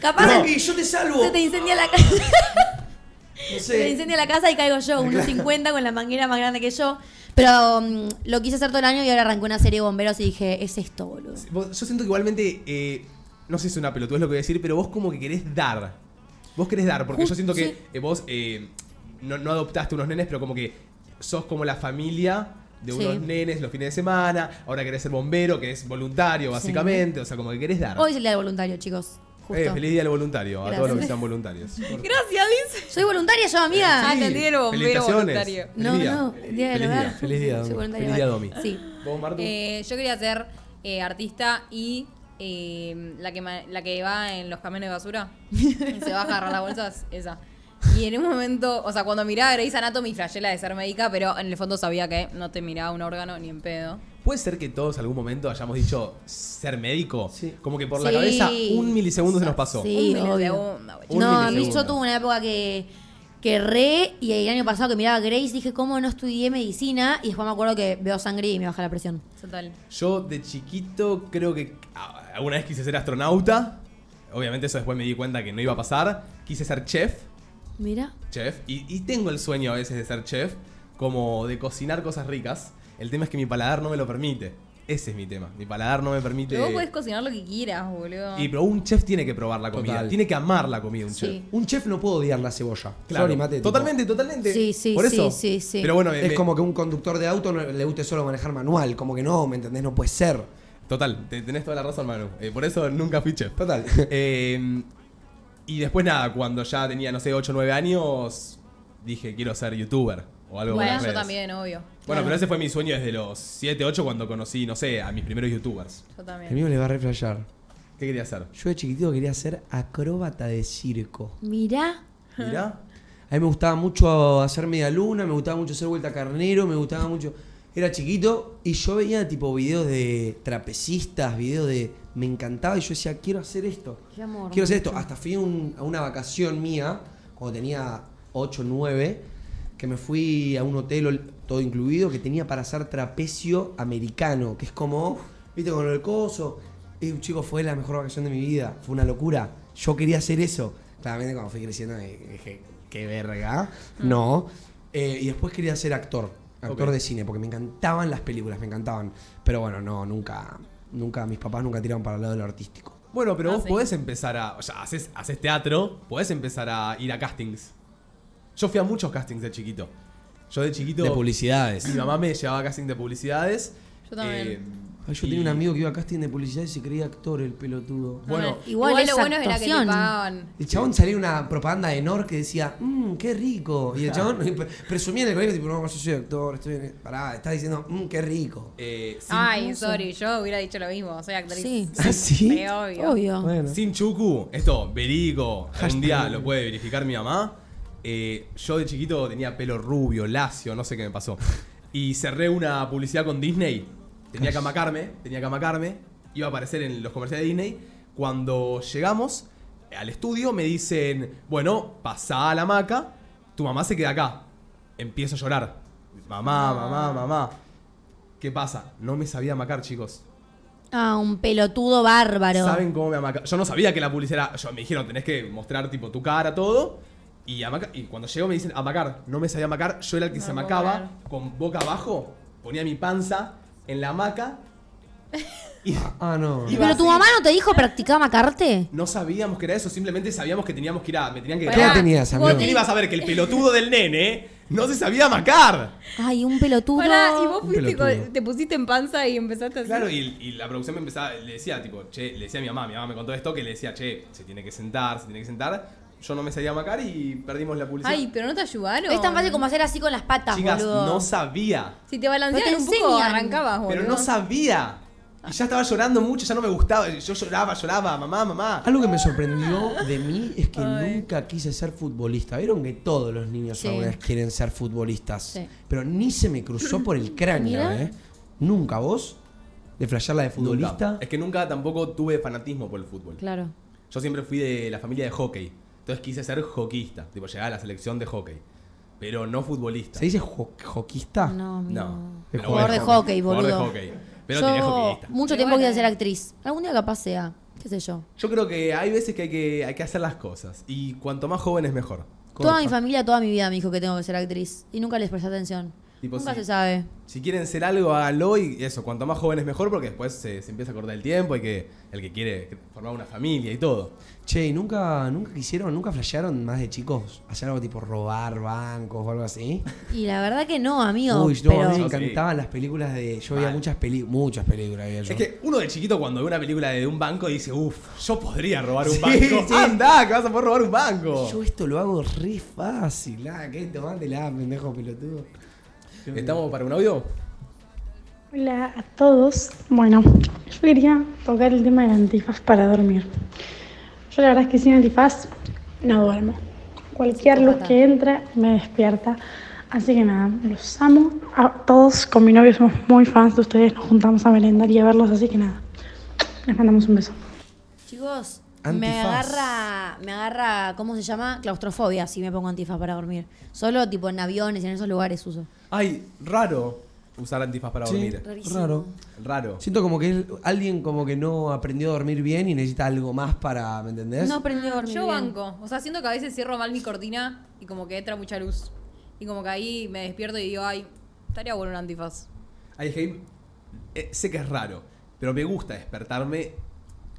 Speaker 2: Capaz
Speaker 4: Domi, yo te salvo.
Speaker 2: se te incendia la casa.
Speaker 4: No
Speaker 2: Se me
Speaker 4: sé.
Speaker 2: incendia la casa y caigo yo, unos 50 con la manguera más grande que yo. Pero um, lo quise hacer todo el año y ahora arranqué una serie de bomberos y dije, es esto, boludo.
Speaker 1: Vos- yo siento que igualmente, eh, no sé si es una pelotuda es lo que voy a decir, pero vos como que querés dar. Vos querés dar, porque yo
Speaker 2: Ju-
Speaker 1: siento que
Speaker 2: sí.
Speaker 1: eh, vos eh, no, no adoptaste unos nenes, pero como que sos como la familia de
Speaker 2: Sí.
Speaker 1: unos nenes los fines de semana, ahora querés ser bombero, que es voluntario básicamente, o sea, como que querés dar.
Speaker 2: Hoy es el día del voluntario, chicos. Justo.
Speaker 1: Eh, feliz día del voluntario, a todos
Speaker 2: Gracias.
Speaker 1: los que sean voluntarios.
Speaker 3: Gracias, dice.
Speaker 2: Soy voluntaria yo,
Speaker 3: Ah,
Speaker 2: amiga.
Speaker 3: entendí el bombero
Speaker 1: felicitaciones.
Speaker 3: voluntario.
Speaker 1: Feliz
Speaker 2: No,
Speaker 1: día.
Speaker 2: no, día del
Speaker 1: Feliz
Speaker 2: hogar.
Speaker 1: día. Feliz día,
Speaker 2: Soy
Speaker 1: Domi.
Speaker 2: voluntaria,
Speaker 1: Feliz día,
Speaker 2: vale.
Speaker 1: Domi.
Speaker 2: Sí.
Speaker 1: ¿Vos, Martu?
Speaker 3: Eh, yo quería ser eh, artista y eh, la, que ma- la que va en los camiones de basura. y se va a agarrar las bolsas, esa. Y en un momento, o sea, cuando miraba Grey's Anatomy, flashé la de ser médica, pero en el fondo sabía que no te miraba un órgano ni en pedo.
Speaker 1: ¿Puede ser que todos en algún momento hayamos dicho ser médico?
Speaker 4: Sí.
Speaker 1: Como que por la
Speaker 2: Sí.
Speaker 1: cabeza un milisegundo se nos pasó.
Speaker 2: Sí,
Speaker 3: Un
Speaker 2: obvio.
Speaker 3: milisegundo, boludo.
Speaker 1: Un
Speaker 2: No, a mí yo
Speaker 1: milisegundo.
Speaker 2: tuve una época que, que re, y el año pasado que miraba Grace, dije, ¿cómo no estudié medicina? Y después me acuerdo que veo sangre y me baja la presión.
Speaker 3: Total.
Speaker 1: Yo de chiquito creo que a- alguna vez quise ser astronauta. Obviamente eso después me di cuenta que no iba a pasar. Quise ser chef.
Speaker 2: Mira.
Speaker 1: Chef. Y, y tengo el sueño a veces de ser chef. Como de cocinar cosas ricas. El tema es que mi paladar no me lo permite. Ese es mi tema. Mi paladar no me permite...
Speaker 3: Pero vos podés cocinar lo que quieras, boludo.
Speaker 1: Y pero un chef tiene que probar la comida.
Speaker 4: Total.
Speaker 1: Tiene que amar la comida un
Speaker 2: Sí.
Speaker 1: chef.
Speaker 4: Un chef no puede odiar la cebolla.
Speaker 1: Claro.
Speaker 4: Sorry, mate, tipo.
Speaker 1: totalmente, totalmente.
Speaker 2: Sí, sí,
Speaker 1: Por
Speaker 2: sí,
Speaker 1: eso.
Speaker 2: sí, sí.
Speaker 1: Pero bueno, me-
Speaker 4: Es
Speaker 1: me-
Speaker 4: como que un conductor de auto no- le guste solo manejar manual. Como que no, ¿me entendés? No puede ser.
Speaker 1: Total, te- tenés toda la razón, Manu. Eh, por eso nunca fui chef.
Speaker 4: Total.
Speaker 1: Eh, y después nada, cuando ya tenía, no sé, 8 o 9 años, dije, quiero ser youtuber o algo por
Speaker 3: bueno,
Speaker 1: las
Speaker 3: yo
Speaker 1: redes.
Speaker 3: también, obvio.
Speaker 1: Bueno, pero ese fue mi sueño desde los 7, 8 cuando conocí, no sé, a mis primeros youtubers.
Speaker 3: Yo
Speaker 4: El
Speaker 3: también.
Speaker 4: mío le va a reflejar.
Speaker 1: ¿Qué quería hacer?
Speaker 4: Yo de chiquitito quería ser acróbata de circo.
Speaker 2: Mira.
Speaker 1: Mirá.
Speaker 4: A mí me gustaba mucho hacer media luna, me gustaba mucho hacer vuelta a carnero, me gustaba mucho. Era chiquito y yo veía tipo videos de trapecistas, videos de. Me encantaba y yo decía, quiero hacer esto.
Speaker 2: Qué amor,
Speaker 4: quiero hacer
Speaker 2: macho.
Speaker 4: esto. Hasta fui un- a una vacación mía, cuando tenía 8, 9, que me fui a un hotel, ol- todo incluido, que tenía para hacer trapecio americano, que es como, viste, con el coso. Y chico, fue la mejor vacación de mi vida. Fue una locura. Yo quería hacer eso. Claramente cuando fui creciendo eh, dije, qué verga. No. Eh, y después quería ser actor. Actor
Speaker 1: Ok.
Speaker 4: de cine, porque me encantaban las películas, me encantaban. Pero bueno, no, nunca, nunca, mis papás nunca tiraron para el lado de lo artístico.
Speaker 1: Bueno, pero
Speaker 3: Ah,
Speaker 1: vos
Speaker 3: sí.
Speaker 1: podés empezar a. O sea, haces, haces teatro, podés empezar a ir a castings. Yo fui a muchos castings de chiquito. Yo de chiquito.
Speaker 4: publicidades.
Speaker 1: Mi mamá me llevaba a casting de publicidades. Eh,
Speaker 3: Yo también.
Speaker 4: Ay, Ah, yo
Speaker 1: y-
Speaker 4: tenía un amigo que iba a casting de publicidad y se creía actor, el pelotudo.
Speaker 2: Ah.
Speaker 1: Bueno,
Speaker 2: Igual es
Speaker 3: lo bueno era que te
Speaker 2: actuación.
Speaker 3: pagaban.
Speaker 4: El chabón salía una propaganda de Nor que decía, mmm, qué rico.
Speaker 2: Ah.
Speaker 4: Y el chabón pre- presumía en el colegio, tipo, no, yo soy actor, estoy en... Pará, está diciendo, mmm, qué rico.
Speaker 1: eh, sin,
Speaker 3: Ay, sorry, yo hubiera dicho lo mismo. Soy actriz.
Speaker 2: Sí.
Speaker 4: ¿Ah, sí?
Speaker 3: Re obvio.
Speaker 2: Obvio.
Speaker 4: Bueno.
Speaker 1: sin Chuku, esto, verico, algún día lo puede verificar mi mamá. Eh, yo de chiquito tenía pelo rubio, lacio, no sé qué me pasó. Y cerré una publicidad con Disney. Tenía que amacarme, tenía que amacarme. Iba a aparecer en los comerciales de Disney. Cuando llegamos al estudio me dicen, bueno, pasá a la hamaca, tu mamá se queda acá. Empiezo a llorar. Mamá, mamá, mamá. ¿Qué pasa? No me sabía amacar, chicos.
Speaker 2: Ah, un pelotudo bárbaro.
Speaker 1: ¿Saben cómo me amaca? Yo no sabía que la publicidad era. Yo, me dijeron, tenés que mostrar tipo tu cara, todo. Y, amaca- y cuando llegó me dicen, amacar. No me sabía amacar. Yo era el que se
Speaker 3: No puedo
Speaker 1: amacaba
Speaker 3: creer.
Speaker 1: con boca abajo. Ponía mi panza, en la hamaca.
Speaker 4: Ah, no.
Speaker 1: Iba
Speaker 2: Pero tu
Speaker 1: así.
Speaker 2: mamá no te dijo practicar macarte.
Speaker 1: No sabíamos que era eso, simplemente sabíamos que teníamos que ir a. Me tenían que
Speaker 4: ¿Qué edad
Speaker 1: grabar.
Speaker 4: tenías, amigo?
Speaker 1: Y ibas a ver que el pelotudo del nene no se sabía macar.
Speaker 2: Ay, un pelotudo.
Speaker 3: Pará, y vos
Speaker 1: Un
Speaker 3: fuiste
Speaker 1: pelotudo.
Speaker 3: con- te pusiste en panza y empezaste a hacer.
Speaker 1: Claro, y, y la producción me empezaba, le decía, tipo, che, le decía a mi mamá, mi mamá me contó esto, que le decía, che, se tiene que sentar, se tiene que sentar. Yo no me sabía macar y perdimos la publicidad.
Speaker 3: Ay, pero no te ayudaron.
Speaker 2: Es tan fácil como hacer así con las patas,
Speaker 1: Chicas,
Speaker 2: boludo.
Speaker 1: no sabía.
Speaker 3: Si te
Speaker 2: Pero
Speaker 3: balancearon
Speaker 2: te
Speaker 3: un poco,
Speaker 2: enseñan.
Speaker 3: arrancabas, boludo.
Speaker 1: Pero no sabía. Y ya estaba llorando mucho, ya no me gustaba. Yo lloraba, lloraba, mamá, mamá.
Speaker 4: Algo que me sorprendió de mí es que nunca quise ser futbolista. Vieron que todos los niños
Speaker 2: Sí.
Speaker 4: alguna vez quieren ser futbolistas.
Speaker 2: Sí.
Speaker 4: Pero ni se me cruzó por el cráneo,
Speaker 2: Mirá.
Speaker 4: ¿eh? Nunca vos, de flashearla de futbolista.
Speaker 1: Nunca. Es que nunca tampoco tuve fanatismo por el fútbol.
Speaker 2: Claro.
Speaker 1: Yo siempre fui de la familia de hockey. Entonces quise ser hockeyista. Tipo, llegar a la selección de hockey. Pero no futbolista.
Speaker 4: ¿Se dice jo- joquista?
Speaker 2: No, amigo.
Speaker 1: Ah, No.
Speaker 4: De
Speaker 1: Pero
Speaker 2: Jugador de
Speaker 1: bueno,
Speaker 2: hockey,
Speaker 1: Jugador de
Speaker 2: boludo.
Speaker 1: hockey. Pero
Speaker 2: Oh, Yo
Speaker 1: tenía hockeyista.
Speaker 2: mucho
Speaker 3: Pero
Speaker 2: tiempo
Speaker 3: bueno.
Speaker 2: quise ser actriz. Algún día capaz sea. ¿Qué sé yo?
Speaker 1: Yo creo que hay veces que hay que, hay que hacer las cosas. Y cuanto más joven es mejor.
Speaker 2: Toda mi familia, toda mi vida me dijo que tengo que ser actriz. Y nunca les presté atención.
Speaker 1: Tipo,
Speaker 2: nunca
Speaker 1: sí.
Speaker 2: se sabe.
Speaker 1: Si quieren ser algo, háganlo y eso. Cuanto más joven es mejor porque después se, se empieza a cortar el tiempo. Hay que, el que quiere formar una familia y todo.
Speaker 4: Che, ¿y nunca, nunca quisieron, nunca flashearon más de chicos? Hacer algo tipo robar bancos o algo así.
Speaker 2: Y la verdad que no, amigo.
Speaker 4: Uy, no,
Speaker 2: pero...
Speaker 4: a mí me
Speaker 1: Yo sí.
Speaker 4: encantaban las películas de. Yo veía
Speaker 1: Mal.
Speaker 4: muchas películas. Muchas películas veía yo.
Speaker 1: Es que uno de chiquito cuando ve una película de un banco dice, uff, yo podría robar un
Speaker 4: Sí,
Speaker 1: banco.
Speaker 4: sí.
Speaker 1: Anda, que vas a poder robar un banco.
Speaker 4: Yo esto lo hago re fácil. Ah, que la pendejo pelotudo.
Speaker 1: ¿Estamos para un audio?
Speaker 10: Hola a todos. Bueno, yo quería tocar el tema del antifaz para dormir. Yo la verdad es que sin antifaz no duermo. Cualquier luz que entra me despierta. Así que nada, los amo a todos. Con mi novio somos muy fans de ustedes. Nos juntamos a merendar y a verlos. Así que nada, les mandamos un beso.
Speaker 2: Chicos, me
Speaker 4: Antifaz.
Speaker 2: agarra, me agarra, ¿cómo se llama? Claustrofobia, si me pongo antifaz para dormir. Solo tipo en aviones y en esos lugares uso.
Speaker 1: Ay, raro usar antifaz para
Speaker 4: Sí,
Speaker 1: dormir.
Speaker 2: Rarísimo.
Speaker 4: raro.
Speaker 1: Raro.
Speaker 4: Siento como que es alguien como que no aprendió a dormir bien y necesita algo más para, ¿me entendés?
Speaker 2: No aprendí a dormir.
Speaker 3: Yo
Speaker 2: bien.
Speaker 3: banco. O sea, siento que a veces cierro mal mi cortina y como que entra mucha luz. Y como que ahí me despierto y digo, ay, estaría bueno un antifaz.
Speaker 1: Ay, es que, eh, sé que es raro, pero me gusta despertarme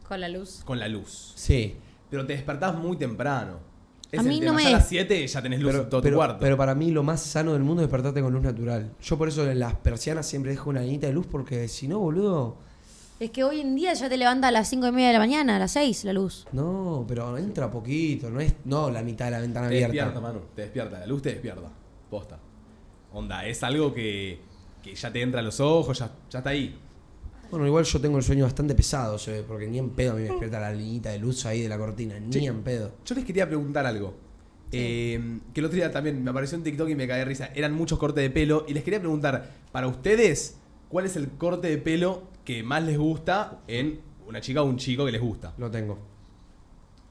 Speaker 3: Con la luz.
Speaker 1: con la luz.
Speaker 4: Sí.
Speaker 1: Pero te despertás muy temprano. Es
Speaker 2: A
Speaker 1: el
Speaker 2: mí
Speaker 1: tema.
Speaker 2: no
Speaker 1: Ya
Speaker 2: me-
Speaker 1: a las 7 ya tenés luz
Speaker 4: Pero,
Speaker 1: en todo
Speaker 4: pero-
Speaker 1: tu cuarto.
Speaker 4: pero para mí lo más sano del mundo es despertarte con luz natural. Yo por eso en las persianas siempre dejo una linita de luz porque si no, boludo,
Speaker 2: Es que hoy en día ya te levanta a las 5 y media de la mañana, a las 6 la luz.
Speaker 4: no, pero entra poquito, no es no la mitad de la ventana
Speaker 1: te despierta,
Speaker 4: abierta.
Speaker 1: Manu. Te despierta. La luz te despierta. Posta. Onda, es algo que, que ya te entra a los ojos, ya, ya está ahí.
Speaker 4: Bueno, igual yo tengo el sueño bastante pesado, se ve, porque ni en pedo a mí me despierta la linita de luz ahí de la cortina, ni
Speaker 1: Sí.
Speaker 4: en pedo.
Speaker 1: Yo les quería preguntar algo. Eh, que el otro día también me apareció en TikTok y me caí de risa. Eran muchos cortes de pelo. Y les quería preguntar, para ustedes, ¿cuál es el corte de pelo que más les gusta en una chica o un chico que les gusta?
Speaker 4: Lo tengo.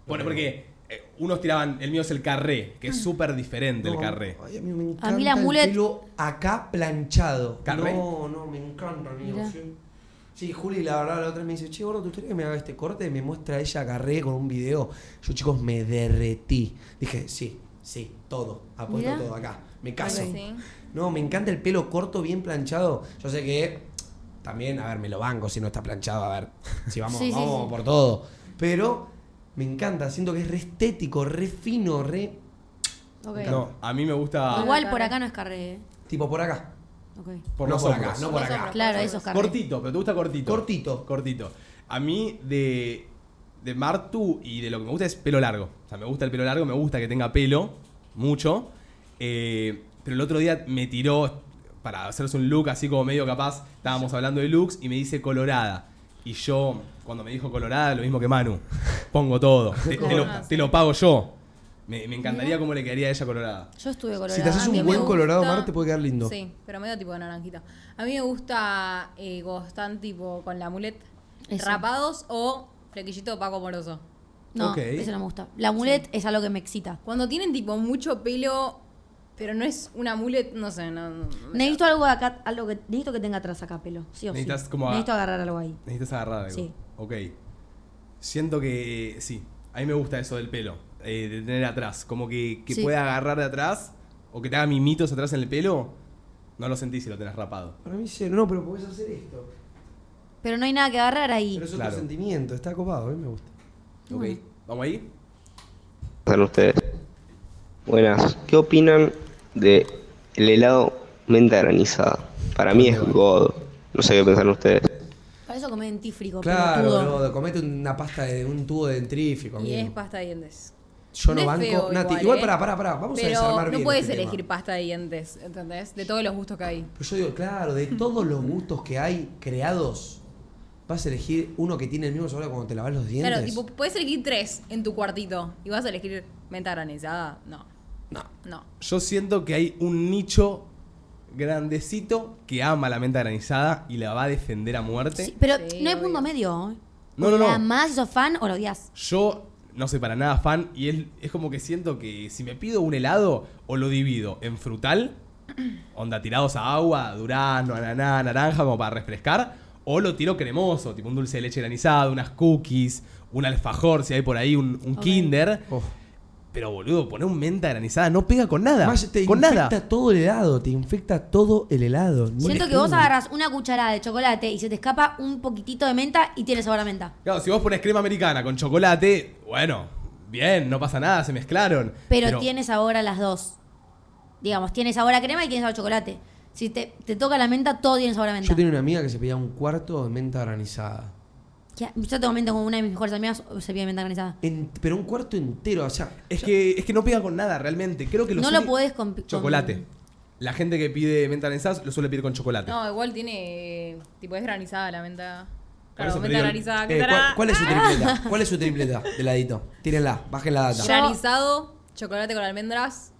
Speaker 1: Bueno, porque eh, unos tiraban, el mío es el carré, que es súper diferente el
Speaker 4: Ah. No,
Speaker 1: carré.
Speaker 4: ay, a mí me encanta
Speaker 2: A mí la
Speaker 4: el
Speaker 2: mullet-
Speaker 4: pelo acá planchado.
Speaker 1: ¿Carré?
Speaker 4: No, no, me encanta, amigo.
Speaker 2: Mirá.
Speaker 4: Sí. Sí, Juli, la verdad, la otra me dice, che, gordo, ¿te gustaría que me haga este corte? Me muestra ella carré con un video. Yo, chicos, me derretí. Dije, sí, sí, todo. Apuesto
Speaker 2: Mirá.
Speaker 4: todo acá. Me caso.
Speaker 3: Sí.
Speaker 4: No, me encanta el pelo corto, bien planchado. Yo sé que también, a ver, me lo banco si no está planchado, a ver. Si vamos,
Speaker 2: Sí, sí,
Speaker 4: vamos
Speaker 2: sí.
Speaker 4: por todo. Pero me encanta, siento que es re estético, re fino, re.
Speaker 2: Ok.
Speaker 1: No, a mí me gusta
Speaker 2: Igual por acá no es carré. eh.
Speaker 4: Tipo por acá.
Speaker 2: Ok.
Speaker 1: por
Speaker 4: no
Speaker 1: los
Speaker 4: por
Speaker 1: hombros.
Speaker 4: acá, no Ah, por
Speaker 3: Los
Speaker 4: acá.
Speaker 3: hombros.
Speaker 2: Claro, eso es carré.
Speaker 1: Cortito, pero te gusta cortito.
Speaker 4: Cortito.
Speaker 1: Cortito. A mí de, de Martu y de lo que me gusta es pelo largo. O sea, me gusta el pelo largo, me gusta que tenga pelo, mucho. Eh, pero el otro día me tiró para hacerse un look así como medio capaz. Estábamos hablando de looks y me dice colorada. Y yo, cuando me dijo colorada, lo mismo que Manu. Pongo todo. Te, te lo, te lo pago yo. Me, me encantaría cómo le quedaría a ella colorada.
Speaker 2: Yo estuve colorada.
Speaker 4: Si te haces
Speaker 3: A mí me
Speaker 4: un buen
Speaker 3: gusta-
Speaker 4: colorado, Mar, te puede quedar lindo.
Speaker 3: Sí, pero medio tipo de naranjita. A mí me gusta eh, Gostán tipo con la mulet,
Speaker 2: Eso.
Speaker 3: rapados o flequillito Paco Moroso.
Speaker 2: No,
Speaker 1: Ok.
Speaker 2: eso no me gusta. La mulet es algo que me excita.
Speaker 3: Cuando tienen tipo mucho pelo, pero no es una mulet, no sé, no, no- no me
Speaker 2: Necesito algo de acá, algo que, necesito que tenga atrás acá pelo. Sí o sí.
Speaker 1: Necesitas como a-
Speaker 2: Necesito agarrar algo ahí.
Speaker 1: Necesitas agarrar algo.
Speaker 2: Sí.
Speaker 1: Ok. Siento que sí. A mí me gusta eso del pelo. eh, de tener atrás. Como que, que
Speaker 2: Sí.
Speaker 1: pueda agarrar de atrás. O que te haga mimitos atrás en el pelo. No lo sentís si lo tenés rapado.
Speaker 4: Para mí cero, no, pero podés hacer esto.
Speaker 2: Pero no hay nada que agarrar ahí.
Speaker 4: Pero es
Speaker 1: Claro.
Speaker 4: otro sentimiento, está copado, a mí me gusta.
Speaker 1: Ok. ¿Vamos ahí?
Speaker 11: ¿Qué tal ustedes? Buenas, ¿qué opinan de el helado menta granizada? Para mí es God. No sé qué pensar ustedes.
Speaker 2: Para eso comé dentífrico,
Speaker 4: Claro,
Speaker 2: pelotudo.
Speaker 4: boludo, comete una pasta de un tubo de dentífrico.
Speaker 3: Y
Speaker 4: amigo.
Speaker 3: es pasta de dientes.
Speaker 4: Yo no
Speaker 3: es
Speaker 4: banco-
Speaker 3: feo
Speaker 4: Nati, igual
Speaker 3: ¿eh?
Speaker 4: pará, pará, pará, vamos a
Speaker 3: Pero
Speaker 4: desarmar bien
Speaker 3: No puedes
Speaker 4: este tema.
Speaker 3: elegir pasta de dientes, ¿entendés? De todos los gustos que hay.
Speaker 4: Pero yo digo, claro, de todos los gustos que hay creados, vas a elegir uno que tiene el mismo sabor de cuando te lavas los dientes.
Speaker 3: Claro, tipo, puedes elegir tres en tu cuartito y vas a elegir menta granizada. No.
Speaker 4: No.
Speaker 3: No.
Speaker 1: Yo siento que hay un nicho grandecito que ama la menta granizada y la va a defender a muerte.
Speaker 2: Pero no hay punto medio.
Speaker 1: No, no, no.
Speaker 2: Nada más sos fan o lo odias.
Speaker 1: Yo no soy para nada fan y es, es como que siento que si me pido un helado o lo divido en frutal, onda tirados a agua, durazno, ananá, naranja, como para refrescar, o lo tiro cremoso, tipo un dulce de leche granizado, unas cookies, un alfajor, si hay por ahí, un, un
Speaker 2: Ok.
Speaker 1: kinder.
Speaker 4: Oh.
Speaker 1: Pero boludo, poner un menta granizada no pega con nada.
Speaker 4: Más te
Speaker 1: con
Speaker 4: infecta
Speaker 1: nada.
Speaker 4: todo el helado, te infecta todo el helado. Ni
Speaker 2: Siento que
Speaker 4: pedo.
Speaker 2: vos agarras una cucharada de chocolate y se te escapa un poquitito de menta y tiene sabor a menta.
Speaker 1: Claro, si vos pones crema americana con chocolate, bueno, bien, no pasa nada, se mezclaron.
Speaker 2: Pero, tiene sabor a las dos. Digamos, tiene sabor a crema y tiene sabor a chocolate. Si te, te toca la menta, todo tiene sabor a menta.
Speaker 4: Yo tenía una amiga que se pedía un cuarto de menta granizada.
Speaker 2: Ya, Yo tengo menta con una de mis mejores amigas, se pide menta granizada.
Speaker 4: En- pero un cuarto entero, o sea,
Speaker 1: Es que, es que no pega con nada realmente. Creo que los
Speaker 2: No lo
Speaker 1: uni-
Speaker 2: podés con, con-
Speaker 1: Chocolate. La gente que pide menta granizada lo suele pedir con chocolate.
Speaker 3: No, igual tiene. Tipo, es granizada la menta.
Speaker 1: Por
Speaker 3: Claro,
Speaker 1: eso,
Speaker 3: menta
Speaker 1: pero digo,
Speaker 3: granizada.
Speaker 4: Eh, ¿cuál,
Speaker 3: tará.
Speaker 4: cuál es su tripleta? ¿Cuál es su tripleta de ladito? Tírenla, bajen la data.
Speaker 3: Granizado, chocolate con almendras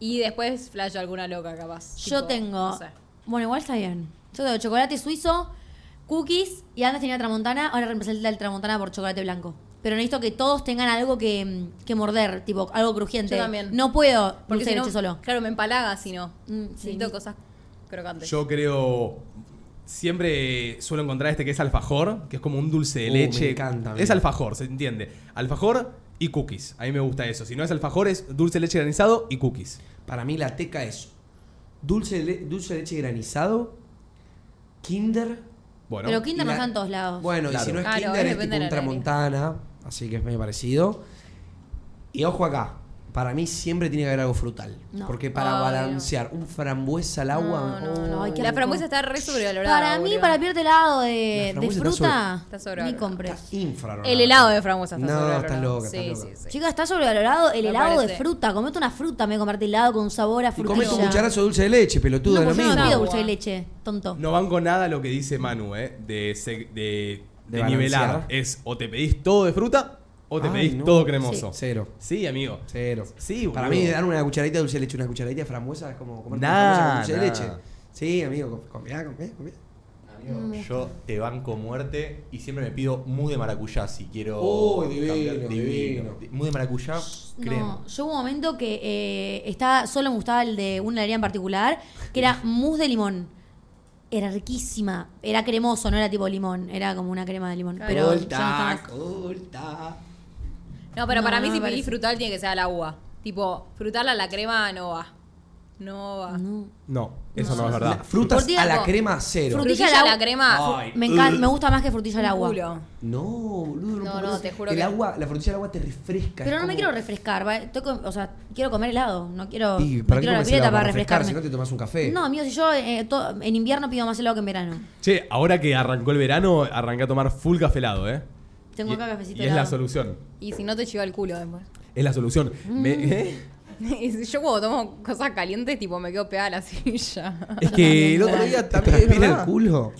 Speaker 3: y después flash alguna loca, capaz.
Speaker 2: Yo
Speaker 3: Tipo,
Speaker 2: tengo.
Speaker 3: no sé.
Speaker 2: Bueno, igual está bien. Yo tengo chocolate suizo, cookies y antes tenía tramontana. Ahora reemplacé el del tramontana por chocolate blanco. Pero necesito que todos tengan algo que, mm, que morder, tipo algo crujiente.
Speaker 3: Yo también.
Speaker 2: No puedo
Speaker 3: Porque
Speaker 2: porque
Speaker 3: si
Speaker 2: dulce de
Speaker 3: no,
Speaker 2: leche solo.
Speaker 3: Claro, me empalaga si no.
Speaker 2: Mm, sí.
Speaker 3: Necesito cosas crocantes.
Speaker 1: Yo creo. Siempre suelo encontrar este que es alfajor, que es como un dulce de
Speaker 4: Uh,
Speaker 1: leche.
Speaker 4: me encanta,
Speaker 1: es
Speaker 4: mira.
Speaker 1: alfajor, se entiende. Alfajor y cookies. A mí me gusta eso. Si no es alfajor, es dulce de leche granizado y cookies.
Speaker 4: Para mí la teca es dulce de, le- dulce de leche granizado, Kinder.
Speaker 1: Bueno,
Speaker 2: Pero Kinder no
Speaker 4: y la-
Speaker 2: está en todos lados.
Speaker 4: Bueno, y
Speaker 1: Claro.
Speaker 4: si no es
Speaker 3: Claro,
Speaker 4: Kinder es
Speaker 3: depende de
Speaker 4: tipo
Speaker 3: la
Speaker 4: un
Speaker 3: área.
Speaker 4: tramontana, así que es medio parecido. Y ojo acá, para mí siempre tiene que haber algo frutal.
Speaker 2: No.
Speaker 4: Porque para
Speaker 3: Ay, no.
Speaker 4: balancear un frambuesa al
Speaker 3: No,
Speaker 4: agua...
Speaker 3: no,
Speaker 4: oh.
Speaker 3: no.
Speaker 2: Ay, qué
Speaker 3: la
Speaker 2: rico.
Speaker 3: frambuesa está re sobrevalorada.
Speaker 2: Para mí,
Speaker 3: boludo.
Speaker 2: para pierde helado de,
Speaker 4: La
Speaker 2: de
Speaker 4: frambuesa está
Speaker 2: fruta,
Speaker 3: sobre- Está
Speaker 2: ni
Speaker 3: sobrevalorada.
Speaker 2: compras.
Speaker 4: Estás infrarolada.
Speaker 3: El helado de frambuesa está
Speaker 4: No,
Speaker 3: sobrevalorado.
Speaker 4: estás loca,
Speaker 3: sí,
Speaker 4: estás loca.
Speaker 3: sí, sí.
Speaker 2: Chicos, está sobrevalorado el
Speaker 3: Este. Me
Speaker 2: helado de
Speaker 3: parece.
Speaker 2: fruta. Comete una fruta, me comerte helado con sabor a
Speaker 4: Y
Speaker 2: frutilla.
Speaker 4: comete un cucharazo de dulce de leche, pelotudo,
Speaker 2: no,
Speaker 4: es lo
Speaker 2: pues yo no pido
Speaker 4: mismo.
Speaker 2: dulce de leche, tonto.
Speaker 1: No van con nada lo que dice Manu, ¿eh? De, se- de,
Speaker 4: De
Speaker 1: de nivelar.
Speaker 4: balancear.
Speaker 1: Es o te pedís todo de fruta o te
Speaker 4: Ay,
Speaker 1: pedís
Speaker 4: no.
Speaker 1: todo cremoso. Sí,
Speaker 4: Cero.
Speaker 1: amigo.
Speaker 4: Cero.
Speaker 1: Sí,
Speaker 4: Para
Speaker 1: boludo.
Speaker 4: mí, dar una cucharadita de dulce de leche, una cucharadita de frambuesa es como comer
Speaker 1: Nah,
Speaker 4: una frambuesa con dulce de
Speaker 1: nah.
Speaker 4: leche. Sí, amigo, com- comía, comía, comía.
Speaker 9: Yo te banco muerte y siempre me pido mousse de maracuyá si quiero.
Speaker 4: Uy, divino,
Speaker 9: cambiar-
Speaker 4: divino.
Speaker 9: Mousse de maracuyá, crema.
Speaker 2: No, yo hubo un momento que eh, estaba, solo me gustaba el de una heladería en particular, que era mousse de limón. Era riquísima, era cremoso, no era tipo limón, era como una crema de limón.
Speaker 3: Claro.
Speaker 2: Pero yo no estaba
Speaker 4: Colta,
Speaker 2: más-
Speaker 4: colta.
Speaker 3: No, pero
Speaker 2: No,
Speaker 3: para
Speaker 2: no
Speaker 3: mí,
Speaker 2: me
Speaker 3: si pedís
Speaker 2: parece.
Speaker 3: frutal, tiene que ser al agua. Tipo, frutal a la crema no va. No va.
Speaker 2: No.
Speaker 1: No, eso no,
Speaker 2: No.
Speaker 1: es
Speaker 4: La-
Speaker 1: verdad.
Speaker 4: Frutas
Speaker 2: Por
Speaker 4: a la
Speaker 2: tiempo.
Speaker 4: crema, cero.
Speaker 2: Frut-
Speaker 3: Frutilla a la crema.
Speaker 4: Ay,
Speaker 2: Me encanta, me gusta más que frutilla al
Speaker 3: un
Speaker 2: agua.
Speaker 3: culo.
Speaker 4: No, boludo, no,
Speaker 3: No,
Speaker 4: puedo
Speaker 3: no,
Speaker 4: creer.
Speaker 3: te juro
Speaker 4: el
Speaker 3: que-
Speaker 4: agua, la frutilla del agua te refresca.
Speaker 2: Pero
Speaker 4: es
Speaker 2: no me
Speaker 4: como-
Speaker 2: quiero refrescar, ¿va? Estoy con- o sea, quiero comer helado, no quiero,
Speaker 4: ¿Y
Speaker 2: no
Speaker 4: para
Speaker 2: quiero la
Speaker 4: qué comes helado?
Speaker 2: pileta para
Speaker 4: refrescar,
Speaker 2: refrescarme.
Speaker 4: si no te tomas un café.
Speaker 2: No, amigo, si yo eh, to- en invierno pido más helado que en verano.
Speaker 1: Che, ahora que arrancó el verano, arranqué a tomar full café helado, ¿eh?
Speaker 2: Tengo
Speaker 1: y,
Speaker 2: acá cafecito
Speaker 1: Y es la
Speaker 2: helado.
Speaker 1: solución.
Speaker 3: Y si no te chiva el culo después.
Speaker 1: Es la solución.
Speaker 2: Mm.
Speaker 1: Me- ¿eh?
Speaker 3: Y si Yo cuando tomo cosas calientes, tipo, me quedo pegada a la silla.
Speaker 1: Es que el otro día
Speaker 4: ¿Te
Speaker 1: también.
Speaker 4: transpira el
Speaker 1: ¿verdad?
Speaker 4: culo?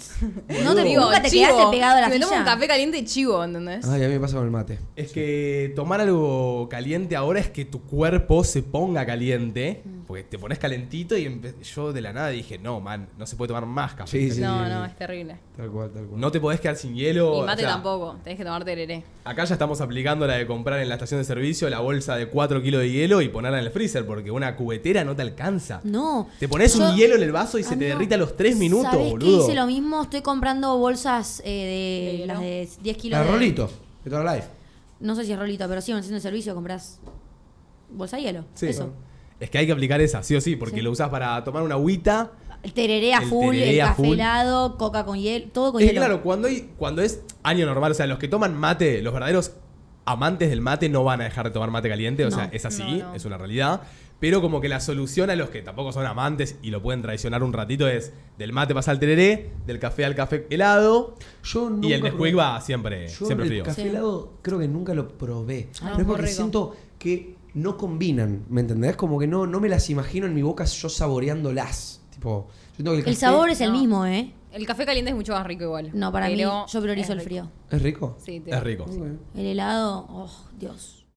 Speaker 2: No te nunca te quedaste pegado a la
Speaker 3: si me tomo
Speaker 2: silla.
Speaker 3: un café caliente, chivo, ¿entendés?
Speaker 4: Ay, a mí me pasa con el mate.
Speaker 1: Es que tomar algo caliente ahora es que tu cuerpo se ponga caliente.
Speaker 2: Mm.
Speaker 1: Porque te pones calentito y empe- yo de la nada dije, no, man, no se puede tomar más café.
Speaker 4: Sí, sí.
Speaker 3: no, no, es terrible.
Speaker 4: Tal cual, tal cual.
Speaker 1: No te podés quedar sin hielo.
Speaker 3: y mate
Speaker 1: o sea,
Speaker 3: tampoco, tenés que tomar tereré.
Speaker 1: Acá ya estamos aplicando la de comprar en la estación de servicio la bolsa de 4 kilos de hielo y ponerla en el freezer porque una cubetera no te alcanza.
Speaker 2: No.
Speaker 1: Te pones
Speaker 2: Yo-
Speaker 1: un hielo en el vaso y se te
Speaker 2: Amigo,
Speaker 1: derrita a los 3 minutos,
Speaker 2: ¿sabés
Speaker 1: boludo.
Speaker 2: Que hice lo mismo, estoy comprando bolsas eh, de,
Speaker 3: ¿De hielo?
Speaker 2: las de 10 kilos.
Speaker 4: La
Speaker 2: de-
Speaker 4: rolito, de toda la life.
Speaker 2: No sé si es rolito, pero sí, en el centro de servicio compras bolsa de hielo.
Speaker 1: Sí.
Speaker 2: Eso.
Speaker 1: Es que hay que aplicar esa, sí o sí, porque lo usás para tomar una agüita,
Speaker 2: El tereré a
Speaker 1: El
Speaker 2: full,
Speaker 1: tereré
Speaker 2: el
Speaker 1: a
Speaker 2: café
Speaker 1: full.
Speaker 2: helado, coca con hielo, todo con
Speaker 1: Es
Speaker 2: hielo.
Speaker 1: claro, cuando, hay, cuando es año normal, o sea, los que toman mate, los verdaderos amantes del mate no van a dejar de tomar mate caliente, o
Speaker 2: No,
Speaker 1: sea, es así, es una realidad. Pero como que la solución a los que tampoco son amantes y lo pueden traicionar un ratito es del mate pasa al tereré, del café al café helado. y el
Speaker 4: nunca
Speaker 1: Nesquik
Speaker 4: probé-
Speaker 1: va siempre,
Speaker 4: Yo
Speaker 1: Eh, siempre
Speaker 4: el
Speaker 1: frío.
Speaker 4: café helado creo que nunca lo probé.
Speaker 2: Ah,
Speaker 4: Pero es
Speaker 2: muy
Speaker 4: porque
Speaker 2: rico.
Speaker 4: siento que no combinan, ¿me entendés? Como que no, no me las imagino en mi boca yo saboreándolas. Tipo, yo siento que
Speaker 2: El
Speaker 4: café-
Speaker 2: sabor es el
Speaker 3: No.
Speaker 2: mismo, ¿eh?
Speaker 3: El café caliente es mucho más rico igual.
Speaker 2: No, para mí,
Speaker 3: Pero
Speaker 2: yo priorizo
Speaker 3: es
Speaker 2: el
Speaker 3: rico.
Speaker 2: frío.
Speaker 4: ¿Es rico?
Speaker 3: Sí, te-
Speaker 1: Es rico.
Speaker 4: Ok.
Speaker 2: El helado, oh, Dios.